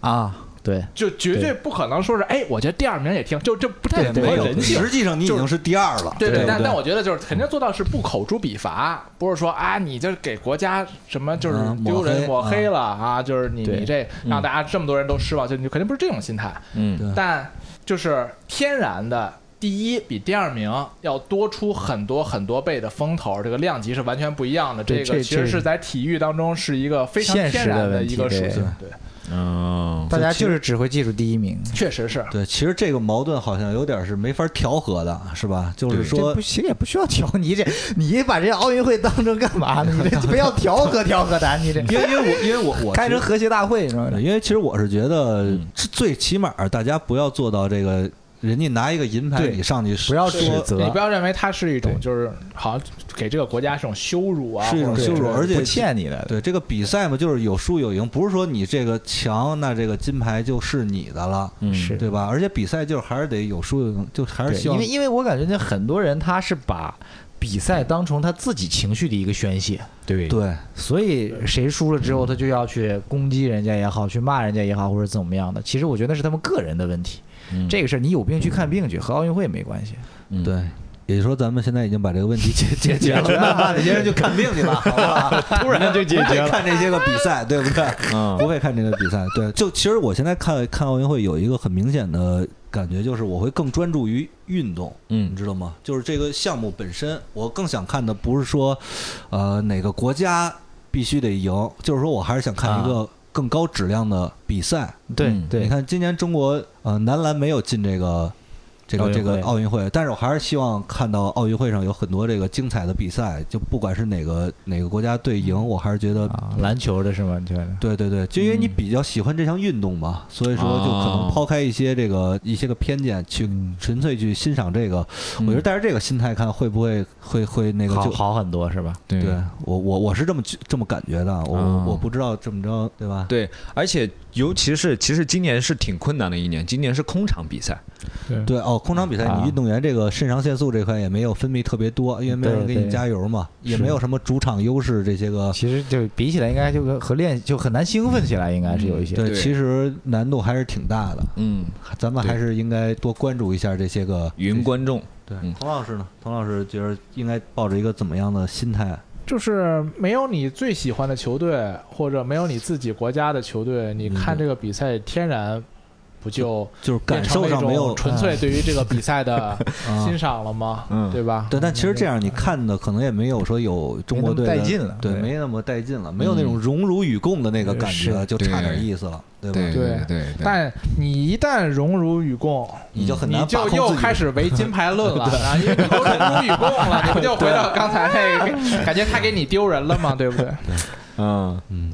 [SPEAKER 3] 啊， [laughs] 对，
[SPEAKER 4] 就绝对不可能说是哎，我觉得第二名也挺，就这不太符
[SPEAKER 3] 对
[SPEAKER 4] 合
[SPEAKER 2] 没有，
[SPEAKER 4] 人性。
[SPEAKER 2] 实际上你已经是第二了。
[SPEAKER 4] 对
[SPEAKER 2] 对，
[SPEAKER 4] 但但
[SPEAKER 2] 对
[SPEAKER 4] 我觉得就是肯定做到是不口诛笔伐，不是说啊你这给国家什么就是
[SPEAKER 2] 嗯抹
[SPEAKER 4] 丢人
[SPEAKER 2] 黑
[SPEAKER 4] 抹
[SPEAKER 2] 啊嗯
[SPEAKER 4] 黑了啊，就是你
[SPEAKER 3] 对
[SPEAKER 4] 你这让大家这么多人都失望，就你肯定不是这种心态。
[SPEAKER 5] 嗯，
[SPEAKER 2] 对
[SPEAKER 4] 但就是天然的第一比第二名要多出很多很多倍的风头，这个量级是完全不一样的。
[SPEAKER 3] 对
[SPEAKER 4] 这
[SPEAKER 3] 这
[SPEAKER 4] 个其实
[SPEAKER 3] 这
[SPEAKER 4] 是在体育当中是一个非常
[SPEAKER 3] 现实
[SPEAKER 4] 天
[SPEAKER 3] 的
[SPEAKER 4] 然
[SPEAKER 3] 问
[SPEAKER 4] 一
[SPEAKER 3] 题
[SPEAKER 4] 个属
[SPEAKER 3] 对
[SPEAKER 4] 性，对，
[SPEAKER 5] 嗯，
[SPEAKER 3] 大家就是只会记住第一名，
[SPEAKER 4] 确实是。
[SPEAKER 2] 对，其实这个矛盾好像有点是没法调和的，是吧？就是
[SPEAKER 3] 这
[SPEAKER 2] 说
[SPEAKER 3] 不，行也不需要调，你这你把这奥运会当成干嘛呢？你这 [laughs] 不要调和调和咱，你这
[SPEAKER 2] 因为因为 [laughs] 我因为我我
[SPEAKER 3] 开
[SPEAKER 2] 其
[SPEAKER 3] 成
[SPEAKER 2] 实
[SPEAKER 3] 和谐大会是吧？
[SPEAKER 2] 对因为其实我是觉得，
[SPEAKER 4] 嗯
[SPEAKER 2] 这最起码大家不要做到这个，人家拿一个银牌，
[SPEAKER 3] 对
[SPEAKER 2] 你上去说
[SPEAKER 3] 不要指
[SPEAKER 2] 说
[SPEAKER 3] 责
[SPEAKER 4] 你不要认为它是一种，就是好像给这个国家是一种羞辱啊，
[SPEAKER 2] 是一种
[SPEAKER 4] 或者
[SPEAKER 2] 羞辱，而且
[SPEAKER 3] 不欠你的，
[SPEAKER 2] 对这个比赛嘛，就是有输有赢，不是说你这个强，那这个金牌就是你的了，
[SPEAKER 5] 嗯
[SPEAKER 3] 是
[SPEAKER 2] 对吧？而且比赛就是还是得有输有赢，就还是
[SPEAKER 3] 对，
[SPEAKER 2] 希望
[SPEAKER 3] 因为因为我感觉那很多人他是把比赛当成他自己情绪的一个宣泄，
[SPEAKER 5] 对，
[SPEAKER 2] 对
[SPEAKER 3] 所以谁输了之后，他就要去攻击人家也好，去骂人家也好，或者怎么样的。其实我觉得那是他们个人的问题，
[SPEAKER 5] 嗯
[SPEAKER 3] 这个事儿你有病去看病去，和奥运会没关系。
[SPEAKER 5] 嗯
[SPEAKER 2] 对。也就是说，咱们现在已经把这个问题解解决了，慢慢的，些人就看病去了，好不好？
[SPEAKER 5] 突然就解
[SPEAKER 2] 不配看这些个比赛，对不对？
[SPEAKER 5] 嗯
[SPEAKER 2] 不会看这个比赛。对，就其实我现在看看奥运会有一个很明显的感觉，就是我会更专注于运动，你
[SPEAKER 5] 嗯
[SPEAKER 2] 知道吗？就是这个项目本身，我更想看的不是说，呃，哪个国家必须得赢，就是说我还是想看一个更高质量的比赛。
[SPEAKER 3] 对
[SPEAKER 5] 嗯
[SPEAKER 2] 你
[SPEAKER 3] 对，
[SPEAKER 2] 看今年中国呃男篮没有进这个。这
[SPEAKER 3] 奥
[SPEAKER 2] 个
[SPEAKER 3] 运
[SPEAKER 2] 这个
[SPEAKER 3] 会
[SPEAKER 2] 奥运会，但是我还是希望看到奥运会上有很多这个精彩的比赛，就不管是哪个哪个国家队赢，我还是觉得
[SPEAKER 3] 啊，篮球的是吗？你觉得？
[SPEAKER 2] 对对对，就因为你比较喜欢这项运动嘛，所以说就可能
[SPEAKER 3] 啊
[SPEAKER 5] 哦
[SPEAKER 2] 抛开一些这个一些个偏见，去
[SPEAKER 3] 嗯
[SPEAKER 2] 纯粹去欣赏这个。我觉得带着这个心态看，会不会会会那个
[SPEAKER 3] 好
[SPEAKER 2] 就
[SPEAKER 3] 嗯好嗯很多是吧？
[SPEAKER 5] 对
[SPEAKER 3] 啊
[SPEAKER 2] 对我我我是这么觉这么感觉的，我、
[SPEAKER 5] 哦
[SPEAKER 2] 我不知道这么着对吧？
[SPEAKER 5] 对，而且
[SPEAKER 1] 尤其是其实今年是挺困难的一年，今年是空场比赛，
[SPEAKER 2] 对哦，空场比赛
[SPEAKER 3] 啊
[SPEAKER 2] 你运动员这个肾上腺素这块也没有分泌特别多，因为没有人给
[SPEAKER 3] 对
[SPEAKER 2] 你
[SPEAKER 3] 对
[SPEAKER 2] 加油嘛，也
[SPEAKER 3] 是
[SPEAKER 2] 没有什么主场优势这些个。
[SPEAKER 3] 其实就比起来，应该就跟和练就很难兴奋起来，应该是有一些。
[SPEAKER 2] 对，
[SPEAKER 1] 对
[SPEAKER 2] 其实难度还是挺大的，
[SPEAKER 1] 嗯，
[SPEAKER 2] 咱们还是应该多关注一下这些个
[SPEAKER 1] [laughs] 云。观众
[SPEAKER 2] 对
[SPEAKER 1] 嗯，
[SPEAKER 2] 童老师呢？童老师觉得应该抱着一个怎么样的心态？
[SPEAKER 4] 就是没有你最喜欢的球队，或者没有你自己国家的球队，
[SPEAKER 2] 嗯
[SPEAKER 4] 你看这个比赛天然不就
[SPEAKER 2] 就是
[SPEAKER 4] 变
[SPEAKER 2] 感
[SPEAKER 4] 成
[SPEAKER 2] 受
[SPEAKER 4] 了一
[SPEAKER 2] 上没有嗯
[SPEAKER 4] 种纯粹对于这个比赛的
[SPEAKER 2] 啊
[SPEAKER 4] 欣赏了吗？
[SPEAKER 1] 嗯
[SPEAKER 4] 对吧？
[SPEAKER 2] 对，但其实这样你看的可能也没有说有中国队
[SPEAKER 3] 没那
[SPEAKER 2] 的
[SPEAKER 3] 么带劲了
[SPEAKER 2] 对，
[SPEAKER 3] 对
[SPEAKER 2] 没那么带劲了，没有
[SPEAKER 1] 嗯
[SPEAKER 2] 那种荣辱与共的那个感觉，
[SPEAKER 3] 是
[SPEAKER 2] 就差点意思了，对吧？
[SPEAKER 1] 对
[SPEAKER 4] 对
[SPEAKER 1] 对对，
[SPEAKER 5] 啊
[SPEAKER 4] 但你一旦荣辱与共，
[SPEAKER 2] 你就很
[SPEAKER 4] 你
[SPEAKER 2] 难把
[SPEAKER 4] 就
[SPEAKER 2] 控自己。
[SPEAKER 4] 又开始唯金牌论
[SPEAKER 2] [laughs]
[SPEAKER 4] 了，啊，因为你都荣辱与共了，你不就回到刚才那
[SPEAKER 2] 啊
[SPEAKER 4] 个， [laughs] 感觉太给你丢人
[SPEAKER 2] [laughs]
[SPEAKER 4] 了嘛，对不对？
[SPEAKER 1] 嗯
[SPEAKER 2] 嗯，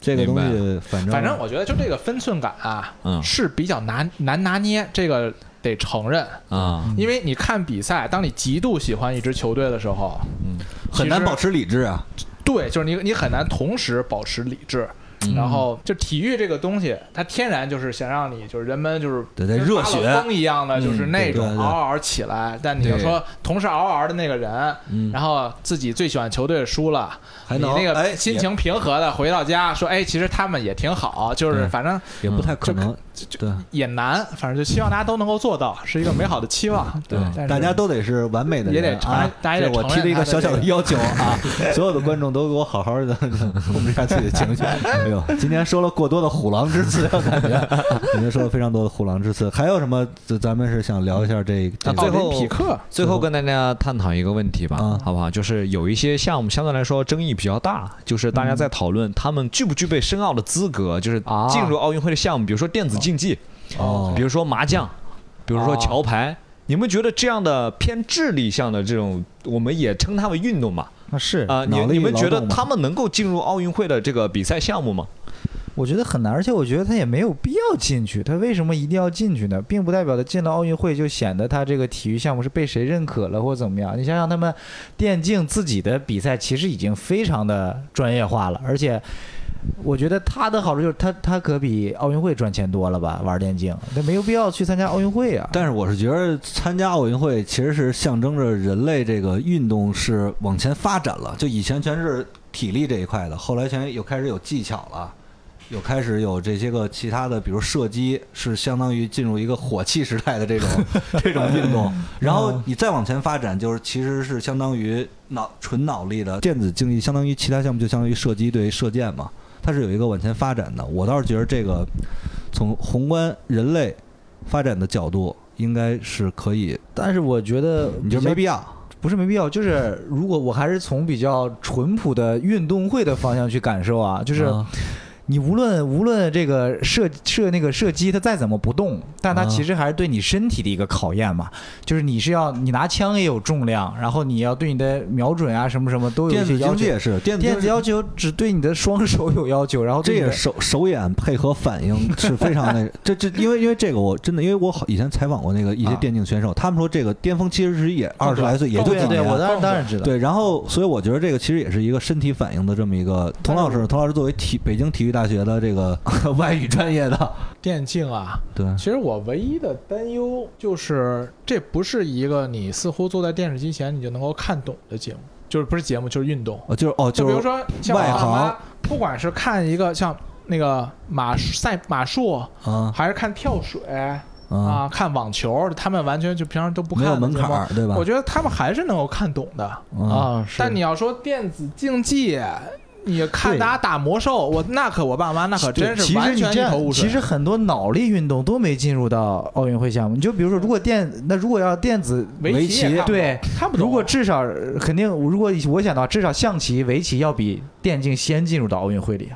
[SPEAKER 2] 这个东西反正
[SPEAKER 4] 反正我觉得就这个分寸感啊，
[SPEAKER 1] 嗯
[SPEAKER 4] 是比较难难拿捏，这个得承认。
[SPEAKER 5] 嗯
[SPEAKER 2] 嗯
[SPEAKER 1] 啊，
[SPEAKER 4] 因为你看比赛，当你极度喜欢一支球队的时候，
[SPEAKER 5] 嗯
[SPEAKER 2] 很难
[SPEAKER 4] 其实
[SPEAKER 2] 保持理智啊。
[SPEAKER 4] 对，就是你你很难同时保持理智。
[SPEAKER 2] 嗯
[SPEAKER 4] 然后就体育这个东西，它天然就是想让你就是人们就是
[SPEAKER 2] 对对
[SPEAKER 4] 跟
[SPEAKER 2] 热
[SPEAKER 4] 发
[SPEAKER 2] 血
[SPEAKER 4] 了风一样的，就是
[SPEAKER 2] 嗯
[SPEAKER 4] 那
[SPEAKER 2] 对对
[SPEAKER 4] 种
[SPEAKER 2] 对
[SPEAKER 4] 嗷嗷起来。但你要
[SPEAKER 1] 对
[SPEAKER 4] 说同时嗷嗷的那个人，
[SPEAKER 2] 嗯，
[SPEAKER 4] 然后自己最喜欢球队输了，
[SPEAKER 2] 还
[SPEAKER 4] 你
[SPEAKER 2] 能
[SPEAKER 4] 那
[SPEAKER 2] 哎
[SPEAKER 4] 个心情平和的回到家说，哎，其实他们也挺好，就是
[SPEAKER 2] 嗯
[SPEAKER 4] 反正
[SPEAKER 2] 也也不太可能。对
[SPEAKER 4] 也难，反正就希望大家都能够做到，是一个美好的期望。但是
[SPEAKER 2] 大家都得是完美的人
[SPEAKER 4] 也得承
[SPEAKER 2] 啊
[SPEAKER 4] 认！大家也
[SPEAKER 2] 这是我
[SPEAKER 4] 得承
[SPEAKER 2] 提
[SPEAKER 4] 认
[SPEAKER 2] 了一个
[SPEAKER 4] 他
[SPEAKER 2] 小
[SPEAKER 4] 的
[SPEAKER 2] 小的
[SPEAKER 4] 这个
[SPEAKER 2] 要求
[SPEAKER 4] [laughs]
[SPEAKER 2] 啊，所有的观众都给我好好的 [laughs] 控制一下自己的情绪。哎呦，今天说了过多的虎狼之词，我感觉今天说了非常多的虎狼之词。还有什么？咱咱们是想聊一下这这
[SPEAKER 1] 那最
[SPEAKER 2] 个
[SPEAKER 1] 后
[SPEAKER 4] 奥林匹克
[SPEAKER 1] 最后跟大家探讨一个问题吧，
[SPEAKER 2] 嗯
[SPEAKER 1] 好不好？就是有一些项目相对来说争议比较大，就是大家
[SPEAKER 2] 嗯
[SPEAKER 1] 在讨论他们具不具备申奥的资格，就是
[SPEAKER 4] 啊
[SPEAKER 1] 进入奥运会的项目，比如说电子竞技，
[SPEAKER 2] 哦
[SPEAKER 1] 比，如说麻将，比如说
[SPEAKER 4] 哦
[SPEAKER 1] 桥牌。你们觉得这样的偏智力项的这种，我们也称它为运动嘛？
[SPEAKER 3] 啊，是
[SPEAKER 1] 啊、你
[SPEAKER 2] 脑力
[SPEAKER 1] 你们
[SPEAKER 2] 劳
[SPEAKER 1] 觉得
[SPEAKER 2] 动嘛
[SPEAKER 1] 他们能够进入奥运会的这个比赛项目吗？
[SPEAKER 3] 我觉得很难，而且我觉得他也没有必要进去。他为什么一定要进去呢？并不代表他进了奥运会就显得他这个体育项目是被谁认可了或者怎么样。你想想，他们电竞自己的比赛其实已经非常的专业化了，而且我觉得他的好处就是他他可比奥运会赚钱多了吧？玩电竞，那没有必要去参加奥运会啊。
[SPEAKER 2] 但是我是觉得参加奥运会其实是象征着人类这个运动是往前发展了，就以前全是体力这一块的，后来全有开始有技巧了。有开始有这些个其他的，比如射击，是相当于进入一个火器时代的这种这种运动。然后你再往前发展，就是其实是相当于脑纯脑力的电子竞技，相当于其他项目就相当于射击对于射箭嘛，它是有一个往前发展的。我倒是觉得这个从宏观人类发展的角度，应该是可以，
[SPEAKER 3] 但是我觉得
[SPEAKER 2] 你就
[SPEAKER 3] 比较
[SPEAKER 2] 没必要。
[SPEAKER 3] 不是没必要，就是如果我还是从比较淳朴的运动会的方向去感受啊，就是。
[SPEAKER 2] 啊
[SPEAKER 3] 你无论无论这个射射那个射击，它再怎么不动，但它
[SPEAKER 2] 啊
[SPEAKER 3] 其实还是对你身体的一个考验嘛。就是你是要你拿枪也有重量，然后你要对你的瞄准啊什么什么都有
[SPEAKER 2] 电
[SPEAKER 3] 一
[SPEAKER 2] 子
[SPEAKER 3] 些要
[SPEAKER 2] 竞技
[SPEAKER 3] 求。
[SPEAKER 2] 也是，电子竞
[SPEAKER 3] 电
[SPEAKER 2] 技
[SPEAKER 3] 子要求只对你的双手有要求，然后
[SPEAKER 2] 这
[SPEAKER 3] 对你
[SPEAKER 2] 也
[SPEAKER 3] 的
[SPEAKER 2] 手手眼配合反 [laughs] 应是非常那这这，因为因为这个我真的，因为我好以前采访过那个一些
[SPEAKER 3] 啊
[SPEAKER 2] 电竞选手，他们说这个巅峰其实是也二十来岁，也就
[SPEAKER 4] 更
[SPEAKER 2] 几
[SPEAKER 3] 对
[SPEAKER 2] 年。
[SPEAKER 4] 短
[SPEAKER 3] 对，我当然
[SPEAKER 4] 更
[SPEAKER 3] 当然知道。
[SPEAKER 2] 对，然后所以我觉得这个其实也是一个身体反应的这么一个。童老师，童老师作为体北京体育大学的这个 [laughs] 外语专业的，
[SPEAKER 4] 电竞啊，
[SPEAKER 2] 对，
[SPEAKER 4] 其实我唯一的担忧就是，这不是一个你似乎坐在电视机前你就能够看懂的节目，就是不是节目就是运动。
[SPEAKER 2] 哦，就是哦，
[SPEAKER 4] 就比如
[SPEAKER 2] 是
[SPEAKER 4] 说像我
[SPEAKER 2] 外
[SPEAKER 4] 爸妈
[SPEAKER 2] 行，
[SPEAKER 4] 不管是看一个像那个马术赛马术，
[SPEAKER 2] 啊
[SPEAKER 4] 还是看跳水
[SPEAKER 2] 啊，
[SPEAKER 4] 啊，看网球，他们完全就平常都不看
[SPEAKER 2] 没有
[SPEAKER 4] 的
[SPEAKER 2] 门
[SPEAKER 4] 节
[SPEAKER 2] 槛
[SPEAKER 4] 目
[SPEAKER 2] 儿，对吧
[SPEAKER 4] 我？觉得他们还是能够看懂的。
[SPEAKER 2] 啊，
[SPEAKER 3] 啊，是
[SPEAKER 4] 但你要说电子竞技，你看大家打魔兽，我那可我爸妈那可
[SPEAKER 3] 对
[SPEAKER 4] 真
[SPEAKER 3] 其
[SPEAKER 4] 是
[SPEAKER 3] 实
[SPEAKER 4] 完
[SPEAKER 3] 你
[SPEAKER 4] 全
[SPEAKER 3] 这
[SPEAKER 4] 一头
[SPEAKER 3] 样，
[SPEAKER 4] 雾水。
[SPEAKER 3] 其实很多脑力运动都没进入到奥运会项目。你就比如说，如果电那如果要电子
[SPEAKER 4] 围
[SPEAKER 2] 围棋
[SPEAKER 4] 也看不懂
[SPEAKER 3] 对
[SPEAKER 4] 看不懂。
[SPEAKER 3] 如果至少呃肯定，如果我想到至少象棋、围棋要比电竞先进入到奥运会里，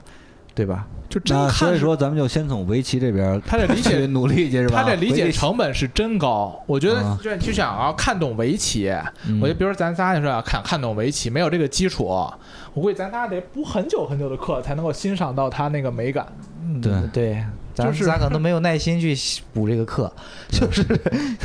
[SPEAKER 3] 对吧？
[SPEAKER 4] 就真
[SPEAKER 2] 那
[SPEAKER 4] 看
[SPEAKER 2] 所以
[SPEAKER 4] 是
[SPEAKER 2] 说咱们就先从围棋这边
[SPEAKER 4] 他的理
[SPEAKER 2] 去
[SPEAKER 4] 解，
[SPEAKER 2] [laughs] 努力去，是吧？
[SPEAKER 4] 他的理
[SPEAKER 2] 围
[SPEAKER 4] 解
[SPEAKER 2] 棋
[SPEAKER 4] 成本是真高。我觉得
[SPEAKER 2] 啊
[SPEAKER 4] 就就想要看懂围棋，
[SPEAKER 2] 嗯
[SPEAKER 4] 我就比如咱仨就说要看看懂围棋，没有这个基础，我估计咱仨得补很久很久的课才能够欣赏到他那个美感。
[SPEAKER 3] 嗯
[SPEAKER 2] 对
[SPEAKER 3] 对咱、
[SPEAKER 4] 就是
[SPEAKER 3] 咱可能没有耐心去补这个课，就是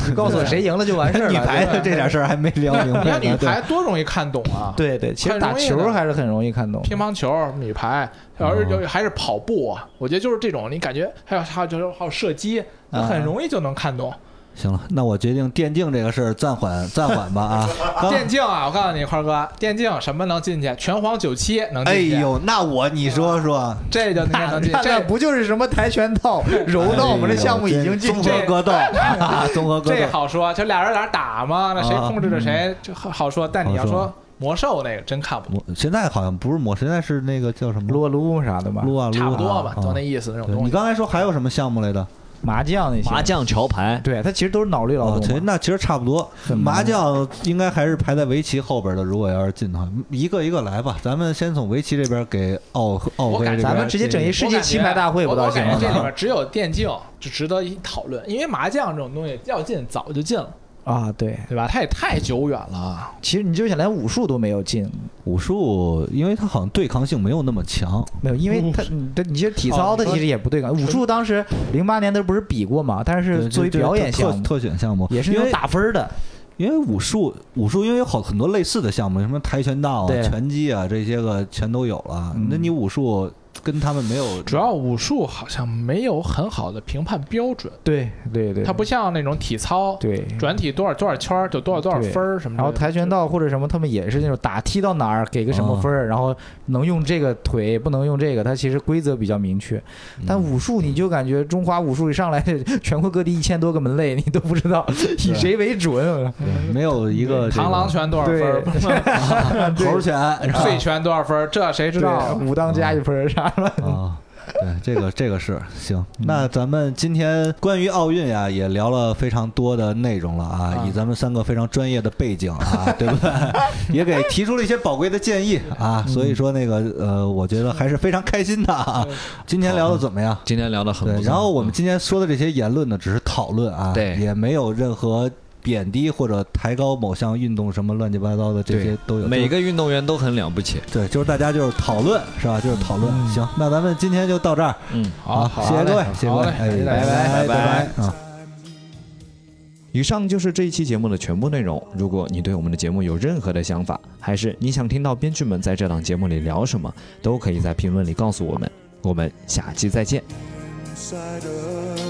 [SPEAKER 3] 你告诉我谁赢了就完事儿了。
[SPEAKER 2] 女排的这点事儿还没 [laughs] 聊明
[SPEAKER 4] 你
[SPEAKER 2] 白
[SPEAKER 4] 看女
[SPEAKER 2] 呢，对
[SPEAKER 4] 排多容易看懂啊，，
[SPEAKER 3] [laughs] 对对，其实
[SPEAKER 4] 很容
[SPEAKER 3] 打
[SPEAKER 4] 易
[SPEAKER 3] 球
[SPEAKER 4] 的
[SPEAKER 3] 还是很容易看懂。
[SPEAKER 4] 乒乓球、女排，然
[SPEAKER 2] 嗯
[SPEAKER 4] 后有还是跑步啊，我觉得就是这种，你感觉还有还有就是还有射击，
[SPEAKER 2] 啊
[SPEAKER 4] 那很容易就能看懂。
[SPEAKER 2] 行了，那我决定电竞这个事儿暂缓暂缓吧啊。刚
[SPEAKER 4] [laughs] 电竞啊，我告诉你，花哥，电竞什么能进去？拳皇九七能
[SPEAKER 2] 哎
[SPEAKER 4] 进去，
[SPEAKER 2] 呦，那我你说说，
[SPEAKER 4] 这就应该能进去。这
[SPEAKER 3] 不就是什么跆拳道、柔
[SPEAKER 2] 哎综合格斗啊， [laughs] 综合格
[SPEAKER 4] 这
[SPEAKER 2] 斗。
[SPEAKER 4] 好说，就俩人在那打嘛，那谁
[SPEAKER 2] 啊
[SPEAKER 4] 控制着
[SPEAKER 3] 嗯
[SPEAKER 4] 谁就好好说。但你要
[SPEAKER 2] 好说
[SPEAKER 4] 说魔兽那个真看不懂，
[SPEAKER 2] 我现在好像不是魔，现在是那个叫什么
[SPEAKER 3] 撸啊撸啥的吧，
[SPEAKER 2] 撸啊撸啊，
[SPEAKER 4] 差不多吧，
[SPEAKER 2] 啊
[SPEAKER 4] 都那意思那种
[SPEAKER 2] 对
[SPEAKER 4] 东
[SPEAKER 2] 你
[SPEAKER 4] 西。
[SPEAKER 2] 刚才说还有什么项目来着？
[SPEAKER 3] 麻将那些。
[SPEAKER 5] 麻，将、桥牌，
[SPEAKER 3] 对，它其实都是脑力劳
[SPEAKER 2] 哦，对
[SPEAKER 3] 动，嘛。
[SPEAKER 2] 那其实差不多。麻将应该还是排在围棋后边的。如果要是进的话，一个一个来吧。咱们先从围棋这边给奥奥
[SPEAKER 4] 我
[SPEAKER 2] 会
[SPEAKER 4] 感
[SPEAKER 2] 这边
[SPEAKER 4] 觉
[SPEAKER 3] 咱们直接整一世界棋牌大会不
[SPEAKER 4] 我感
[SPEAKER 3] 倒
[SPEAKER 4] 觉
[SPEAKER 3] 行
[SPEAKER 4] 我感觉这里
[SPEAKER 3] 了
[SPEAKER 4] 面只有电竞就值得一讨论，因为麻将这种东西要进早就进了，
[SPEAKER 3] 啊？对，
[SPEAKER 4] 对吧？它也太久远了。
[SPEAKER 3] 其实你就想连武术都没有进，
[SPEAKER 2] 武术，因为它好像对抗性没有那么强。
[SPEAKER 3] 没有，因为他你的你其实体操它
[SPEAKER 4] 哦你说
[SPEAKER 3] 其实也不对感，武术当时零八年它不是比过嘛，但
[SPEAKER 2] 对
[SPEAKER 3] 是
[SPEAKER 2] 就
[SPEAKER 3] 作为
[SPEAKER 2] 就是
[SPEAKER 3] 表演
[SPEAKER 2] 特
[SPEAKER 3] 项
[SPEAKER 2] 特
[SPEAKER 3] 目
[SPEAKER 2] 特选项目，
[SPEAKER 3] 也是
[SPEAKER 2] 因
[SPEAKER 3] 那
[SPEAKER 2] 为
[SPEAKER 3] 种打分儿的，
[SPEAKER 2] 因为武术，武术因为有好很多类似的项目，什么跆拳道啊、
[SPEAKER 3] 对
[SPEAKER 2] 拳击啊这些个全都有了。
[SPEAKER 3] 嗯
[SPEAKER 2] 那你武术跟他们没有
[SPEAKER 4] 主要武术好像没有很好的评判标准，
[SPEAKER 3] 对对对，
[SPEAKER 4] 它不像那种体操，
[SPEAKER 3] 对。
[SPEAKER 4] 转体多少多少圈儿就多少多少
[SPEAKER 3] 对
[SPEAKER 4] 分儿什么之
[SPEAKER 3] 然
[SPEAKER 4] 类的。
[SPEAKER 3] 后跆拳道或者什么，他们也是那种打踢到哪儿给个什么分儿，然后能用这个腿，不能用这个，它其实规则比较明确。但武术你就感觉中华武术一上来，全国各地一千多个门类，你都不知道以谁为准。
[SPEAKER 2] 对没有一个这个
[SPEAKER 4] 螳螂拳多少分儿？
[SPEAKER 3] [laughs]
[SPEAKER 2] [laughs] 猴拳，然后
[SPEAKER 4] 醉拳多少分儿？这谁知道啊？
[SPEAKER 3] 对，武当加一分儿啥的。
[SPEAKER 2] 啊， [laughs] 对，这个这个是行。
[SPEAKER 5] 嗯
[SPEAKER 2] 那咱们今天关于奥运呀、也聊了非常多的内容了啊，
[SPEAKER 4] 啊
[SPEAKER 2] 以咱们三个非常专业的背景啊，对不对？ [laughs] 也给提出了一些宝贵的建议
[SPEAKER 5] 嗯
[SPEAKER 2] 啊，所以说那个呃，我觉得还是非常开心的啊。今天聊的怎么样？
[SPEAKER 5] 今天聊的很不
[SPEAKER 2] 对，
[SPEAKER 5] 错嗯
[SPEAKER 2] 然后我们今天说的这些言论呢，只是讨论啊，
[SPEAKER 5] 对
[SPEAKER 2] 也没有任何贬低或者抬高某项运动什么乱七八糟的这些
[SPEAKER 5] 对
[SPEAKER 2] 都有，
[SPEAKER 5] 每
[SPEAKER 2] 就是
[SPEAKER 5] 个运动员都很了不起。
[SPEAKER 2] 对，就是大家就是讨论是吧？就是讨论。行，那咱们今天就到这儿。
[SPEAKER 5] 嗯，
[SPEAKER 4] 好，好
[SPEAKER 2] 好，谢谢各位，谢谢各
[SPEAKER 4] 好
[SPEAKER 2] 位，哎
[SPEAKER 4] 嘞，拜
[SPEAKER 2] 拜拜
[SPEAKER 4] 拜
[SPEAKER 2] 拜啊！
[SPEAKER 5] 以上就是这一期节目的全部内容。如果你对我们的节目有任何的想法，还是你想听到编剧们在这档节目里聊什么，都可以在评论里告诉我们。我们下期再见。
[SPEAKER 6] outsider.